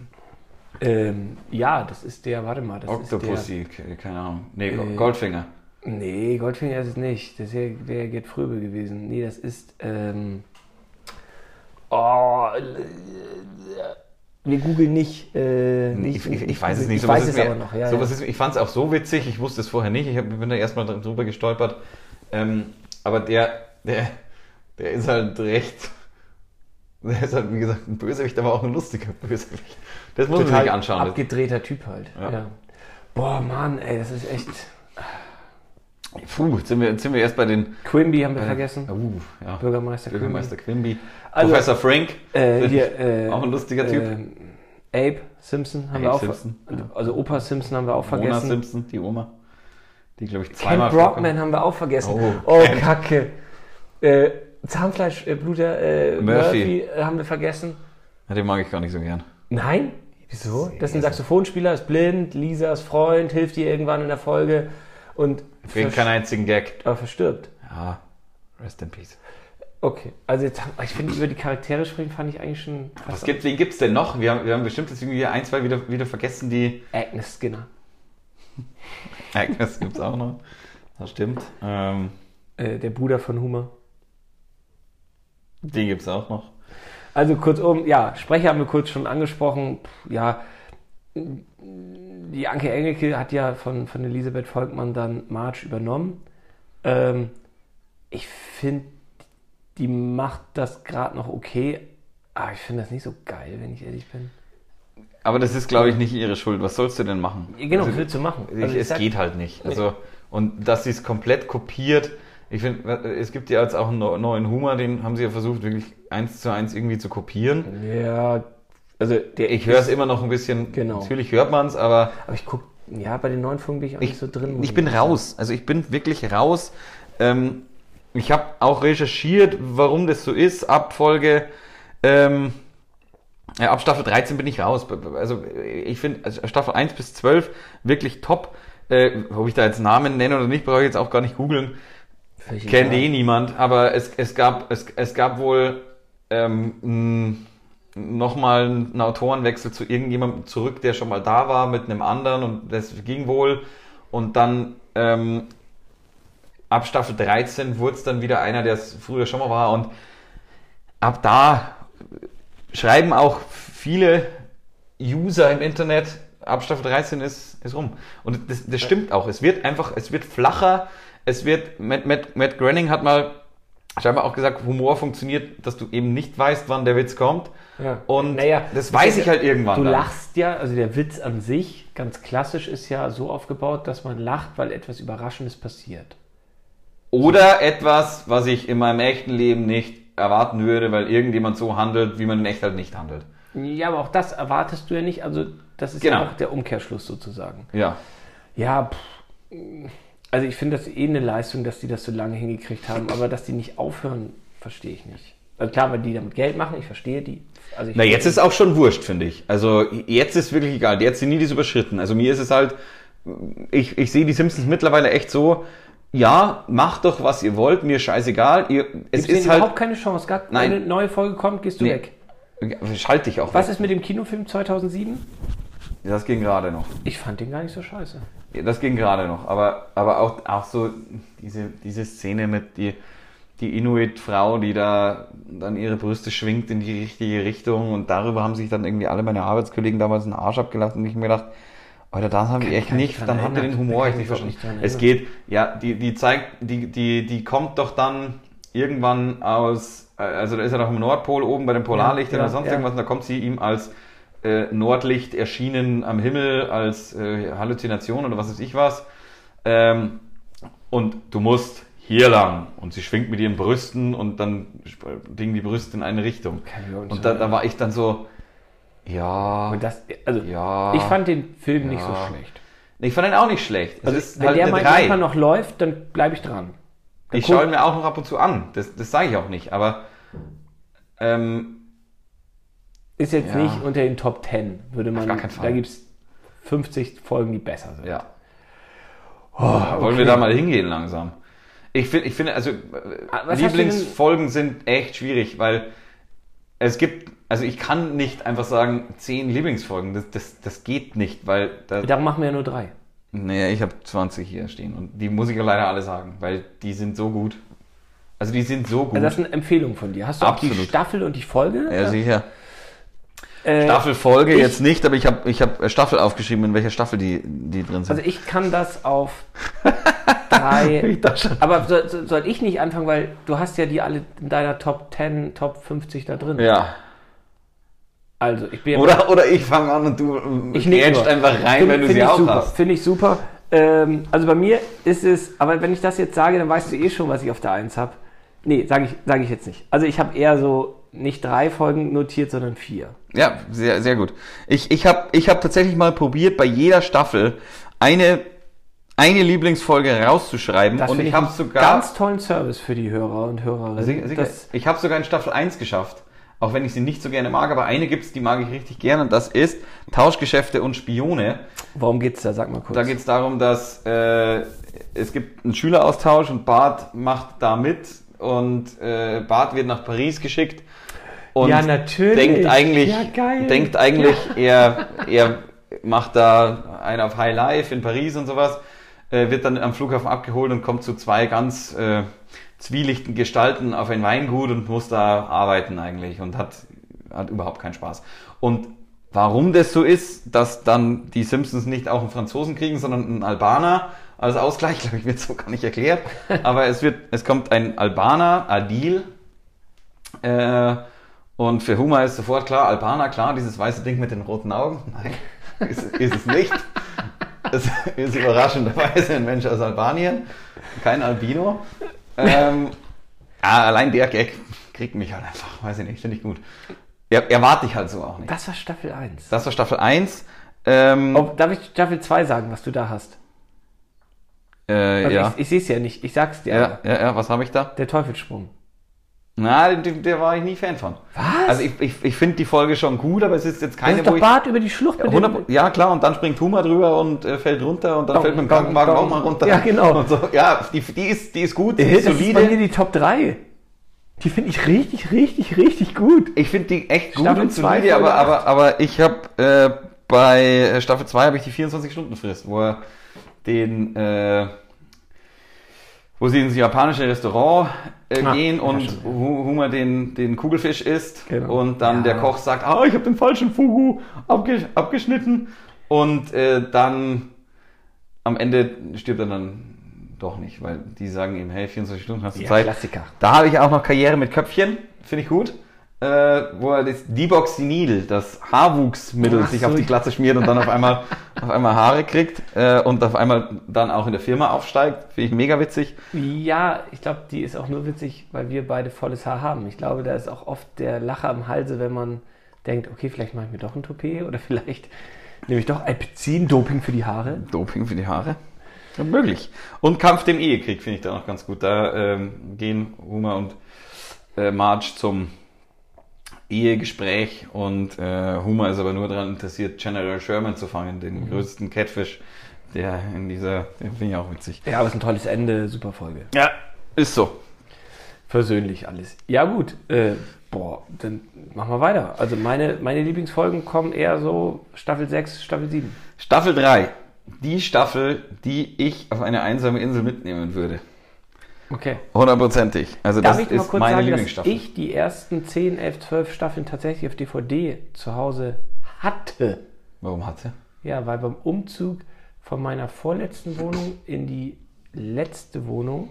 S2: Ähm, ja, das ist der, warte mal, das ist
S1: Octopussy, ke- keine Ahnung. Nee,
S2: Äh.
S1: Goldfinger.
S2: der. Nee, Goldfinger ist es nicht. Das wäre wär Gerd Fröbel gewesen. Nee, das ist. Ähm, oh, äh, wir googeln nicht, äh, nicht.
S1: Ich, ich, ich weiß es
S2: ich
S1: nicht.
S2: weiß es
S1: mir,
S2: aber noch, ja,
S1: sowas Ist, ich fand es auch so witzig, ich wusste es vorher nicht. Ich hab, bin da erstmal dr- drüber gestolpert. Ähm, aber der, der, der ist halt recht. Der ist halt, wie gesagt, ein Bösewicht, aber auch ein lustiger Bösewicht. Das muss man
S2: total
S1: sich anschauen. Das-
S2: abgedrehter Typ halt. Ja. Boah, Mann, ey, das ist echt.
S1: Puh, jetzt sind wir, jetzt sind wir erst bei den
S2: Quimby haben wir vergessen.
S1: Uh, ja.
S2: Bürgermeister Quimby.
S1: Bürgermeister Quimby.
S2: Also-
S1: Professor Frank.
S2: Äh, hier, äh,
S1: auch ein lustiger Typ.
S2: ähm, Abe Simpson haben wir
S1: Abe
S2: auch.
S1: Simpson,
S2: Also Opa Simpson haben wir auch
S1: Mona
S2: vergessen.
S1: Simpson, die Oma. Die, glaube ich,
S2: Ken
S1: zweimal.
S2: Brockman haben wir auch vergessen.
S1: Oh,
S2: Oh, Kacke. Äh, Zahnfleischbluter äh,
S1: Murphy.
S2: Murphy. äh, haben wir vergessen.
S1: Ja, Den mag ich gar nicht so gern.
S2: Nein? Wieso? Das ist ein Saxophonspieler, ist blind, Lisas Freund, hilft ihr irgendwann in der Folge und
S1: Kriegen
S2: verst-
S1: keinen einzigen Gag.
S2: aber verstirbt.
S1: Ja, rest in peace.
S2: Okay, also jetzt, ich finde, über die Charaktere sprechen fand ich eigentlich schon
S1: Was gibt, wen gibt's denn noch? Wir haben, wir haben bestimmt jetzt irgendwie ein, zwei wieder, wieder vergessen, die.
S2: Agnes Skinner.
S1: Agnes gibt's auch noch. Das stimmt. Ähm,
S2: Äh, der Bruder von Humor.
S1: den gibt's auch noch.
S2: Also kurzum, ja, Sprecher haben wir kurz schon angesprochen. Pff, Ja, die Anke Engelke hat ja von, von Elisabeth Volkmann dann March übernommen. Ähm, ich finde, die macht das gerade noch okay, aber ich finde das nicht so geil, wenn ich ehrlich bin.
S1: Aber das ist, glaube ich, nicht ihre Schuld. Was sollst du denn machen?
S2: Ja, Genau,
S1: Also,
S2: viel zu machen.
S1: ich,
S2: Also ich
S1: es
S2: sag-
S1: geht halt nicht. Also, und dass sie es komplett kopiert. Ich finde, es gibt ja jetzt auch einen neu- neuen Humor, den haben sie ja versucht, wirklich eins zu eins irgendwie zu kopieren.
S2: Ja, also der,
S1: Ich höre es immer noch ein bisschen.
S2: Genau.
S1: Natürlich hört man es, aber
S2: Aber ich gucke, ja, bei den neuen Folgen bin ich auch nicht so drin. muss
S1: Ich bin
S2: sagen.
S1: raus. Also ich bin wirklich raus. Ähm, ich habe auch recherchiert, warum das so ist. Ab Folge, ähm, ja, ab Staffel 13 bin ich raus. B- b- Also ich finde also Staffel 1 bis 12 wirklich top. Äh, ob ich da jetzt Namen nenne oder nicht, brauche ich jetzt auch gar nicht googeln.
S2: Völlig
S1: Kennt
S2: egal.
S1: eh niemand, aber es, es, gab, es, es gab wohl ähm, nochmal einen Autorenwechsel zu irgendjemandem zurück, der schon mal da war mit einem anderen und das ging wohl. Und dann ähm, ab Staffel 13 wurde es dann wieder einer, der es früher schon mal war. Und ab da schreiben auch viele User im Internet, ab Staffel 13 ist, ist rum. Und das, das stimmt auch. Es wird einfach, es wird flacher. Es wird, Matt, Matt, Matt Groening hat mal scheinbar auch gesagt, Humor funktioniert, dass du eben nicht weißt, wann der Witz kommt.
S2: Ja.
S1: Und
S2: Naja,
S1: das weiß ich halt irgendwann.
S2: Du
S1: dann.
S2: lachst ja, also der Witz an sich, ganz klassisch, ist ja so aufgebaut, dass man lacht, weil etwas Überraschendes passiert.
S1: Oder etwas, was ich in meinem echten Leben nicht erwarten würde, weil irgendjemand so handelt, wie man in echt halt nicht handelt.
S2: Ja, aber auch das erwartest du ja nicht. Also, das ist
S1: Genau.
S2: ja auch der Umkehrschluss sozusagen.
S1: Ja.
S2: Ja, pff, also ich finde das eh eine Leistung, dass die das so lange hingekriegt haben, aber dass die nicht aufhören, verstehe ich nicht. Also klar, weil die damit Geld machen, ich verstehe die. Also ich
S1: Na, jetzt ist auch schon wurscht, finde ich. Also jetzt ist wirklich egal. Jetzt sind nie das überschritten. Also mir ist es halt, ich, ich sehe die Simpsons mittlerweile echt so, ja, macht doch, was ihr wollt, mir scheißegal. Ihr, es
S2: es ist
S1: ist halt,
S2: überhaupt keine Chance. Gar
S1: Nein.
S2: eine neue Folge kommt, gehst du
S1: Nee.
S2: weg.
S1: schalte dich auch
S2: Was
S1: weg.
S2: ist mit dem Kinofilm 2007?
S1: Das ging gerade noch.
S2: Ich fand den gar nicht so scheiße.
S1: Ja, Das ging gerade noch. Aber, aber auch, auch so diese, diese Szene mit die, die Inuit-Frau, die da dann ihre Brüste schwingt in die richtige Richtung. Und darüber haben sich dann irgendwie alle meine Arbeitskollegen damals einen Arsch abgelacht und ich hab mir gedacht, Alter, das haben die echt
S2: kann mich
S1: nicht,
S2: dran
S1: dann habt ihr
S2: erinnern.
S1: den Humor
S2: Kann
S1: echt nicht
S2: mich auch
S1: verstanden.
S2: nicht dran
S1: Es geht, ja, die, die zeigt, die, die, die kommt doch dann irgendwann aus, äh, also da ist er doch im Nordpol oben bei den Polarlichtern
S2: Ja, ja,
S1: oder sonst
S2: ja.
S1: irgendwas und da kommt sie ihm als äh, Nordlicht erschienen am Himmel als äh, Halluzination oder was weiß ich was. Ähm, und du musst hier lang. Und sie schwingt mit ihren Brüsten und dann sp- dingen die Brüste in eine Richtung.
S2: Kann ich überhaupt nicht
S1: Und da, da
S2: sagen.
S1: war ich dann so, ja.
S2: Und das, also,
S1: Ja.
S2: ich fand den Film nicht so
S1: Ja.
S2: schlecht.
S1: ich fand den auch nicht schlecht. Es
S2: Also,
S1: ist
S2: wenn
S1: halt
S2: der
S1: eine
S2: mein
S1: drei.
S2: Körper noch läuft, dann bleibe ich dran. Dann
S1: Ich
S2: guck-
S1: schaue ihn mir auch noch ab und zu an. Das, das sage ich auch nicht. Aber ähm,
S2: Ist jetzt
S1: Ja.
S2: nicht unter den Top 10, würde man.
S1: gar keinen Fall.
S2: Da gibt es 50 Folgen, die besser sind. Oh,
S1: ja. Wollen wir da mal hingehen langsam? Ich finde, ich finde, also äh,
S2: Ah, was hast du
S1: Lieblingsfolgen sind echt schwierig, weil es gibt, also ich kann nicht einfach sagen, zehn Lieblingsfolgen. Das, das, das geht nicht, weil da,
S2: Darum machen wir ja nur drei.
S1: Naja, ich habe 20 hier stehen und die muss ich ja leider alle sagen, weil die sind so gut. Also die sind so gut.
S2: Also das ist eine Empfehlung von dir. Hast du auch die
S1: Absolut.
S2: Staffel und die Folge?
S1: ja, sicher.
S2: Äh,
S1: Staffelfolge
S2: ich-
S1: jetzt nicht, aber ich habe ich hab Staffel aufgeschrieben, in welcher Staffel die, die drin sind.
S2: Also ich kann das auf drei.
S1: Ich dachte schon.
S2: aber so, so, soll ich nicht anfangen, weil du hast ja die alle in deiner Top 10, Top 50 da drin.
S1: ja.
S2: Also ich bin ja-
S1: Oder, oder ich fange an und du ähm,
S2: Ich nick
S1: grätscht
S2: nur.
S1: einfach rein,
S2: Find-
S1: wenn du
S2: find
S1: sie
S2: ich
S1: auch
S2: super,
S1: hast.
S2: Finde ich super. Ähm, also bei mir ist es, aber wenn ich das jetzt sage, dann weißt du eh schon, was ich auf der 1 habe. Nee, sage ich, sag ich jetzt nicht. Also ich habe eher so nicht drei Folgen notiert, sondern vier.
S1: Ja, sehr, sehr gut. Ich, ich habe ich hab tatsächlich mal probiert, bei jeder Staffel eine, eine Lieblingsfolge rauszuschreiben und
S2: finde
S1: ich habe
S2: einen
S1: sogar...
S2: ganz tollen Service für die Hörer und Hörerinnen.
S1: Sicher, sicher.
S2: Das,
S1: ich habe sogar in Staffel 1 geschafft. Auch wenn ich sie nicht so gerne mag, aber eine gibt's, die mag ich richtig gerne und das ist Tauschgeschäfte und Spione.
S2: worum geht's da? Sag mal kurz.
S1: Da geht's darum, dass äh, es gibt einen Schüleraustausch und Bart macht da mit und äh, Bart wird nach Paris geschickt und
S2: Ja, natürlich.
S1: denkt eigentlich,
S2: Ja, geil.
S1: denkt eigentlich er, er macht da einen auf High Life in Paris und sowas, äh, wird dann am Flughafen abgeholt und kommt zu zwei ganz äh, zwielichten Gestalten auf ein Weingut und muss da arbeiten eigentlich und hat, hat überhaupt keinen Spaß. Und warum das so ist, dass dann die Simpsons nicht auch einen Franzosen kriegen, sondern einen Albaner als Ausgleich, glaube ich, wird so gar nicht erklärt. Aber es wird, es kommt ein Albaner, Adil, äh, und für Huma ist sofort klar, Albaner, klar, dieses weiße Ding mit den roten Augen. Nein, ist, ist es nicht. Es ist überraschenderweise ein Mensch aus Albanien, kein Albino. Ähm, ah, allein der Gag kriegt mich halt einfach, weiß ich nicht, finde ich gut. Er, erwarte ich halt so auch nicht.
S2: das war Staffel 1.
S1: Das war Staffel 1. Ähm,
S2: Ob, darf ich Staffel 2 sagen, was du da hast?
S1: äh,
S2: Also
S1: ja.
S2: Ich, ich sehe es ja nicht, ich sag's dir.
S1: ja,
S2: aber.
S1: ja, ja, was habe ich da?
S2: Der Teufelssprung.
S1: Na, der, der war ich nie Fan von. Was? Also ich, ich, ich finde die Folge schon gut, aber es ist jetzt
S2: Das
S1: keine,
S2: ist doch Bart über die Schlucht mit
S1: 100
S2: dem,
S1: Pro- ja, klar, und dann springt Huma drüber und äh, fällt runter und dann
S2: Bong,
S1: fällt mit dem
S2: bong,
S1: Krankenwagen
S2: bong.
S1: auch mal runter.
S2: Ja, genau.
S1: Und so. Ja, die, die, ist, die ist gut, die
S2: Äh, Das
S1: ist
S2: ist bei mir
S1: solide.
S2: die Top 3. Die finde ich richtig, richtig, richtig gut.
S1: Ich finde die echt gut
S2: Staffel
S1: und
S2: zwei,
S1: solide, aber,
S2: Folge
S1: aber, aber ich habe äh, bei äh, Staffel 2 habe ich die 24-Stunden-Frist, wo er den, äh, wo sie ins japanische Restaurant äh,
S2: Ah,
S1: gehen
S2: ja,
S1: und
S2: schon, ja.
S1: Hu- Huma den, den Kugelfisch isst
S2: Genau.
S1: und dann
S2: Ja.
S1: der Koch sagt, ah, ich habe den falschen Fugu abge abgeschnitten und äh, dann am Ende stirbt er dann doch nicht, weil die sagen ihm, hey, 24 Stunden hast du
S2: Ja,
S1: Zeit.
S2: Klassiker.
S1: Da habe ich auch noch Karriere mit Köpfchen, finde ich gut. Äh, wo er das Diboxinil, das Haarwuchsmittel,
S2: Ach
S1: sich
S2: so.
S1: auf die Glatze schmiert und dann auf einmal, auf einmal Haare kriegt äh, und auf einmal dann auch in der Firma aufsteigt. Finde ich mega witzig.
S2: Ja, ich glaube, die ist auch nur witzig, weil wir beide volles Haar haben. Ich glaube, da ist auch oft der Lacher am Halse, wenn man denkt, okay, vielleicht mache ich mir doch ein Toupet oder vielleicht nehme ich doch Alpizin-Doping für die Haare.
S1: Doping für die Haare? Ja, möglich. Und Kampf dem Ehekrieg finde ich da noch ganz gut. Da ähm, gehen Huma und äh, Marge zum Ehegespräch und äh, Huma ist aber nur daran interessiert, General Sherman zu fangen, den
S2: Mhm.
S1: größten Catfish, der in dieser, den finde ich auch witzig.
S2: Ja, aber es ist ein tolles Ende, super Folge.
S1: Ja, ist so.
S2: versöhnlich alles. Ja, gut. Äh, boah, dann machen wir weiter. Also meine, meine Lieblingsfolgen kommen eher so Staffel 6, Staffel 7.
S1: Staffel 3. Die Staffel, die ich auf eine einsame Insel mitnehmen würde.
S2: Okay.
S1: Hundertprozentig. Also
S2: Darf
S1: das
S2: ich mal
S1: ist
S2: kurz
S1: meine
S2: sagen, dass
S1: Lieblingsstaffel.
S2: ich die ersten 10, 11, 12 Staffeln tatsächlich auf DVD zu Hause hatte?
S1: Warum hat sie?
S2: Ja, weil beim Umzug von meiner vorletzten Wohnung in die letzte Wohnung,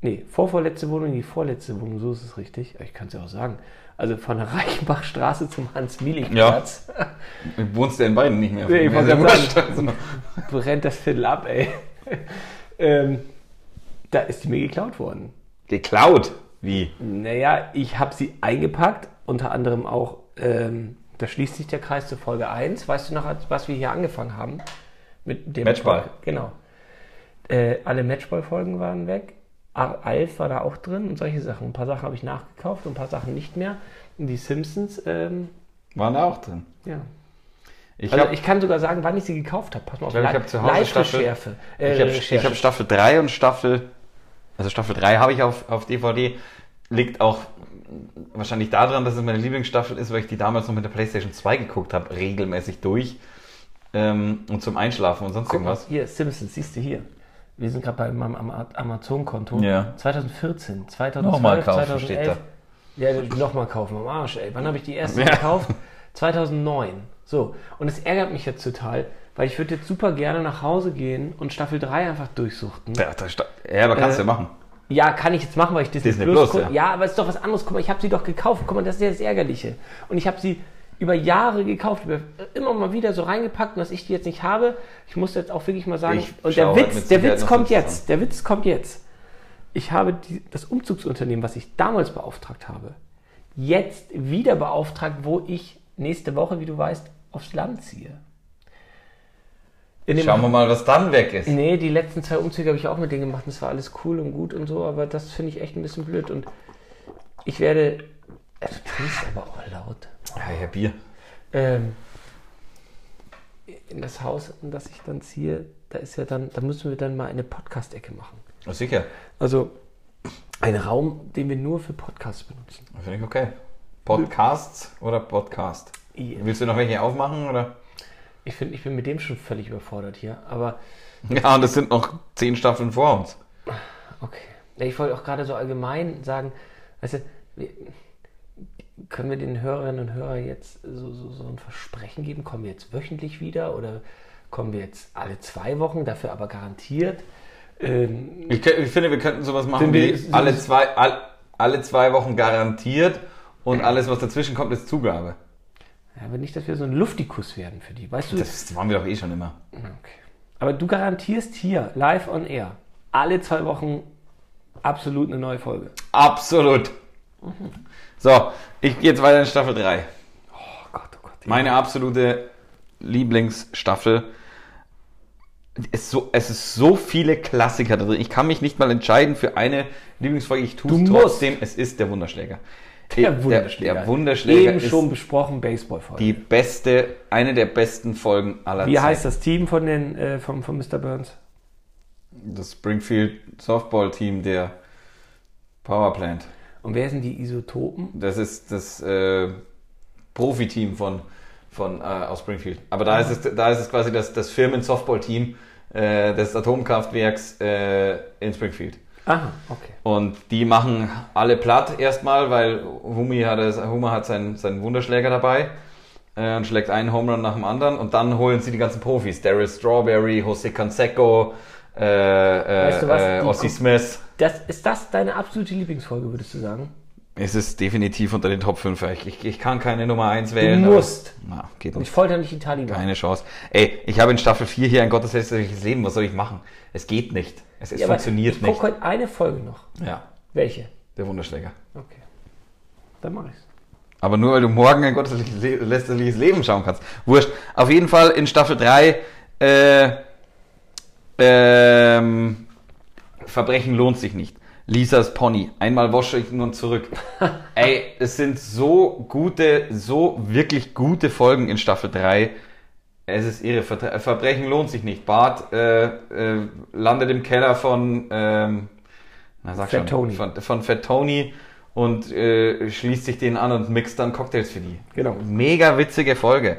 S2: nee, vorvorletzte Wohnung in die vorletzte Wohnung, so ist es richtig, ich kann es ja auch sagen, also von der Reichenbachstraße zum Hans-Mielich-Platz,
S1: Wohnst du in beiden nicht mehr?
S2: Nee, ich
S1: Mir
S2: wollte
S1: ist
S2: gerade
S1: wurscht.
S2: sagen. brennt das Viertel ab, ey. ähm, da ist die mir geklaut worden.
S1: Geklaut. Wie?
S2: Naja, ich habe sie eingepackt, unter anderem auch, ähm, da schließt sich der Kreis zu Folge 1. Weißt du noch, als- was wir hier angefangen haben? Mit dem
S1: Matchball.
S2: Genau. Äh, alle Matchball-Folgen waren weg. Ar- Alf war da auch drin und solche Sachen. Ein paar Sachen habe ich nachgekauft und ein paar Sachen nicht mehr. Und die Simpsons, ähm,
S1: Waren da auch drin.
S2: ja.
S1: Ich
S2: Also
S1: hab-
S2: ich, kann sogar sagen, wann ich sie gekauft habe. Pass mal auf,
S1: Ich glaube, ich
S2: Li-
S1: habe zu Hause
S2: Live-Recherche.
S1: Staffel.
S2: Äh,
S1: ich habe
S2: Recherche.
S1: hab Staffel 3 und Staffel. Also Staffel 3 habe ich auf, auf DVD. Liegt auch wahrscheinlich daran, dass es meine Lieblingsstaffel ist, weil ich die damals noch mit der PlayStation 2 geguckt habe, regelmäßig durch. Ähm, und zum Einschlafen und sonst
S2: Guck mal,
S1: irgendwas.
S2: hier, Simpsons, siehst du hier. Wir sind gerade bei meinem Ama- Amazon-Konto.
S1: Ja.
S2: 2014, 2012,
S1: Nochmal kaufen,
S2: 2011.
S1: steht
S2: Ja, nochmal kaufen, am Arsch, ey. Wann habe ich die erste
S1: Ja.
S2: gekauft? 2009. So, und es ärgert mich jetzt total, weil ich würde jetzt super gerne nach Hause gehen und Staffel 3 einfach durchsuchten.
S1: Ja, da sta- ja aber kannst
S2: Äh,
S1: du ja machen.
S2: Ja, kann ich jetzt machen, weil ich Disney,
S1: Disney Plus,
S2: Plus, gucke.
S1: ja.
S2: ja. aber ist doch was anderes. Guck mal, ich habe sie doch gekauft. Guck mal, das ist ja das Ärgerliche. Und ich habe sie über Jahre gekauft, über, immer mal wieder so reingepackt, und dass ich die jetzt nicht habe. Ich muss jetzt auch wirklich mal sagen,
S1: Ich
S2: und der
S1: schaue halt
S2: Witz,
S1: mit
S2: der
S1: Sicherheit
S2: Witz
S1: noch
S2: kommt
S1: so
S2: jetzt. Der Witz kommt jetzt. Ich habe die, das Umzugsunternehmen, was ich damals beauftragt habe, jetzt wieder beauftragt, wo ich nächste Woche, wie du weißt, aufs Land ziehe. In dem
S1: Schauen wir mal, was dann weg ist.
S2: Nee, die letzten zwei Umzüge habe ich auch mit denen gemacht. Das war alles cool und gut und so, aber das finde ich echt ein bisschen blöd. Und ich werde. Äh, Du trinkst aber auch laut.
S1: Ja, ich hab Bier.
S2: Ähm, in das Haus, in das ich dann ziehe, da ist ja dann, da müssen wir dann mal eine Podcast-Ecke machen.
S1: Ja, sicher.
S2: Also ein Raum, den wir nur für Podcasts benutzen.
S1: Finde ich okay. Podcasts oder Podcast? Willst du noch welche aufmachen oder?
S2: Ich finde, ich bin mit dem schon völlig überfordert hier. Aber
S1: Ja, und es sind noch zehn Staffeln vor uns.
S2: Okay. Ja, Ich wollte auch gerade so allgemein sagen, weißt du, wir, können wir den Hörerinnen und Hörern jetzt so, so, so ein Versprechen geben? Kommen wir jetzt wöchentlich wieder oder kommen wir jetzt alle zwei Wochen, dafür aber garantiert? Ähm,
S1: Ich, kö- ich finde, wir könnten sowas machen
S2: Sind wir-
S1: wie
S2: sind-
S1: alle zwei, all, alle zwei Wochen garantiert und alles, was dazwischen kommt, ist Zugabe.
S2: ja, aber nicht, dass wir so ein Luftikus werden für die, weißt du?
S1: Das waren wir doch eh schon immer.
S2: okay. Aber du garantierst hier, live on air, alle zwei Wochen absolut eine neue Folge.
S1: Absolut. So, ich gehe jetzt weiter in Staffel 3.
S2: Oh Gott, oh Gott.
S1: Meine absolute Lieblingsstaffel. Es, ist so, es ist so viele Klassiker da drin. Ich kann mich nicht mal entscheiden für eine Lieblingsfolge. Ich tue es
S2: musst.
S1: trotzdem. Es ist der Wunderschläger.
S2: der Wunderschläger.
S1: Der, der Wunderschläger
S2: Eben
S1: ist
S2: schon besprochen, Baseballfolge.
S1: die beste, eine der besten Folgen aller
S2: Wie
S1: Zeiten.
S2: heißt das Team von, den, äh, vom, von Mr. Burns?
S1: Das Springfield Softball Team der Powerplant.
S2: Und wer sind die Isotopen?
S1: Das ist das äh, Profiteam von, von äh, aus Springfield. Aber da ist es, da ist es quasi das, das Firmen-Softball-Team äh, des Atomkraftwerks äh, in Springfield.
S2: Aha, okay.
S1: Und die machen alle platt erstmal, weil Humi hat, es, Huma hat seinen, seinen Wunderschläger dabei äh, und schlägt einen Home Run nach dem anderen. Und dann holen sie die ganzen Profis. Daryl Strawberry, Jose Canseco, äh, äh,
S2: Weißt du was?
S1: äh,
S2: Die-
S1: Ossie Smith.
S2: Das, ist das deine absolute Lieblingsfolge, würdest du sagen?
S1: Es ist definitiv unter den Top 5. Ich, ich, ich kann keine Nummer 1
S2: Du
S1: wählen. aber-
S2: musst.
S1: Na, geht
S2: Ich
S1: nicht.
S2: folter nicht die Taliban.
S1: Keine Chance. Ey, ich habe in Staffel 4 hier ein gotteslästerliches Leben. Was soll ich machen? Es geht nicht. Es, es
S2: Ja, aber
S1: funktioniert
S2: ich halt-
S1: nicht.
S2: gucke heute eine Folge noch.
S1: Ja,
S2: Welche?
S1: der Wunderschläger.
S2: Okay. Dann mach ich's.
S1: Aber nur weil du morgen ein gotteslästerliches Leben schauen kannst. Wurscht. Auf jeden Fall in Staffel 3 äh, ähm, Verbrechen lohnt sich nicht. Lisas Pony. Einmal Washington und zurück. Ey, es sind so gute, so wirklich gute Folgen in Staffel 3. Es ist irre. Ver Verbrechen lohnt sich nicht. Bart äh, äh, landet im Keller von ähm, Na, sag
S3: Fat
S1: schon.
S3: Tony.
S1: Von, von Fat Tony und äh, schließt sich denen an und mixt dann Cocktails für die.
S3: Genau.
S1: Mega witzige Folge.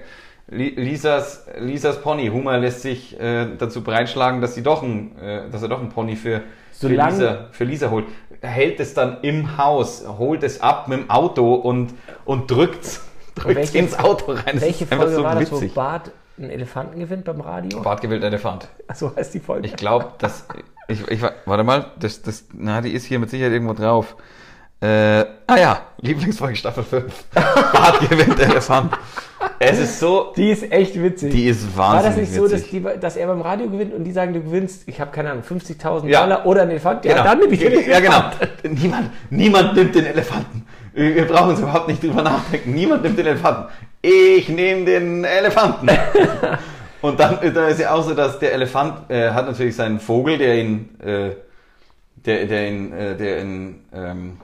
S1: Li- Lisas, Lisas Pony. Homer lässt sich äh, dazu breitschlagen, dass, sie doch ein, äh, dass er doch einen Pony für, für,
S3: Solange-
S1: Lisa, für Lisa holt. Er hält es dann im Haus, holt es ab mit dem Auto und, und drückt's, drückt's
S2: welche-
S1: ins Auto rein. Das
S2: Welche
S1: ist einfach
S2: Folge
S1: so
S2: war das,
S1: witzig.
S2: wo Bart einen Elefanten gewinnt beim Radio?
S1: Bart gewillt Elefant.
S2: Ach, So heißt die Folge.
S1: Ich glaube, dass. Ich, ich, warte mal, das, das, na, die ist hier mit Sicherheit irgendwo drauf. Äh, ah ja, Lieblingsfolge Staffel 5. Bart gewinnt Elefant. Es ist so.
S2: die ist echt witzig.
S1: Die ist
S2: war
S1: wahnsinnig
S2: das nicht so, dass,
S1: witzig.
S2: die, dass er beim Radio gewinnt und die sagen, du gewinnst, ich habe keine Ahnung, 50.000
S1: Ja.
S2: Dollar oder einen Elefant? Ja, dann nehme ich den
S1: Genau. Ja, genau.
S2: Elefant.
S1: Niemand, niemand nimmt den Elefanten. Wir wir brauchen uns überhaupt nicht drüber nachdenken. Niemand nimmt den Elefanten. Ich nehme den Elefanten. Und dann, dann ist ja auch so, dass der Elefant äh, hat natürlich seinen Vogel, der ihn, äh, der, der ihn, äh, der ihn ähm,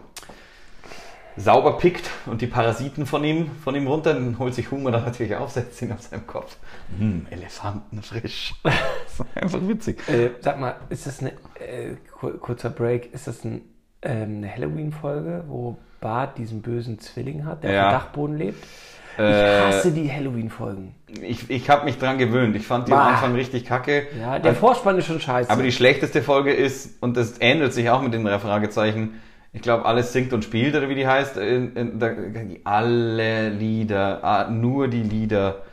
S1: sauber pickt und die Parasiten von ihm, von ihm runter, dann holt sich Humor dann natürlich auf, setzt ihn auf seinem Kopf. Hm, Elefanten frisch. Das ist einfach witzig.
S2: Äh, sag mal, ist das eine, äh, kur- kurzer Break, ist das ein, ähm, eine Halloween-Folge, wo Bart diesen bösen Zwilling hat, der
S1: Ja.
S2: auf dem Dachboden lebt?
S1: Äh,
S2: ich hasse die Halloween-Folgen.
S1: Ich, ich habe mich dran gewöhnt. Ich fand die am
S2: Bah.
S1: Anfang richtig kacke.
S2: Ja, der Vorspann ist schon scheiße.
S1: also Aber die schlechteste Folge ist, und das ändert sich auch mit den drei Fragezeichen, ich glaube, alles singt und spielt, oder wie die heißt, in, in, da, alle Lieder, ah, nur die Lieder.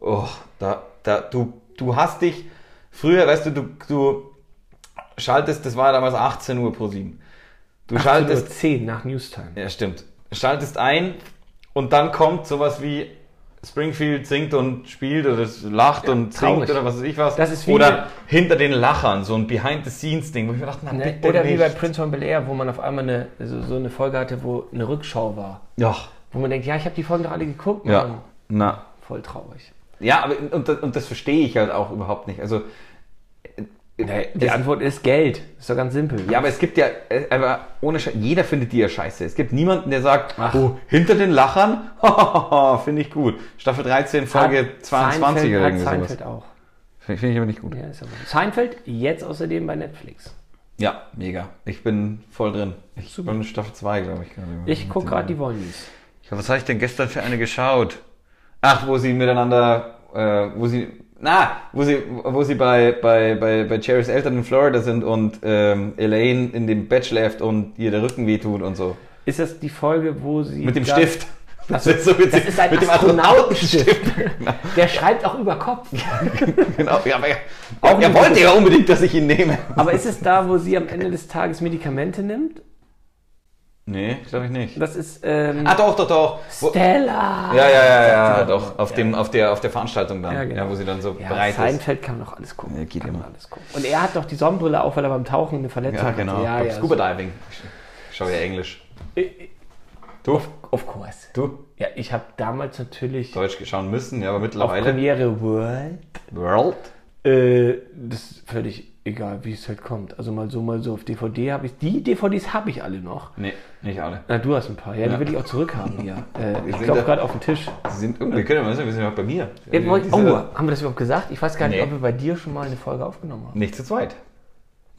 S1: Oh, da, da, du, du hast dich, früher, weißt du, du, du schaltest, das war ja damals 18 Uhr pro 7. Du schaltest
S2: 10 nach Newstime.
S1: ja, stimmt. Schaltest ein und dann kommt sowas wie Springfield singt und spielt oder es lacht und
S2: traurig.
S1: singt oder was weiß ich was.
S2: Das ist wie
S1: oder
S2: eine-
S1: hinter den Lachern, so ein Behind-the-Scenes-Ding, wo ich mir dachte, na
S2: Ne?
S1: bitte
S2: Oder wie
S1: nicht.
S2: bei Prince von Bel Air, wo man auf einmal eine, so, so eine Folge hatte, wo eine Rückschau war.
S1: ja,
S2: Wo man denkt, ja, ich habe die Folgen doch alle geguckt. Mann.
S1: ja, na.
S2: Voll traurig.
S1: Ja, aber und, das- und das verstehe ich halt auch überhaupt nicht. Also,
S2: die Antwort ist Geld. Ist doch ganz simpel.
S1: ja, aber es gibt ja, äh, aber ohne Scheiß, jeder findet die ja scheiße. Es gibt niemanden, der sagt, oh, hinter den Lachern, finde ich gut. Staffel 13, Folge 22 oder
S2: Seinfeld,
S1: irgendwie
S2: hat
S1: sowas.
S2: Seinfeld auch.
S1: Finde ich- finde ich aber nicht gut.
S2: Ja, ist aber Seinfeld jetzt außerdem bei Netflix.
S1: Ja, mega. Ich bin voll drin. Ich bin in Staffel 2, glaube ich. gerade.
S2: Ich gucke gerade die Wollnies.
S1: Ja, Was habe ich denn gestern für eine geschaut? Ach, wo sie miteinander, äh, wo sie, na, wo sie, wo sie bei, bei, bei, bei Cherrys Eltern in Florida sind und ähm, Elaine in dem Bett schläft und ihr der Rücken wehtut und so.
S2: Ist das die Folge, wo sie.
S1: Mit dem
S2: da-
S1: Stift.
S2: Ach so,
S1: so witzig.
S2: das ist ein
S1: Mit dem
S2: Astronautenstift. Der schreibt auch über Kopf.
S1: genau. Ja, aber er,
S2: Auch
S1: er
S2: eine
S1: wollte ja unbedingt, dass ich ihn nehme.
S2: Aber ist es da, wo sie am Ende des Tages Medikamente nimmt?
S1: Nee, glaube ich nicht.
S2: Das ist. Ähm,
S1: Ah, doch, doch, doch. Wo,
S2: Stella!
S1: ja, ja, ja, ja, doch. Auf, dem, auf, der, auf der Veranstaltung dann,
S2: Ah, Ja,
S1: ja,
S2: genau.
S1: wo sie dann so
S2: Ja,
S1: breit ist.
S2: Seinfeld kann man doch alles gucken.
S1: Ja, geht
S2: kann man
S1: immer.
S2: Alles gucken. Und er hat doch die Sonnenbrille auf, weil er beim Tauchen eine Verletzung
S1: Ja,
S2: hatte.
S1: genau.
S2: Ja, ja,
S1: Scuba Diving. Ich schaue ja Englisch. Du?
S2: so. Of course.
S1: Du?
S2: Ja, ich habe damals natürlich
S1: Deutsch schauen müssen, ja, aber
S2: auf
S1: mittlerweile.
S2: Premiere World.
S1: World?
S2: Äh, das ist völlig egal, wie es halt kommt. Also mal so, mal so auf DVD habe ich. Die DVDs habe ich alle noch.
S1: Nee, nicht alle.
S2: Na, du hast ein paar. Ja, die will ich auch zurückhaben, ja. Äh, ich
S1: sind
S2: glaube
S1: da-
S2: gerade auf dem Tisch.
S1: Sie sind irgendwie, können wir wir sind ja bei mir.
S2: Wir wollten-
S1: Die
S2: oh,
S1: sind ja
S2: haben wir das überhaupt gesagt? Ich weiß gar nicht,
S1: Nee.
S2: ob wir bei dir schon mal eine Folge aufgenommen haben.
S1: Nicht zu zweit.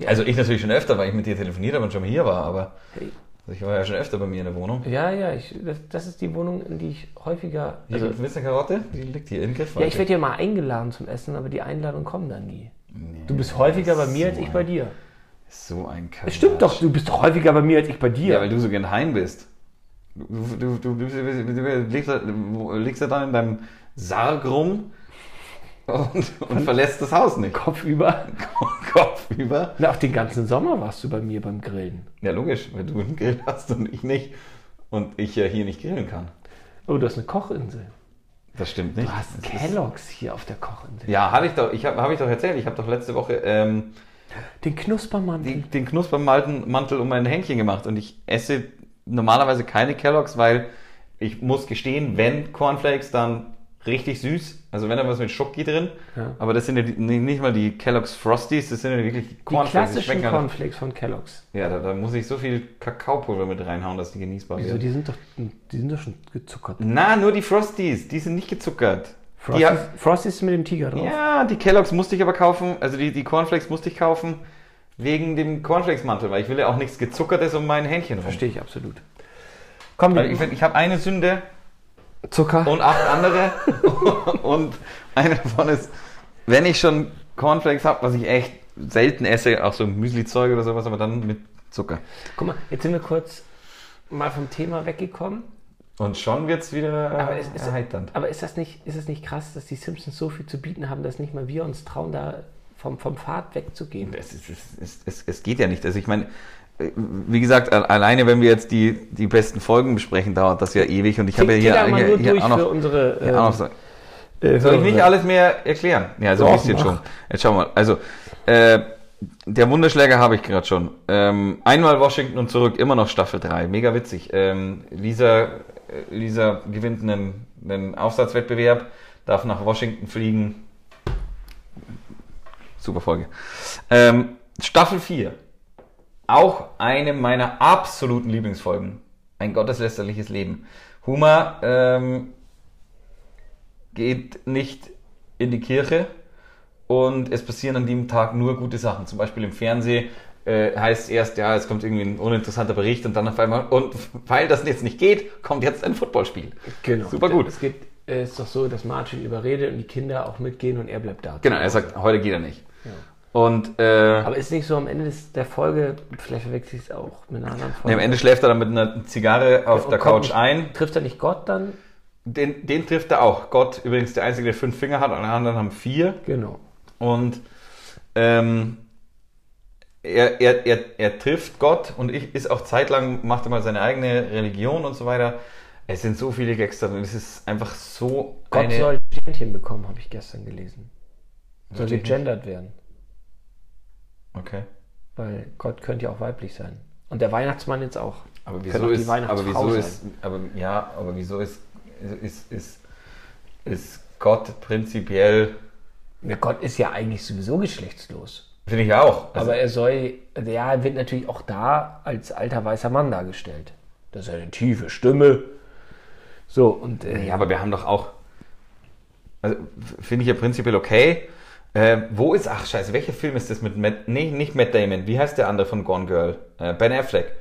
S1: Also ich natürlich schon öfter, weil ich mit dir telefoniert habe und schon mal hier war, aber also
S2: Hey.
S1: ich war ja schon öfter bei mir in der Wohnung.
S2: Ja, ja, ich, das, das ist die Wohnung, in die ich häufiger.
S1: Hier
S2: Also,
S1: also, willst du eine Karotte? Die liegt hier in Griff.
S2: ja, ich werde ja mal eingeladen zum Essen, aber die Einladungen kommen dann nie. du bist häufiger bei mir als ich bei dir.
S1: So ein Quatsch.
S2: Es stimmt doch, du bist doch häufiger bei mir als ich bei dir.
S1: Ja, weil du so gern heim bist. Du, du, du, du, du, du, du legst, da- wo- legst da dann in deinem Sarg rum und, und verlässt das Haus nicht.
S2: Kopf über.
S1: Kopf über.
S2: Na, auch den ganzen Sommer warst du bei mir beim Grillen.
S1: Ja, logisch, weil du einen Grill hast und ich nicht. Und ich ja hier nicht grillen kann.
S2: Oh, du hast eine Kochinsel.
S1: Das stimmt nicht.
S2: Du hast Kellogg's hier auf der Kochinsel.
S1: Ja, hatte ich doch, ich habe hab ich doch erzählt, ich habe doch letzte Woche ähm,
S2: Den
S1: die,
S2: Knuspermantel.
S1: den Knuspermantel um mein Händchen gemacht und ich esse normalerweise keine Kelloggs, weil ich muss gestehen, wenn Cornflakes, dann richtig süß. Also wenn da was mit Schoki drin,
S2: Ja.
S1: aber das sind ja die, nee, nicht mal die Kellogg's Frosties, das sind ja wirklich die
S2: Die
S1: Cornflakes. die
S2: klassischen
S1: schmecken halt-
S2: Cornflakes von Kellogg's.
S1: Ja, da, da muss ich so viel Kakaopulver mit reinhauen, dass die genießbar
S2: Wieso?
S1: werden.
S2: Also Die sind doch, die sind doch schon gezuckert.
S1: Na, nur die Frosties, die sind nicht gezuckert.
S2: Frosty,
S1: Die hab-
S2: Frosty ist mit dem Tiger drauf.
S1: Ja, die Kelloggs musste ich aber kaufen, also die, die Cornflakes musste ich kaufen, wegen dem Cornflakesmantel, weil ich will ja auch nichts Gezuckertes um mein Händchen rum.
S2: Verstehe ich absolut. Komm,
S1: Weil ich
S2: wir-
S1: find, ich habe eine Sünde
S2: Zucker.
S1: und acht andere und eine davon ist, wenn ich schon Cornflakes habe, was ich echt selten esse, auch so Müsli-Zeug oder sowas, aber dann mit Zucker.
S2: Guck mal, jetzt sind wir kurz mal vom Thema weggekommen.
S1: Und schon wird's wieder äh,
S2: Aber es ist-
S1: erheiternd.
S2: Aber ist das nicht, ist das nicht krass, dass die Simpsons so viel zu bieten haben, dass nicht mal wir uns trauen, da vom, vom Pfad wegzugehen?
S1: Es, ist- es, ist- es, es geht ja nicht. Also ich meine, äh, wie gesagt, a- alleine wenn wir jetzt die, die besten Folgen besprechen, dauert das ja ewig und ich habe ja
S2: Geh da
S1: hier,
S2: mal
S1: hier,
S2: nur
S1: hier
S2: durch
S1: auch
S2: für
S1: noch...
S2: unsere.
S1: Hier
S2: ähm,
S1: auch noch so.
S2: äh,
S1: Soll ich
S2: Hörer.
S1: nicht alles mehr erklären? Ja, also so
S2: Doch,
S1: ein bisschen
S2: mach.
S1: schon. Jetzt schauen wir mal. Also, äh, der Wunderschläger habe ich gerade schon. Ähm, einmal Washington und zurück, immer noch Staffel 3. Mega witzig. Ähm, Lisa, äh, Lisa gewinnt einen, einen Aufsatzwettbewerb, darf nach Washington fliegen. Super Folge. Ähm, Staffel 4. Auch eine meiner absoluten Lieblingsfolgen. Ein gotteslästerliches Leben. Homer ähm, geht nicht in die Kirche und es passieren an dem Tag nur gute Sachen. Zum Beispiel im Fernsehen äh, heißt erst, ja, es kommt irgendwie ein uninteressanter Bericht und dann auf einmal, und weil das jetzt nicht geht, kommt jetzt ein Footballspiel.
S2: Genau.
S1: Super gut.
S2: Es geht, äh, ist doch so, dass Martin überredet und die Kinder auch mitgehen und er bleibt da.
S1: Genau, er sagt, heute geht er nicht. Und äh,
S2: Aber ist nicht so am Ende des, der Folge, vielleicht verwechsel ich es auch mit einer anderen Folge.
S1: nee, am Ende schläft er dann mit einer Zigarre auf
S2: Und
S1: der
S2: kommt
S1: Couch
S2: nicht-
S1: ein.
S2: Trifft er nicht Gott dann?
S1: Den, den trifft er auch. Gott übrigens der Einzige, der fünf Finger hat, alle anderen haben vier.
S2: Genau.
S1: Und ähm, er, er, er, er trifft Gott und ich, ist auch zeitlang, macht er mal seine eigene Religion und so weiter. Es sind so viele Gags drin und es ist einfach so
S2: Gott
S1: eine...
S2: soll ein Sternchen bekommen, habe ich gestern gelesen. Soll
S1: Natürlich
S2: gegendert werden,
S1: Okay.
S2: weil Gott könnte ja auch weiblich sein. Und der Weihnachtsmann jetzt auch.
S1: Aber
S2: Kann
S1: wieso
S2: auch die
S1: ist... Aber
S2: Weihnachtsfrau
S1: wieso
S2: sein.
S1: ist... Aber, ja, aber wieso ist, ist, ist, ist Gott prinzipiell...
S2: Na, Gott ist ja eigentlich sowieso geschlechtslos.
S1: Finde ich auch. Also,
S2: aber er soll, ja, er wird natürlich auch da als alter weißer Mann dargestellt. Das ist eine tiefe Stimme. So, und äh,
S1: ja, aber wir haben doch auch... Also, finde ich ja prinzipiell okay. Äh, wo ist, ach scheiße, welcher Film ist das mit Matt, nee, nicht Matt Damon, wie heißt der andere von Gone Girl? Äh, ben Affleck.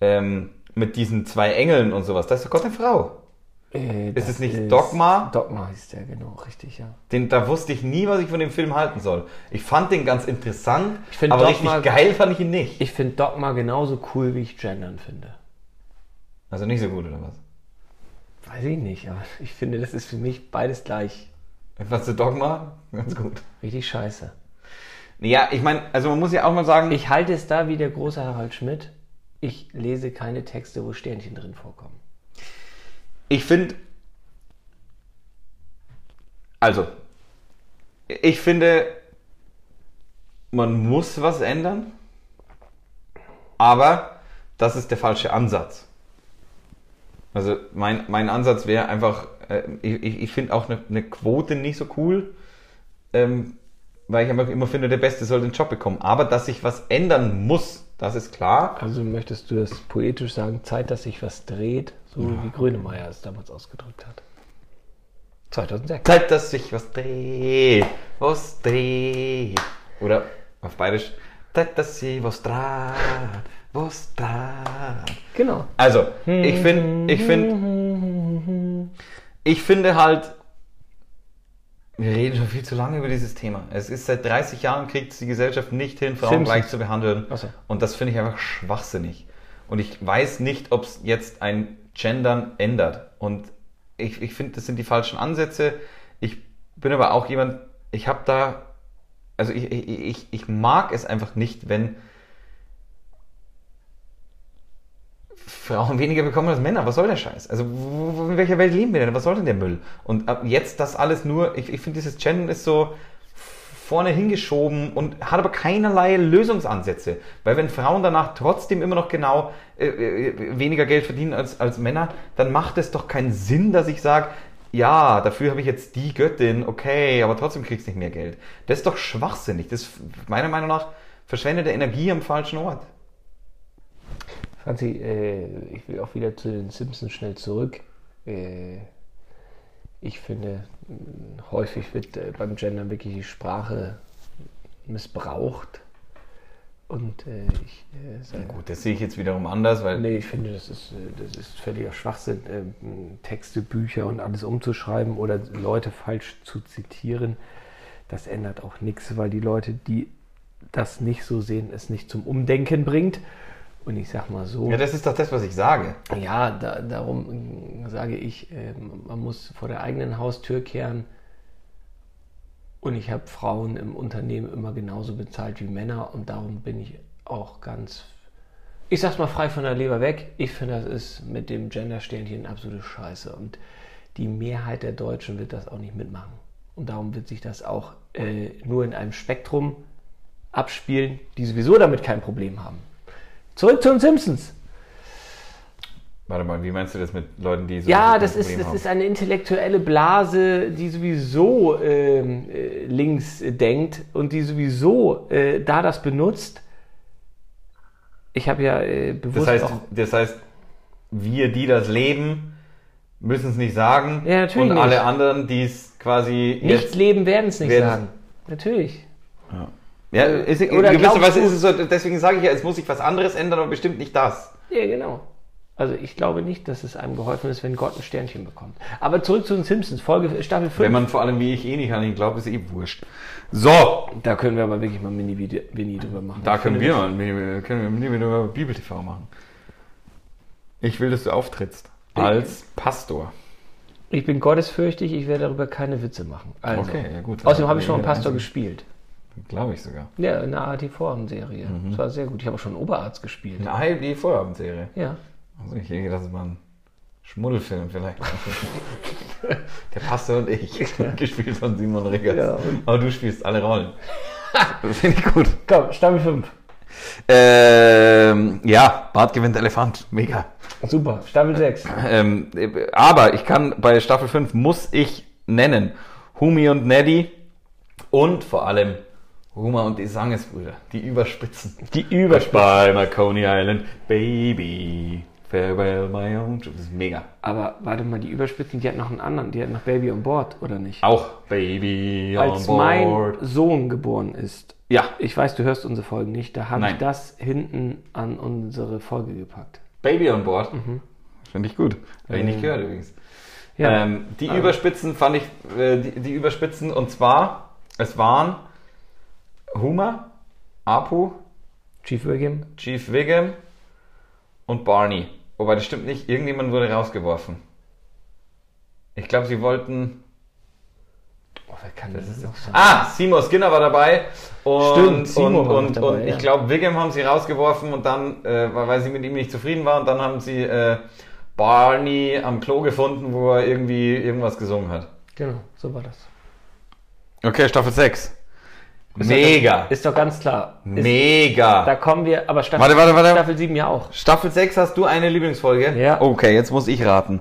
S1: Ähm, mit diesen zwei Engeln und sowas, das ist doch Gott eine Frau.
S2: äh,
S1: Ist
S2: das
S1: es nicht Dogma?
S2: Dogma ist der, genau, richtig, ja.
S1: Den, da wusste ich nie, was ich von dem Film halten soll. Ich fand den ganz interessant,
S2: Ich find
S1: aber
S2: doch
S1: richtig
S2: mal-
S1: geil fand ich ihn nicht.
S2: Ich finde Dogma genauso cool, wie ich Gendern finde.
S1: Also nicht so gut, oder was?
S2: Weiß ich nicht, aber ich finde, das ist für mich beides gleich.
S1: Was zu Dogma? Ganz gut.
S2: Richtig scheiße.
S1: Ja, ich meine, also man muss ja auch mal sagen,
S2: Ich halte es da wie der große Harald Schmidt. Ich lese keine Texte, wo Sternchen drin vorkommen.
S1: Ich finde. Also. Ich finde, man muss was ändern. Aber das ist der falsche Ansatz. Also mein, mein Ansatz wäre einfach, äh, ich, ich- ich finde auch eine, eine Quote nicht so cool, ähm, weil ich einfach immer finde, der Beste soll den Job bekommen. Aber dass sich was ändern muss, das ist klar.
S2: Also möchtest du das poetisch sagen, Zeit, dass sich was dreht, so wie Grönemeyer es damals ausgedrückt hat. 2006.
S1: Zeit, dass sich was dreht, was dreht. Oder auf Bayerisch, Zeit, dass sie was dreht, was dreht.
S2: Genau.
S1: Also, ich finde, ich finde, ich finde halt, wir reden schon viel zu lange über dieses Thema. Es ist seit 30 Jahren kriegt es die Gesellschaft nicht hin, Frauen
S2: Simpsons.
S1: gleich zu behandeln.
S2: Ach so.
S1: Und das finde ich einfach schwachsinnig. Und ich weiß nicht, ob es jetzt ein Gendern ändert. Und ich, ich finde, das sind die falschen Ansätze. Ich bin aber auch jemand, ich habe da, also ich, ich, ich, ich mag es einfach nicht, wenn Frauen weniger bekommen als Männer. Was soll der Scheiß? Also wo, wo, in welcher Welt leben wir denn? Was soll denn der Müll? Und ab jetzt das alles nur, ich, ich finde dieses Gendern ist so vorne hingeschoben und hat aber keinerlei Lösungsansätze. Weil wenn Frauen danach trotzdem immer noch genau äh, äh, weniger Geld verdienen als, als Männer, dann macht es doch keinen Sinn, dass ich sage, ja, dafür habe ich jetzt die Göttin, okay, aber trotzdem kriegst du nicht mehr Geld. Das ist doch schwachsinnig. Das ist meiner Meinung nach verschwendete Energie am falschen Ort.
S2: Franzi, äh, ich will auch wieder zu den Simpsons schnell zurück. Äh, ich finde, mh, häufig wird äh, beim Gendern wirklich die Sprache missbraucht. Und äh, ich äh, sage,
S1: Gut, das sehe ich jetzt wiederum anders, weil
S2: Nee, ich finde, das ist, äh, das ist völliger Schwachsinn, ähm, Texte, Bücher und alles umzuschreiben oder Leute falsch zu zitieren. Das ändert auch nichts, weil die Leute, die das nicht so sehen, es nicht zum Umdenken bringt. Und ich sag mal so,
S1: ja,
S2: ja,
S1: das ist doch das, was ich sage.
S2: da, darum äh, sage ich, äh, man muss vor der eigenen Haustür kehren. Und ich habe Frauen im Unternehmen immer genauso bezahlt wie Männer und darum bin ich auch ganz ich sag's mal frei von der Leber weg, ich finde, das ist mit dem Gender-Sternchen absolute Scheiße. Und die Mehrheit der Deutschen wird das auch nicht mitmachen. Und darum wird sich das auch äh, nur in einem Spektrum abspielen, die sowieso damit kein Problem haben. Zurück zu den Simpsons.
S1: Warte mal, wie meinst du das mit Leuten, die so
S2: Ja,
S1: ein
S2: das
S1: Problem
S2: ist, das
S1: haben?
S2: ist eine intellektuelle Blase, die sowieso ähm, äh, links äh, denkt und die sowieso äh, da das benutzt. Ich habe ja äh, bewusst
S1: Das heißt,
S2: auch
S1: das heißt, wir, die das leben, müssen es nicht sagen.
S2: Ja, natürlich
S1: Und
S2: nicht.
S1: alle anderen, die es quasi
S2: Nichts
S1: jetzt.
S2: leben werden es nicht
S1: werden's-
S2: sagen. Natürlich.
S1: Ja, ist, in
S2: Oder
S1: gewisser
S2: glaubst
S1: Weise
S2: du-
S1: ist es so, deswegen sage ich ja, es muss sich was anderes ändern, aber bestimmt nicht das.
S2: Ja, genau. Also ich glaube nicht, dass es einem geholfen ist, wenn Gott ein Sternchen bekommt. Aber zurück zu den Simpsons, Folge äh, Staffel 5.
S1: Wenn man vor allem wie ich eh nicht an ihn glaubt, ist eh wurscht. So,
S2: da können wir aber wirklich mal ein Mini-Mini drüber machen.
S1: da
S2: Ich
S1: können
S2: finde,
S1: wir mal ein Mini- können wir über Bibel TV machen. Ich will, dass du auftrittst. Als Pastor.
S2: Ich bin gottesfürchtig, ich werde darüber keine Witze machen. Also.
S1: ja also- gut.
S2: Außerdem habe ich schon mal einen
S1: Jeder
S2: Pastor
S1: einzelne-
S2: gespielt.
S1: Glaube ich sogar.
S2: Ja, in einer AT-Vorhaben-Serie. Das war sehr gut. Ich habe auch schon einen Oberarzt gespielt.
S1: Eine ARD-Vorabendserie.
S2: Ja.
S1: Also ich denke, das ist mal ein Schmuddelfilm vielleicht. Der Pastor und ich, gespielt von Simon Rickers.
S2: Ja, und-
S1: Aber du spielst alle Rollen. das finde ich gut.
S2: Komm, Staffel 5.
S1: Ähm, ja, Bart gewinnt Elefant. Mega.
S2: Super. Staffel 6.
S1: Ähm, aber ich kann bei Staffel 5 muss ich nennen Humi und Neddy und vor allem Huma und die Sangesbrüder, die überspitzen.
S2: Die Überspann.
S1: Bei Marconi Island, Baby, farewell my own. Das ist mega.
S2: Aber warte mal, die Überspitzen, die hat noch einen anderen. Die hat noch Baby on Board, oder nicht?
S1: Auch Baby
S2: Als
S1: on
S2: mein
S1: board.
S2: Sohn geboren ist,
S1: ja,
S2: ich weiß, du hörst unsere Folgen nicht, da habe ich
S1: Nein.
S2: das hinten an unsere Folge gepackt.
S1: Baby on board. Finde ich gut. Ähm, Habe ich nicht gehört übrigens.
S2: Mhm. Ja.
S1: Ähm, die Überspitzen fand ich, äh, die, die Überspitzen und zwar, es waren Huma, Apu,
S2: Chief Wiggum?
S1: Chief Wiggum und Barney. Wobei das stimmt nicht, irgendjemand wurde rausgeworfen. Ich glaube, sie wollten.
S2: Oh, wer kann das noch sagen?
S1: Ah, Seymour Skinner war dabei. Und,
S2: Stimmt, Seymour
S1: und,
S2: war noch
S1: und,
S2: dabei,
S1: und
S2: ja.
S1: ich glaube, Wiggum haben sie rausgeworfen und dann, äh, weil weil sie mit ihm nicht zufrieden waren, dann haben sie äh, Barney am Klo gefunden, wo er irgendwie irgendwas gesungen hat.
S2: Genau, so war das.
S1: Okay, Staffel 6.
S2: Ist doch
S1: Mega.
S2: ganz- Ist doch ganz klar. Ist,
S1: Mega.
S2: da kommen wir, aber Staffel,
S1: Warte, warte, warte.
S2: Staffel 7 ja auch.
S1: Staffel 6 hast du eine Lieblingsfolge?
S2: Ja.
S1: Okay, jetzt muss ich raten.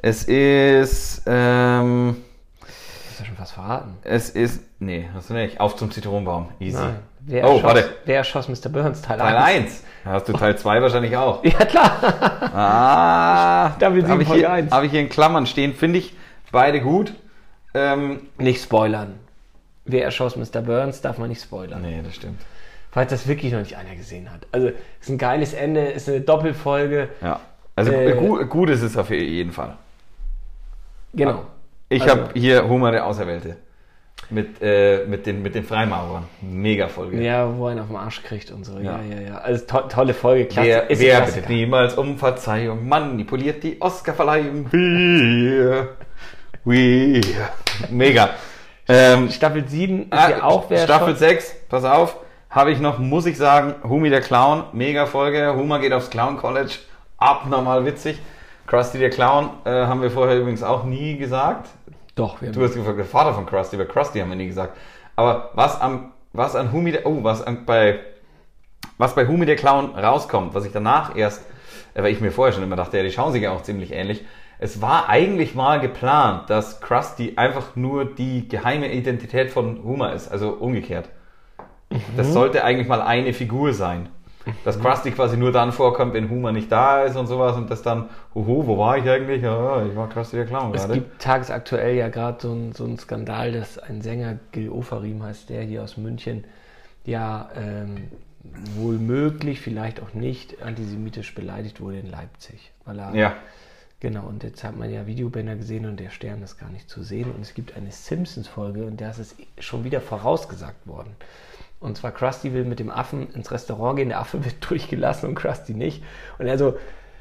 S1: Es ist. Ähm,
S2: Das ist ja schon fast verraten.
S1: es ist. Nee, hast du nicht. Auf zum Zitronenbaum. Easy.
S2: Nein. Wer,
S1: Oh,
S2: erschoss,
S1: warte.
S2: wer erschoss Mr. Burns? Teil
S1: Teil
S2: 1.
S1: 1. Hast du Teil 2 wahrscheinlich auch.
S2: Ja, klar.
S1: Ah,
S2: Staffel sieben,
S1: habe ich,
S2: Folge
S1: hier-
S2: eins.
S1: hab ich hier in Klammern stehen. Finde ich beide gut. Ähm,
S2: Nicht spoilern. Wer erschoss Mr. Burns, darf man nicht spoilern.
S1: nee, das stimmt.
S2: Falls das wirklich noch nicht einer gesehen hat. Also, ist ein geiles Ende, ist eine Doppelfolge.
S1: Ja. Also
S2: Äh,
S1: gu gut ist es auf jeden Fall.
S2: Genau.
S1: Ich
S2: Also-
S1: habe hier Homer der Auserwählte. Mit, äh, mit, den, mit den Freimaurern. Mega Folge.
S2: Ja, wo er einen auf den Arsch kriegt und so. Ja,
S1: Ja.
S2: ja, ja. Also to tolle Folge, klasse.
S1: Wer,
S2: ist ein
S1: wer
S2: Klassiker.
S1: bittet niemals um Verzeihung? Manipuliert die Oscarverleihung. Wir. Wir. Mega. Ähm,
S2: Staffel 7 ist
S1: ah,
S2: ja auch wer
S1: Staffel
S2: schon-
S1: 6, pass auf, habe ich noch, muss ich sagen, Humi der Clown, mega Folge. Huma geht aufs Clown College, abnormal witzig. Krusty der Clown äh, haben wir vorher übrigens auch nie gesagt.
S2: Doch, wir
S1: Du hast gefragt, der Vater von Krusty, aber Krusty haben wir nie gesagt. Aber was am, was an Humi, der, oh, was an, bei, was bei Humi der Clown rauskommt, was ich danach erst, äh, weil ich mir vorher schon immer dachte, ja, die schauen sich ja auch ziemlich ähnlich. Es war eigentlich mal geplant, dass Krusty einfach nur die geheime Identität von Huma ist, also umgekehrt.
S2: Mhm.
S1: Das sollte eigentlich mal eine Figur sein. Dass Krusty quasi nur dann vorkommt, wenn Huma nicht da ist und sowas und das dann, hoho, wo war ich eigentlich? Ja, ja, ich war Krusty der Clown
S2: es
S1: gerade.
S2: gibt tagesaktuell ja gerade so einen so einen Skandal, dass ein Sänger, Gil Oferim heißt der hier aus München, ja ähm, wohl möglich, vielleicht auch nicht, antisemitisch beleidigt wurde in Leipzig. Weil er,
S1: Ja.
S2: Genau, und jetzt hat man ja Videobänder gesehen und der Stern ist gar nicht zu sehen. Und es gibt eine Simpsons-Folge und das ist schon wieder vorausgesagt worden. Und zwar Krusty will mit dem Affen ins Restaurant gehen, der Affe wird durchgelassen und Krusty nicht. Und er so,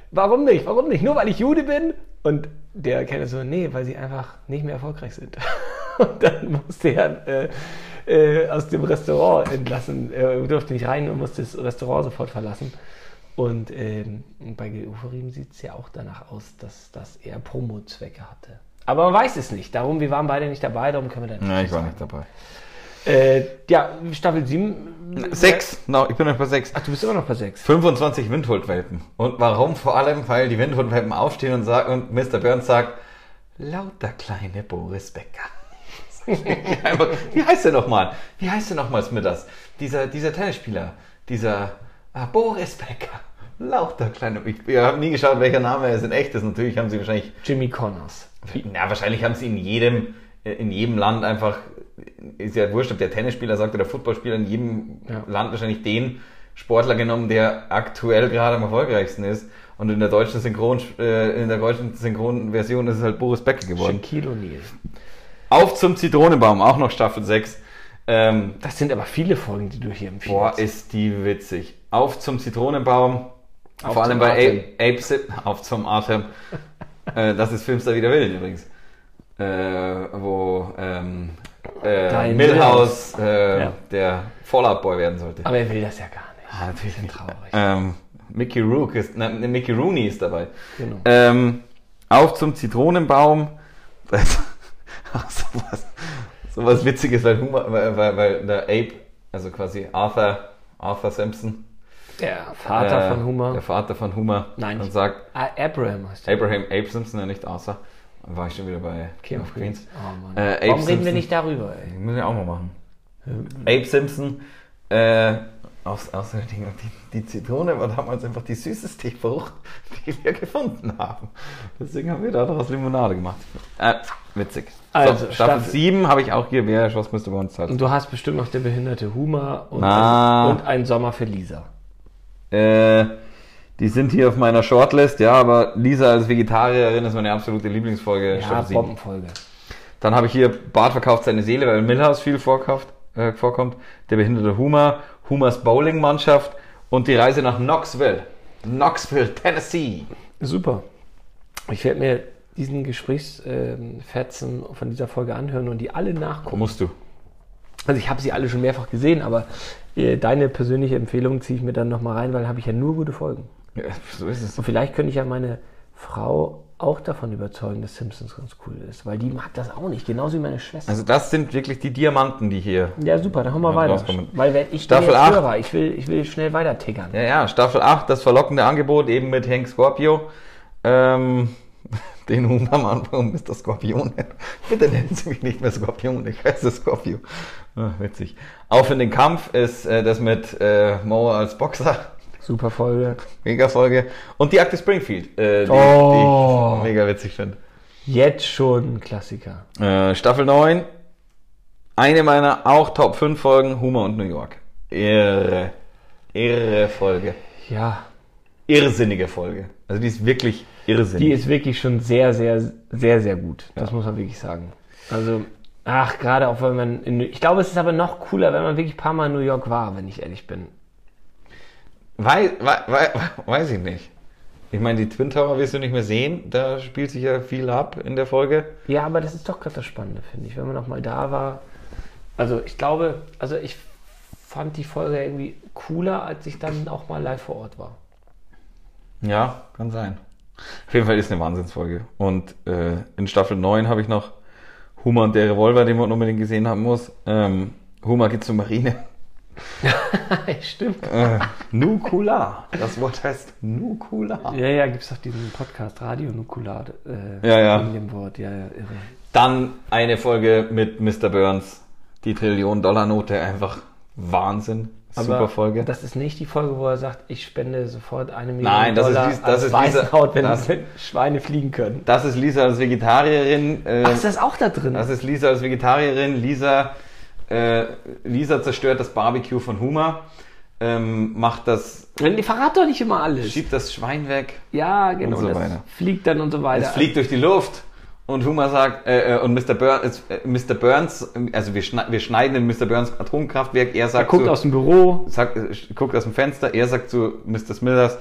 S2: warum nicht, warum nicht? Nur weil ich Jude bin? Und der Kellner so, nee, weil sie einfach nicht mehr erfolgreich sind. Und dann musste er äh, äh, aus dem Restaurant entlassen, er durfte nicht rein und musste das Restaurant sofort verlassen. Und ähm, bei Geoferim sieht es ja auch danach aus, dass das eher Promo-Zwecke hatte. Aber man weiß es nicht. Darum, wir waren beide nicht dabei, darum können wir dann
S1: Nein, ich war nicht dabei.
S2: Äh, ja, Staffel 7.
S1: Sechs, no, ich bin noch bei sechs.
S2: Ach, du bist immer noch bei 6.
S1: 25 Windhundwelpen. Und warum? Vor allem, weil die Windhundwelpen aufstehen und sagen, und Mr. Burns sagt, lauter kleine Boris Becker. Einfach, wie heißt der nochmal? Wie heißt der nochmal, Smithers? Dieser, dieser Tennisspieler, dieser ah, Boris Becker. Lauter kleine. Ich, wir haben nie geschaut, welcher Name es in echt ist. Natürlich haben sie wahrscheinlich
S2: Jimmy Connors.
S1: na, wahrscheinlich haben sie in jedem, äh, in jedem Land einfach, ist ja wurscht, ob der Tennisspieler sagt oder der Footballspieler, in jedem
S2: Ja.
S1: Land wahrscheinlich den Sportler genommen, der aktuell gerade am erfolgreichsten ist. Und in der deutschen Synchron, äh, in der deutschen Synchronversion ist es halt Boris Becker geworden.
S2: Shaquille O'Neal.
S1: Auf zum Zitronenbaum, auch noch Staffel 6. Ähm,
S2: Das sind aber viele Folgen, die du hier empfiehlst.
S1: Boah, ist die witzig. Auf zum Zitronenbaum.
S2: Auf
S1: Vor allem
S2: zum
S1: bei A- Ape Sip. Auf zum Atem. äh, das ist Filmstar wider Willen übrigens. Äh, wo ähm, äh,
S2: Dein
S1: Milhouse äh,
S2: Ja. Ah,
S1: der Fallout Boy werden sollte.
S2: aber er will das ja gar nicht.
S1: Ah, natürlich
S2: Bisschen traurig.
S1: Ähm, Mickey, Rourke ist, na, ne, Mickey Rooney ist dabei.
S2: Genau.
S1: Ähm, auf zum Zitronenbaum. Das, ach, sowas, sowas Witziges, weil, Humor, weil, weil, weil der Ape, also quasi Arthur, Arthur Simpson.
S2: Der Vater
S1: äh,
S2: von
S1: Der
S2: Homer.
S1: Vater von Homer.
S2: Nein,
S1: Und
S2: nicht.
S1: sagt,
S2: Ah, Abraham heißt der.
S1: Abraham Ape Simpson, ja nicht Arthur. Dann war ich schon wieder bei King of Queens.
S2: Oh Mann.
S1: Äh, Abe
S2: Warum reden wir
S1: Simpson.
S2: nicht darüber, ey?
S1: Den müssen wir auch mal machen. Abe Simpson, äh, aus, aus der Ding, die, die Zitrone war damals einfach die süßeste Frucht, die wir gefunden haben. Deswegen haben wir daraus Limonade gemacht. Äh, witzig.
S2: Also,
S1: so, Staffel
S2: Staffel-
S1: 7 habe ich auch hier, wer schoss, müsste bei uns halt.
S2: Und du hast bestimmt noch der behinderte Humor und,
S1: Na.
S2: und ein Sommer für Lisa.
S1: Äh, die sind hier auf meiner Shortlist, ja, aber Lisa als Vegetarierin ist meine absolute Lieblingsfolge.
S2: Ja,
S1: Staffel 7.
S2: Bombenfolge.
S1: Dann habe ich hier Bart verkauft seine Seele, weil Milhouse viel vorkauft, äh, vorkommt. Der behinderte Humor, Humors Bowling-Mannschaft und die Reise nach Knoxville. Knoxville, Tennessee.
S2: Super. Ich werde mir diesen Gesprächsfetzen ähm, von dieser Folge anhören und die alle nachgucken.
S1: musst du.
S2: Also ich habe sie alle schon mehrfach gesehen, aber äh, deine persönliche Empfehlung ziehe ich mir dann nochmal rein, weil habe ich ja nur gute Folgen.
S1: Ja, so ist es.
S2: Und vielleicht könnte ich ja meine Frau auch davon überzeugen, dass Simpsons ganz cool ist, weil die mag das auch nicht, genauso wie meine Schwester.
S1: Also das sind wirklich die Diamanten, die hier.
S2: Ja, super, dann haben wir
S1: Ja,
S2: weiter.
S1: rauskommen.
S2: Weil wenn ich
S1: Staffel
S2: bin jetzt
S1: acht.
S2: Hörer, ich will, ich will schnell weiter tickern.
S1: Ja, ja, Staffel 8, das verlockende Angebot eben mit Hank Scorpio. Ähm, den Humor am Anfang Mr. Skorpion. Bitte nennen Sie mich nicht mehr Skorpion, ich heiße Scorpio. Ah, witzig. Auf in den Kampf ist äh, das mit äh, Moa als Boxer.
S2: Super Folge.
S1: Mega Folge. Und die Akte Springfield, äh, die,
S2: Oh.
S1: die ich mega witzig finde.
S2: Jetzt schon ein Klassiker.
S1: Äh, Staffel 9. Eine meiner auch Top 5 Folgen, Humor und New York. Irre. Irre Folge.
S2: Ja,
S1: Irrsinnige Folge. Also die ist wirklich irrsinnig.
S2: die ist wirklich schon sehr, sehr, sehr, sehr gut. Das muss man wirklich sagen. Also, ach, gerade auch wenn man in, ich glaube, es ist aber noch cooler, wenn man wirklich ein paar Mal in New York war, wenn ich ehrlich bin.
S1: Wei- wei- wei- weiß ich nicht. Ich meine, die Twin Tower wirst du nicht mehr sehen. Da spielt sich ja viel ab in der Folge.
S2: Ja, aber das ist doch gerade das Spannende, finde ich, wenn man noch mal da war. Also ich glaube, also ich fand die Folge irgendwie cooler, als ich dann auch mal live vor Ort war.
S1: Ja, kann sein. Auf jeden Fall ist eine Wahnsinnsfolge. Und äh, in Staffel 9 habe ich noch Humor und der Revolver, den man unbedingt gesehen haben muss. Ähm, Humor geht zur Marine.
S2: Stimmt.
S1: Äh, Nukular. Das Wort heißt Nukular.
S2: Ja, ja, gibt es doch diesen Podcast Radio Nukulat äh,
S1: Ja, ja.
S2: in dem Wort. Ja, ja, irre.
S1: Dann eine Folge mit Mr. Burns. Die Trillion-Dollar-Note. Einfach Wahnsinn. Super
S2: Aber
S1: Folge.
S2: Das ist nicht die Folge, wo er sagt, ich spende sofort eine Million
S1: Nein, das ist
S2: Dollar
S1: dies- das
S2: an
S1: ist diese-
S2: Weißenhaut, wenn,
S1: das-
S2: wenn Schweine fliegen können.
S1: Das ist Lisa als Vegetarierin. äh,
S2: Ach, ist das auch da drin?
S1: Das ist Lisa als Vegetarierin. Lisa, äh, Lisa zerstört das Barbecue von Huma. ähm, macht das,
S4: Die verrat doch nicht immer alles.
S1: schiebt das Schwein weg.
S4: Ja, genau.
S1: Und so
S4: das
S1: weiter.
S4: fliegt dann und so weiter.
S1: Es fliegt durch die Luft. Und Homer sagt, äh, äh, und Mr. Burns, äh, Mr. Burns, äh, also wir, schneiden, wir schneiden in Mr. Burns Atomkraftwerk, er
S4: Er
S1: sagt,
S4: guckt
S1: zu,
S4: aus dem Büro.
S1: sagt, äh, guckt aus dem Fenster, er sagt zu Mr. Smithers,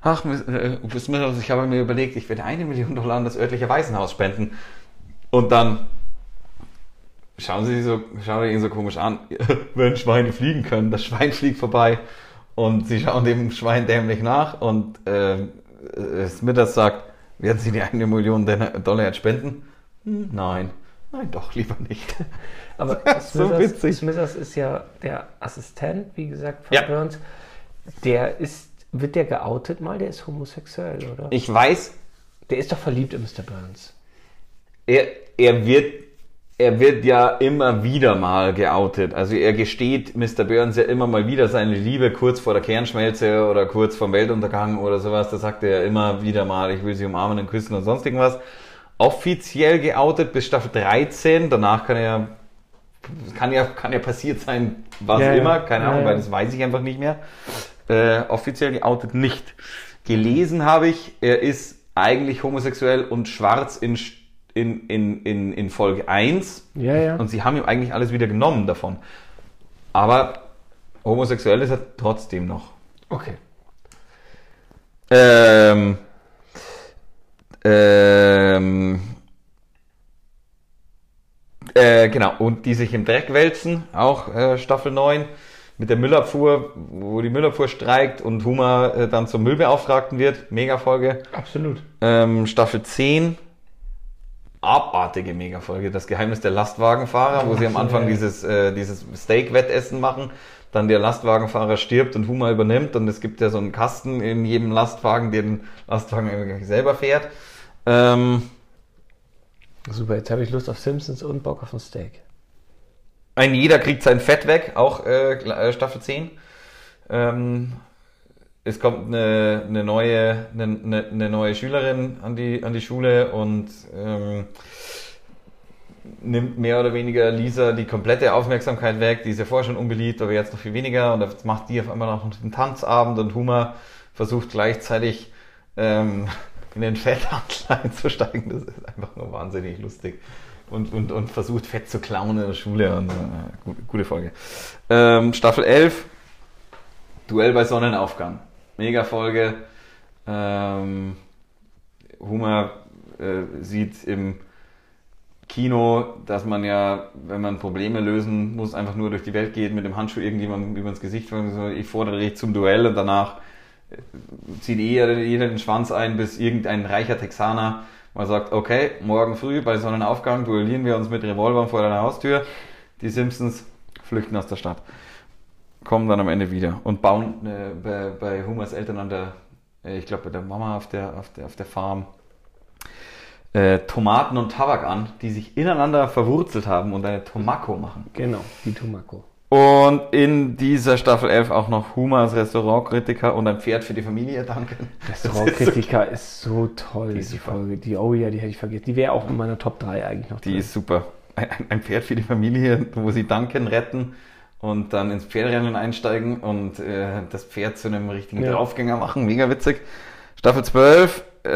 S1: ach, Miss- äh, Mr. Smithers, ich habe mir überlegt, ich werde eine Million Dollar an das örtliche Waisenhaus spenden. Und dann schauen sie so, schauen ihn so komisch an, wenn Schweine fliegen können, das Schwein fliegt vorbei und sie schauen dem Schwein dämlich nach und äh, äh, Smithers sagt, werden sie die eine Million Den- Dollar jetzt spenden? Hm, nein, nein, doch lieber nicht.
S4: Aber
S1: So
S4: Smithers,
S1: witzig.
S4: Smithers ist ja der Assistent, wie gesagt, von
S1: Ja.
S4: Burns. Der ist, wird der geoutet mal? Der ist homosexuell, oder?
S1: Ich weiß,
S4: Der ist doch verliebt in Mr. Burns.
S1: er, er wird er wird ja immer wieder mal geoutet. Also er gesteht Mr. Burns ja immer mal wieder seine Liebe kurz vor der Kernschmelze oder kurz vom Weltuntergang oder sowas. Da sagt er immer wieder mal, ich will sie umarmen und küssen und sonst irgendwas. Offiziell geoutet bis Staffel 13. Danach kann er kann ja kann ja passiert sein, was
S4: Ja, ja.
S1: immer. Keine
S4: Ja,
S1: Ahnung,
S4: ja.
S1: weil das weiß ich einfach nicht mehr. Äh, offiziell geoutet nicht. Gelesen habe ich, er ist eigentlich homosexuell und schwarz in, Sch- in, in, in, in Folge 1.
S2: Ja, ja.
S1: Und sie haben ihm eigentlich alles wieder genommen davon. Aber homosexuell ist er trotzdem noch.
S4: Okay.
S1: Ähm, ähm, äh, genau, und die sich im Dreck wälzen, auch äh, Staffel 9, mit der Müllabfuhr, wo die Müllabfuhr streikt und Homer äh, dann zum Müllbeauftragten wird, Megafolge.
S4: Absolut.
S1: Ähm, Staffel 10, abartige Megafolge, das Geheimnis der Lastwagenfahrer, wo sie am Anfang dieses, äh, dieses Steak-Wettessen machen, dann der Lastwagenfahrer stirbt und Huma übernimmt und es gibt ja so einen Kasten in jedem Lastwagen, der den Lastwagen irgendwie selber fährt. Ähm,
S4: Super, jetzt habe ich Lust auf Simpsons und Bock auf ein Steak.
S1: ein jeder kriegt sein Fett weg, auch äh, Kla- äh, Staffel 10. Ähm, es kommt eine, eine, neue, eine, eine, eine neue Schülerin an die, an die Schule und ähm, nimmt mehr oder weniger Lisa die komplette Aufmerksamkeit weg. Die ist ja vorher schon unbeliebt, aber jetzt noch viel weniger. Und jetzt macht die auf einmal noch einen Tanzabend und Humor versucht gleichzeitig ähm, in den Fetthandel einzusteigen. Das ist einfach nur wahnsinnig lustig. Und, und, und versucht Fett zu klauen in der Schule. Und, äh, gu- gute Folge. Ähm, Staffel 11. Duell bei Sonnenaufgang. Mega Folge. Ähm, Humor äh, sieht im Kino, dass man ja, wenn man Probleme lösen muss, einfach nur durch die Welt geht, mit dem Handschuh irgendjemandem über ins Gesicht fällt, so, ich fordere dich zum Duell und danach äh, zieht jeder, jeder den Schwanz ein, bis irgendein reicher Texaner mal sagt, okay, morgen früh bei Sonnenaufgang duellieren wir uns mit Revolvern vor deiner Haustür. Die Simpsons flüchten aus der Stadt, kommen dann am Ende wieder und bauen äh, bei, bei Homers Eltern an der, äh, ich glaube bei der Mama auf der, auf der, auf der Farm, äh, Tomaten und Tabak an, die sich ineinander verwurzelt haben und eine Tomako machen.
S4: Genau, die Tomako.
S1: Und in dieser Staffel 11 auch noch Huma als Restaurantkritiker und ein Pferd für die Familie, danke.
S2: Restaurantkritiker ist so toll, die,
S1: super.
S2: Folge. Die, oh ja, die hätte ich vergessen. Die wäre auch in meiner Top 3 eigentlich noch.
S1: Die ist super. Ein, ein- ein Pferd für die Familie, wo sie Duncan retten und dann ins Pferderennen einsteigen und äh, das Pferd zu einem richtigen
S2: Ja.
S1: Draufgänger machen. Mega witzig. Staffel 12, äh,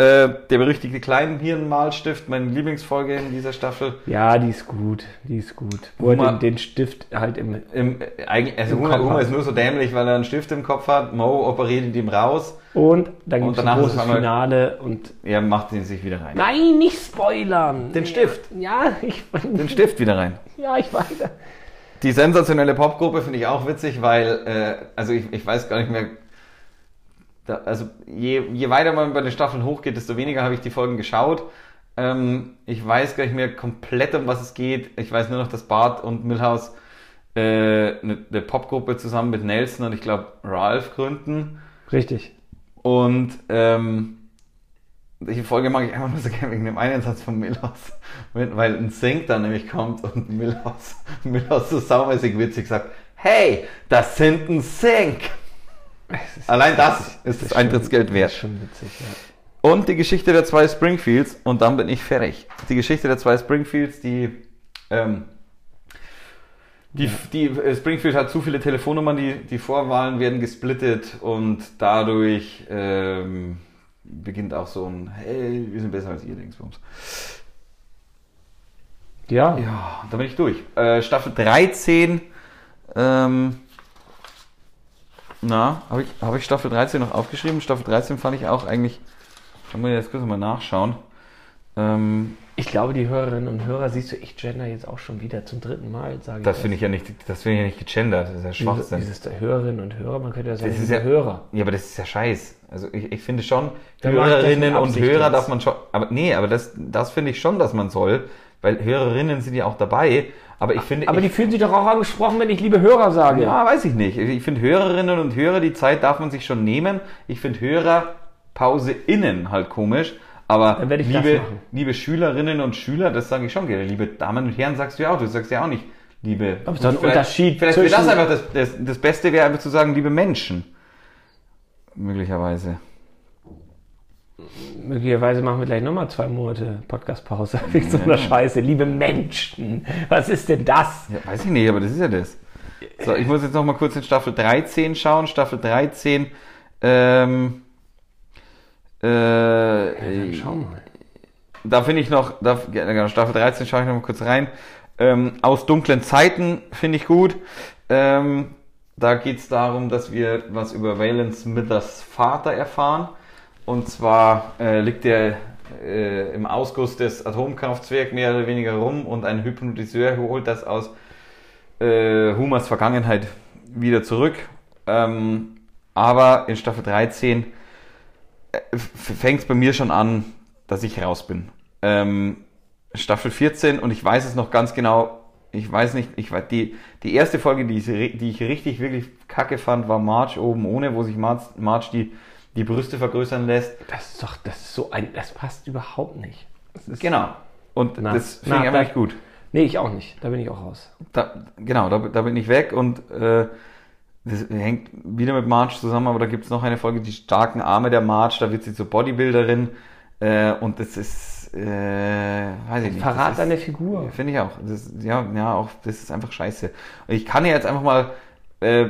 S1: der berüchtigte Kleinhirnmalstift, meine Lieblingsfolge in dieser Staffel.
S2: ja, die ist gut. Die ist gut. Wo er
S1: Oma-
S2: den, den Stift halt im.
S1: Im, äh, eigentlich, also
S2: Im
S1: Huma,
S2: Kopf
S1: Huma
S2: hat.
S1: ist nur so dämlich, weil er einen Stift im Kopf hat. Mo operiert ihn ihm raus.
S2: Und dann
S1: Und
S2: gibt es ein
S1: danach ist
S2: großes
S1: auf einmal-
S2: Finale und.
S1: Er macht ihn sich wieder rein.
S2: Nein, nicht spoilern!
S1: Den Stift.
S2: Ja, ich,
S1: Den Stift wieder rein.
S2: ja, ich weiß.
S1: Die sensationelle Popgruppe finde ich auch witzig, weil, äh, also ich, ich weiß gar nicht mehr. Da, also je, je weiter man bei den Staffeln hochgeht, desto weniger habe ich die Folgen geschaut. Ähm, ich weiß gar nicht mehr komplett, um was es geht. Ich weiß nur noch, dass Bart und Milhouse äh, eine, eine Popgruppe zusammen mit Nelson und ich glaube Ralph gründen.
S2: Richtig.
S1: Und ähm, die Folge mag ich einfach nur so gerne wegen dem einen Einsatz von Milhouse, Mit- weil ein Sync dann nämlich kommt und Milhouse, Milhouse so saumäßig witzig sagt, hey, das sind ein Sync. Allein das ist das Eintrittsgeld
S2: Das ist
S1: wert.
S2: schon witzig, ja.
S1: Und die Geschichte der zwei Springfields und dann bin ich fertig. Die Geschichte der zwei Springfields, die ähm, Die, die, äh, Springfield hat zu viele Telefonnummern, die, die Vorwahlen werden gesplittet und dadurch ähm, beginnt auch so ein Hey, wir sind besser als ihr Dingsbums.
S2: Ja.
S1: Ja, da bin ich durch. Äh, Staffel 13. Ähm, na, habe ich, hab ich Staffel 13 noch aufgeschrieben? Staffel 13 fand ich auch eigentlich. Da muss ich jetzt kurz mal nachschauen. Ähm,
S4: Ich glaube, die Hörerinnen und Hörer, siehst du, ich gender jetzt auch schon wieder zum dritten Mal, sage
S1: das
S4: ich.
S1: finde ich ja nicht, das finde ich ja nicht gegendert. Das ist ja
S4: dieses,
S1: Schwachsinn.
S4: dieses der Hörerinnen und Hörer, man könnte ja sagen,
S1: Das ist
S4: diese
S1: ja-
S4: Hörer.
S1: Ja, aber das ist ja scheiß. Also ich, ich finde schon,
S4: Dann mach ich das mit
S1: Hörerinnen und
S4: Absicht
S1: Hörer
S4: jetzt.
S1: darf man schon. Aber nee, aber das, das finde ich schon, dass man soll, weil Hörerinnen sind ja auch dabei. Aber ich finde.
S2: Aber
S1: ich,
S2: die fühlen sich doch auch angesprochen, wenn ich liebe Hörer sage.
S1: ja, weiß ich nicht. Ich finde Hörerinnen und Hörer, die Zeit darf man sich schon nehmen. Ich finde Hörerpause innen halt komisch. Aber
S2: Dann werde ich das
S1: liebe,
S2: machen.
S1: liebe Schülerinnen und Schüler, das sage ich schon gerne. Liebe Damen und Herren, sagst du ja auch. Du sagst ja auch nicht, liebe.
S2: Aber so ein
S1: vielleicht,
S2: Unterschied
S1: Vielleicht wäre das
S2: zwischen-
S1: einfach das, das, das Beste wäre einfach zu sagen, liebe Menschen. Möglicherweise.
S2: Möglicherweise machen wir gleich nochmal zwei Monate Podcast-Pause. Wegen so einer Scheiße. Liebe Menschen, was ist denn das?
S1: Ja, weiß ich nicht, aber das ist ja das. So, ich muss jetzt noch mal kurz in Staffel 13 schauen. Staffel 13. Ähm, äh,
S4: Schau mal.
S1: da finde ich noch, da, ja, genau, Staffel 13 schaue ich noch mal kurz rein. Ähm, aus dunklen Zeiten finde ich gut. Ähm, da geht es darum, dass wir was über Waylon Smithers Vater erfahren. Und zwar äh, liegt er äh, im Ausguss des Atomkraftwerks mehr oder weniger rum und ein Hypnotiseur holt das aus äh, Humas Vergangenheit wieder zurück. Ähm, aber in Staffel 13 fängt es bei mir schon an, dass ich raus bin. Ähm, Staffel 14 und ich weiß es noch ganz genau. Ich weiß nicht, ich weiß, die, die erste Folge, die ich, ri- die ich richtig, wirklich kacke fand, war March oben ohne, wo sich March, March die, die Brüste vergrößern lässt.
S4: Das ist doch, das ist so ein, das passt überhaupt nicht. Das ist,
S1: Genau. Und
S4: Na,
S1: das
S4: na,
S1: finde ich einfach
S4: da-
S1: nicht gut.
S4: Nee, ich auch nicht. Da bin ich auch raus.
S1: da, genau, da, da bin ich weg und äh, das hängt wieder mit March zusammen, aber da gibt es noch eine Folge, die starken Arme der March, da wird sie zur Bodybuilderin äh, und das ist, äh, weiß ich nicht.
S4: Verrat
S1: das
S4: deine
S1: ist,
S4: Figur.
S1: Finde ich auch. Das, ja, ja, auch das ist einfach scheiße. Und ich kann ja jetzt einfach mal äh,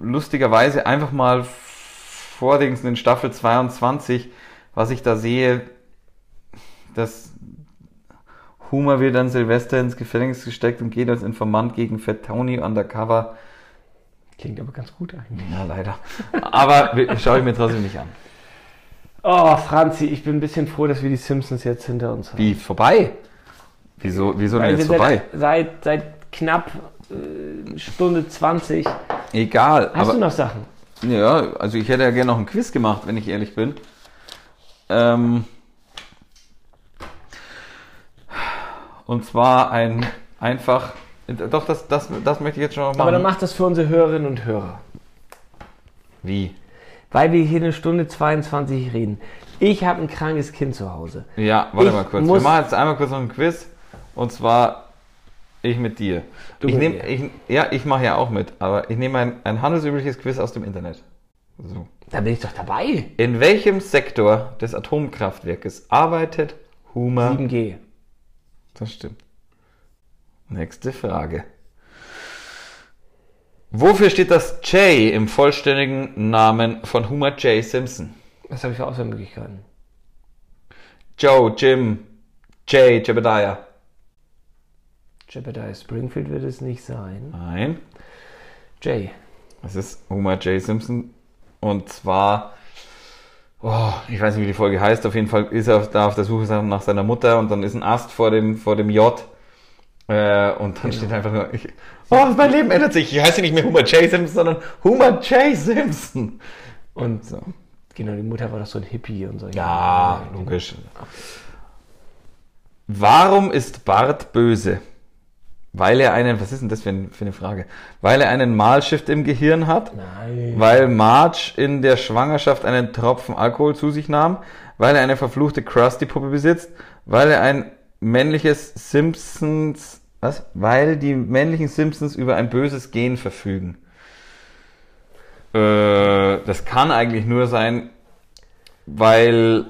S1: lustigerweise einfach mal vordings in Staffel 22, was ich da sehe, dass Humor wird an Silvester ins Gefängnis gesteckt und geht als Informant gegen Fat Tony undercover.
S4: Klingt aber ganz gut eigentlich.
S1: Ja, leider. Aber wir- schaue ich mir trotzdem nicht an.
S2: Oh, Franzi, ich bin ein bisschen froh, dass wir die Simpsons jetzt hinter uns haben.
S1: Wie vorbei? Wieso, wieso denn
S2: Weil wir
S1: jetzt vorbei?
S2: seit, seit, seit knapp äh, Stunde 20. Hast
S1: Egal.
S2: du
S1: Aber,
S2: noch Sachen?
S1: ja, also ich hätte ja gerne noch ein Quiz gemacht, wenn ich ehrlich bin. Ähm, und zwar ein einfach. Doch, das, das, das möchte ich jetzt schon noch machen.
S2: Aber dann mach das für unsere Hörerinnen und Hörer.
S1: Wie?
S2: Weil wir hier eine Stunde 22 reden. Ich habe ein krankes Kind zu Hause.
S1: Ja, warte
S2: Ich
S1: mal kurz. Wir
S2: muss-
S1: machen jetzt einmal kurz noch ein Quiz. Und zwar ich mit dir. ich
S2: mit
S1: nehm,
S2: mir.
S1: ich, ja, ich mache ja auch mit, aber ich nehme ein, ein handelsübliches Quiz aus dem Internet. So.
S2: Da bin ich doch dabei.
S1: In welchem Sektor des Atomkraftwerkes arbeitet Huma?
S2: 7G.
S1: Das stimmt. Nächste Frage. Wofür steht das J im vollständigen Namen von Huma J. Simpson?
S2: Was habe ich für Auswahlmöglichkeiten?
S1: Joe, Jim, J. Jebediah.
S2: Jeopardy Springfield wird es nicht sein.
S1: Nein.
S2: Jay.
S1: Es ist Homer J. Simpson. Und zwar, oh, ich weiß nicht, wie die Folge heißt. Auf jeden Fall ist er da auf der Suche nach seiner Mutter und dann ist ein Ast vor dem, vor dem J. Äh, und dann steht einfach nur, ich, oh, mein Leben ändert sich. Ich heiße nicht mehr Homer J. Simpson, sondern Homer J. Simpson. Und so.
S2: Genau, die Mutter war doch so ein Hippie und so.
S1: Ja, logisch. Warum ist Bart böse? Weil er einen, was ist denn das für, ein, für eine Frage? Weil er einen Malshift im Gehirn hat?
S2: Nein.
S1: Weil Marge in der Schwangerschaft einen Tropfen Alkohol zu sich nahm, weil er eine verfluchte Krusty-Puppe besitzt, weil er ein männliches Simpsons, was? Weil die männlichen Simpsons über ein böses Gen verfügen. Äh, das kann eigentlich nur sein, weil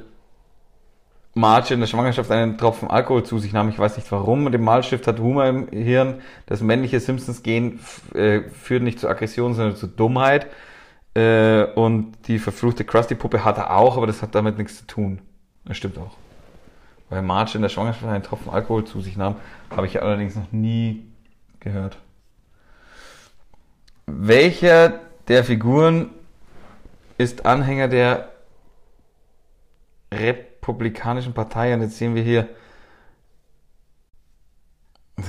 S1: Marge in der Schwangerschaft einen Tropfen Alkohol zu sich nahm. Ich weiß nicht warum. Mit dem Malstift hat Humor im Hirn. Das männliche Simpsons-Gen f- äh, führt nicht zu Aggression, sondern zu Dummheit. Äh, und die verfluchte Krusty-Puppe hat er auch, aber das hat damit nichts zu tun. Das stimmt auch. Weil Marge in der Schwangerschaft einen Tropfen Alkohol zu sich nahm, habe ich allerdings noch nie gehört. Welcher der Figuren ist Anhänger der Republikanischen Partei? Und jetzt sehen wir hier.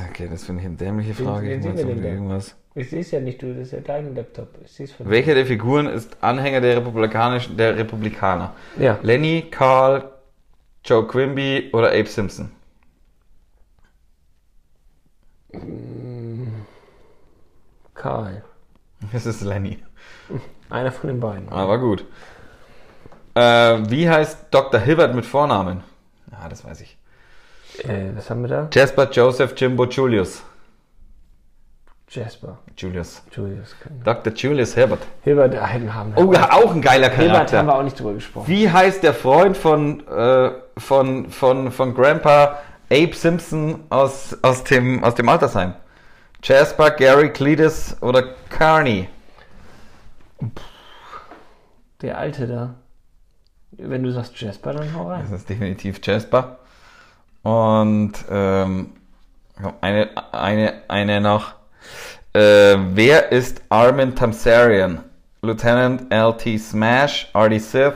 S1: Okay, das finde ich eine dämliche
S4: Wen-
S1: Frage.
S4: wen
S1: Ich
S4: sehen
S1: meine,
S4: wir denn
S1: so
S4: da?
S1: irgendwas.
S4: Ich sehe es ja nicht, du, das ist ja dein Laptop. Ich sehe es von
S1: Welcher der Figuren ist Anhänger der Republikanischen, der Republikaner?
S2: Ja.
S1: Lenny, Carl, Joe Quimby oder Abe Simpson?
S4: Karl.
S1: Es ist Lenny.
S4: Einer von den beiden.
S1: Aber gut. Äh, wie heißt Dr. Hibbert mit Vornamen? Ah, das weiß ich.
S4: Äh, was haben wir da?
S1: Jasper Joseph Jimbo Julius.
S4: Jasper.
S1: Julius.
S4: Julius. keine-
S1: Dr. Julius Hibbert.
S4: Hilbert erhalten haben.
S1: Oh, ja, auch ein geiler
S4: Hilbert haben wir
S1: Charakter.
S4: auch nicht drüber gesprochen.
S1: Wie heißt der Freund von, äh, von, von, von Grandpa Abe Simpson aus, aus, dem, aus dem Altersheim? Jasper, Gary, Cletus oder Carney?
S4: Der Alte da. Wenn du sagst Jasper, dann hau rein.
S1: Das ist definitiv Jasper. Und ähm, komm, eine, eine, eine noch. Äh, wer ist Armin Tamsarian? Lieutenant LT Smash, Artie Sith,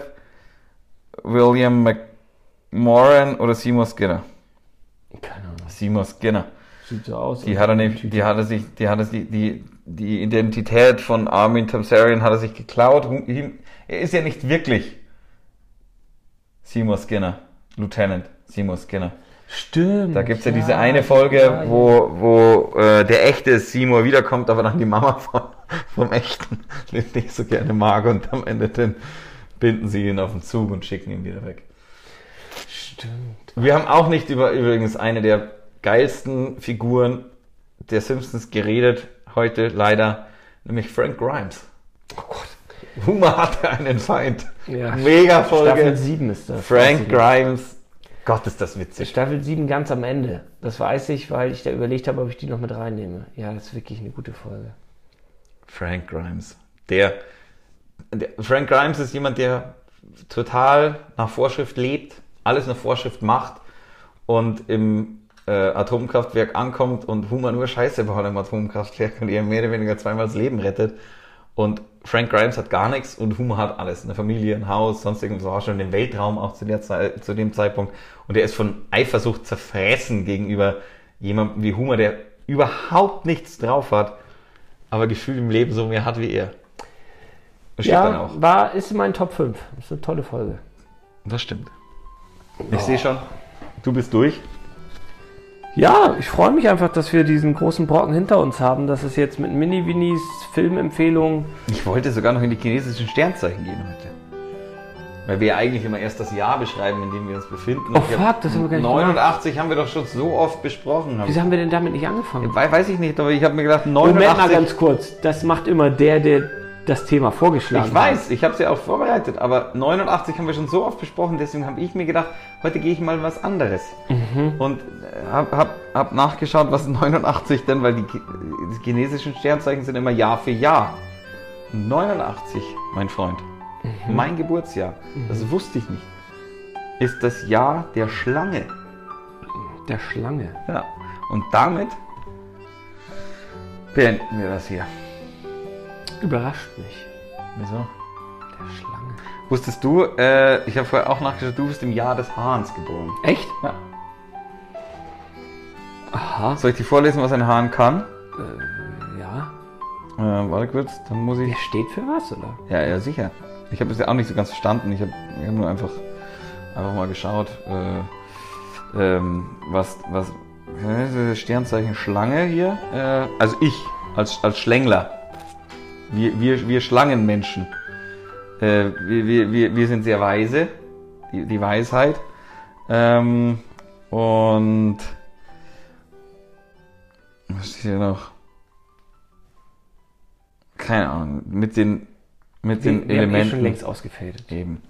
S1: William McMoran oder Seymour Skinner?
S4: Keine Ahnung.
S1: Seymour Skinner.
S4: Sieht so aus.
S1: Die hat er nämlich, die hat er sich, die hat er sich, die, die Identität von Armin Tamsarian hat er sich geklaut. Hu- ihm- Er ist ja nicht wirklich Seymour Skinner, Lieutenant Seymour Skinner.
S4: Stimmt.
S1: Da gibt's ja, diese eine Folge,
S4: ja, ja.
S1: wo, wo äh, der echte Seymour wiederkommt, aber dann die Mama von, vom echten, den ich so gerne mag, und am Ende dann binden sie ihn auf den Zug und schicken ihn wieder weg.
S4: Stimmt.
S1: Wir haben auch nicht über übrigens eine der geilsten Figuren der Simpsons geredet heute leider, nämlich Frank Grimes.
S4: Oh Gott.
S1: Humor hatte einen Feind.
S4: Ja.
S1: Mega
S4: Staffel
S1: Folge.
S4: 7 ist das.
S1: Frank
S4: Weiß
S1: Grimes. Gott, ist das
S4: ich.
S1: witzig.
S4: Staffel 7 ganz am Ende. Das weiß ich, weil ich da überlegt habe, ob ich die noch mit reinnehme. Ja, das ist wirklich eine gute Folge.
S1: Frank Grimes. Der, der Frank Grimes ist jemand, der total nach Vorschrift lebt, alles nach Vorschrift macht und im äh, Atomkraftwerk ankommt und Humor nur Scheiße baut im Atomkraftwerk und ihr mehr oder weniger zweimal das Leben rettet. Und Frank Grimes hat gar nichts und Humor hat alles. Eine Familie, ein Haus, sonst irgendwas war schon im Weltraum auch zu, der Zeit, zu dem Zeitpunkt. Und er ist von Eifersucht zerfressen gegenüber jemandem wie Humor, der überhaupt nichts drauf hat, aber Gefühl im Leben so mehr hat wie er. Das stimmt dann auch.
S4: Ja, war, ist in meinen Top 5. Ist eine tolle Folge.
S1: Das stimmt. Ich sehe schon, du bist durch.
S2: Ja, ich freue mich einfach, dass wir diesen großen Brocken hinter uns haben, dass es jetzt mit Mini-Winis, Filmempfehlungen.
S1: Ich wollte sogar noch in die chinesischen Sternzeichen gehen heute. Weil wir ja eigentlich immer erst das Jahr beschreiben, in dem wir uns befinden.
S2: Oh
S1: Ich hab-
S2: fuck, das haben wir gar nicht
S1: 89 haben wir doch schon so oft besprochen.
S2: Wieso haben wir denn damit nicht angefangen?
S1: Wei- Weiß ich nicht, aber ich habe mir gedacht,
S2: Moment mal
S1: 89.
S2: ganz kurz. Das macht immer der, der das Thema vorgeschlagen
S1: Ich weiß, ich habe es ja auch vorbereitet, aber 89 haben wir schon so oft besprochen, deswegen habe ich mir gedacht, heute gehe ich mal was anderes. Und habe hab, hab nachgeschaut, was 89 denn, weil die, Chi- die chinesischen Sternzeichen sind immer Jahr für Jahr. 89, mein Freund, mein Geburtsjahr, das wusste ich nicht, ist das Jahr der Schlange.
S2: hat. Der Schlange.
S1: Ja. Und damit beenden wir das hier.
S2: Überrascht mich.
S1: Wieso?
S2: Der Schlange.
S1: Wusstest du, äh, ich habe vorher auch nachgeschaut, du bist im Jahr des Hahns geboren.
S2: Echt?
S1: Ja.
S2: Aha.
S1: Soll ich dir vorlesen, was ein Hahn kann?
S2: Ja.
S1: Äh, warte kurz, dann muss ich.
S2: Der steht für was, oder?
S1: Ja, ja, sicher. Ich habe es ja auch nicht so ganz verstanden. Ich habe ich hab nur einfach, einfach mal geschaut, äh, ähm, was, was. Hä, das Sternzeichen Schlange hier. Äh, also ich, als, als Schlängler. Wir, wir, wir Schlangenmenschen. Äh, wir, wir, wir, wir sind sehr weise. Die, die Weisheit. Ähm, und. Was steht hier noch? Keine Ahnung. Mit den, mit den
S2: Wir- wir haben eh
S1: Elementen.
S2: schon längst ausgefädelt.
S1: Eben.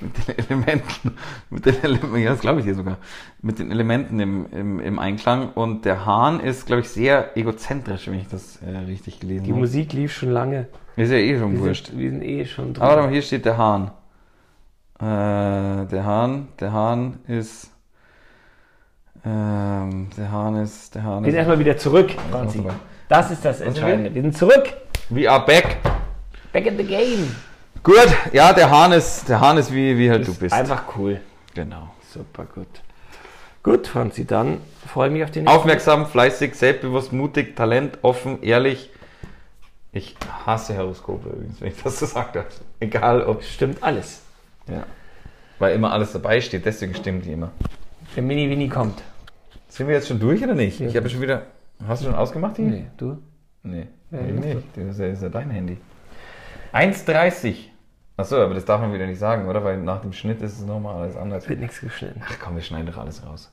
S1: mit den Elementen, mit den Elementen, ja, das glaube ich dir sogar, mit den Elementen im, im, im Einklang. Und der Hahn ist, glaube ich, sehr egozentrisch, wenn ich das äh, richtig gelesen
S2: Die
S1: habe.
S2: Musik lief schon lange.
S1: Ist ja eh schon
S2: Wir
S1: wurscht.
S2: sind, wir sind eh schon
S1: Ah, warte mal,
S2: drüber.
S1: hier steht der Hahn. Äh, der Hahn, der Hahn ist, ähm, der Hahn ist, der Hahn
S2: Wir sind
S1: ist.
S2: erstmal wieder zurück, Franzi.
S1: dabei.
S2: Das ist das Entscheidende. Wir sind zurück.
S1: We are back.
S2: Back in the game.
S1: Gut, ja, der Hahn ist, der Hahn ist wie, wie halt du bist.
S2: Einfach cool.
S1: Genau.
S2: Super gut. Gut, Franzi, dann freue ich mich auf den
S1: Aufmerksam, fleißig, selbstbewusst, mutig, talent, offen, ehrlich. Ich hasse Horoskope übrigens, wenn ich das so sage. darf. Egal ob.
S2: Stimmt alles.
S1: Ja. Weil immer alles dabei steht, deswegen stimmt die immer.
S2: Der Mini-Winnie kommt.
S1: Sind wir jetzt schon durch oder nicht? Ich habe schon wieder. Hast du schon ausgemacht hier?
S2: Nee, du?
S1: Nee, nee nicht. Das ist ja- das ist ja dein Handy. 1,30. Achso, aber das darf man wieder nicht sagen, oder? Weil nach dem Schnitt ist es nochmal alles anders.
S2: Wird nichts geschnitten.
S1: Ach komm, wir schneiden doch alles raus.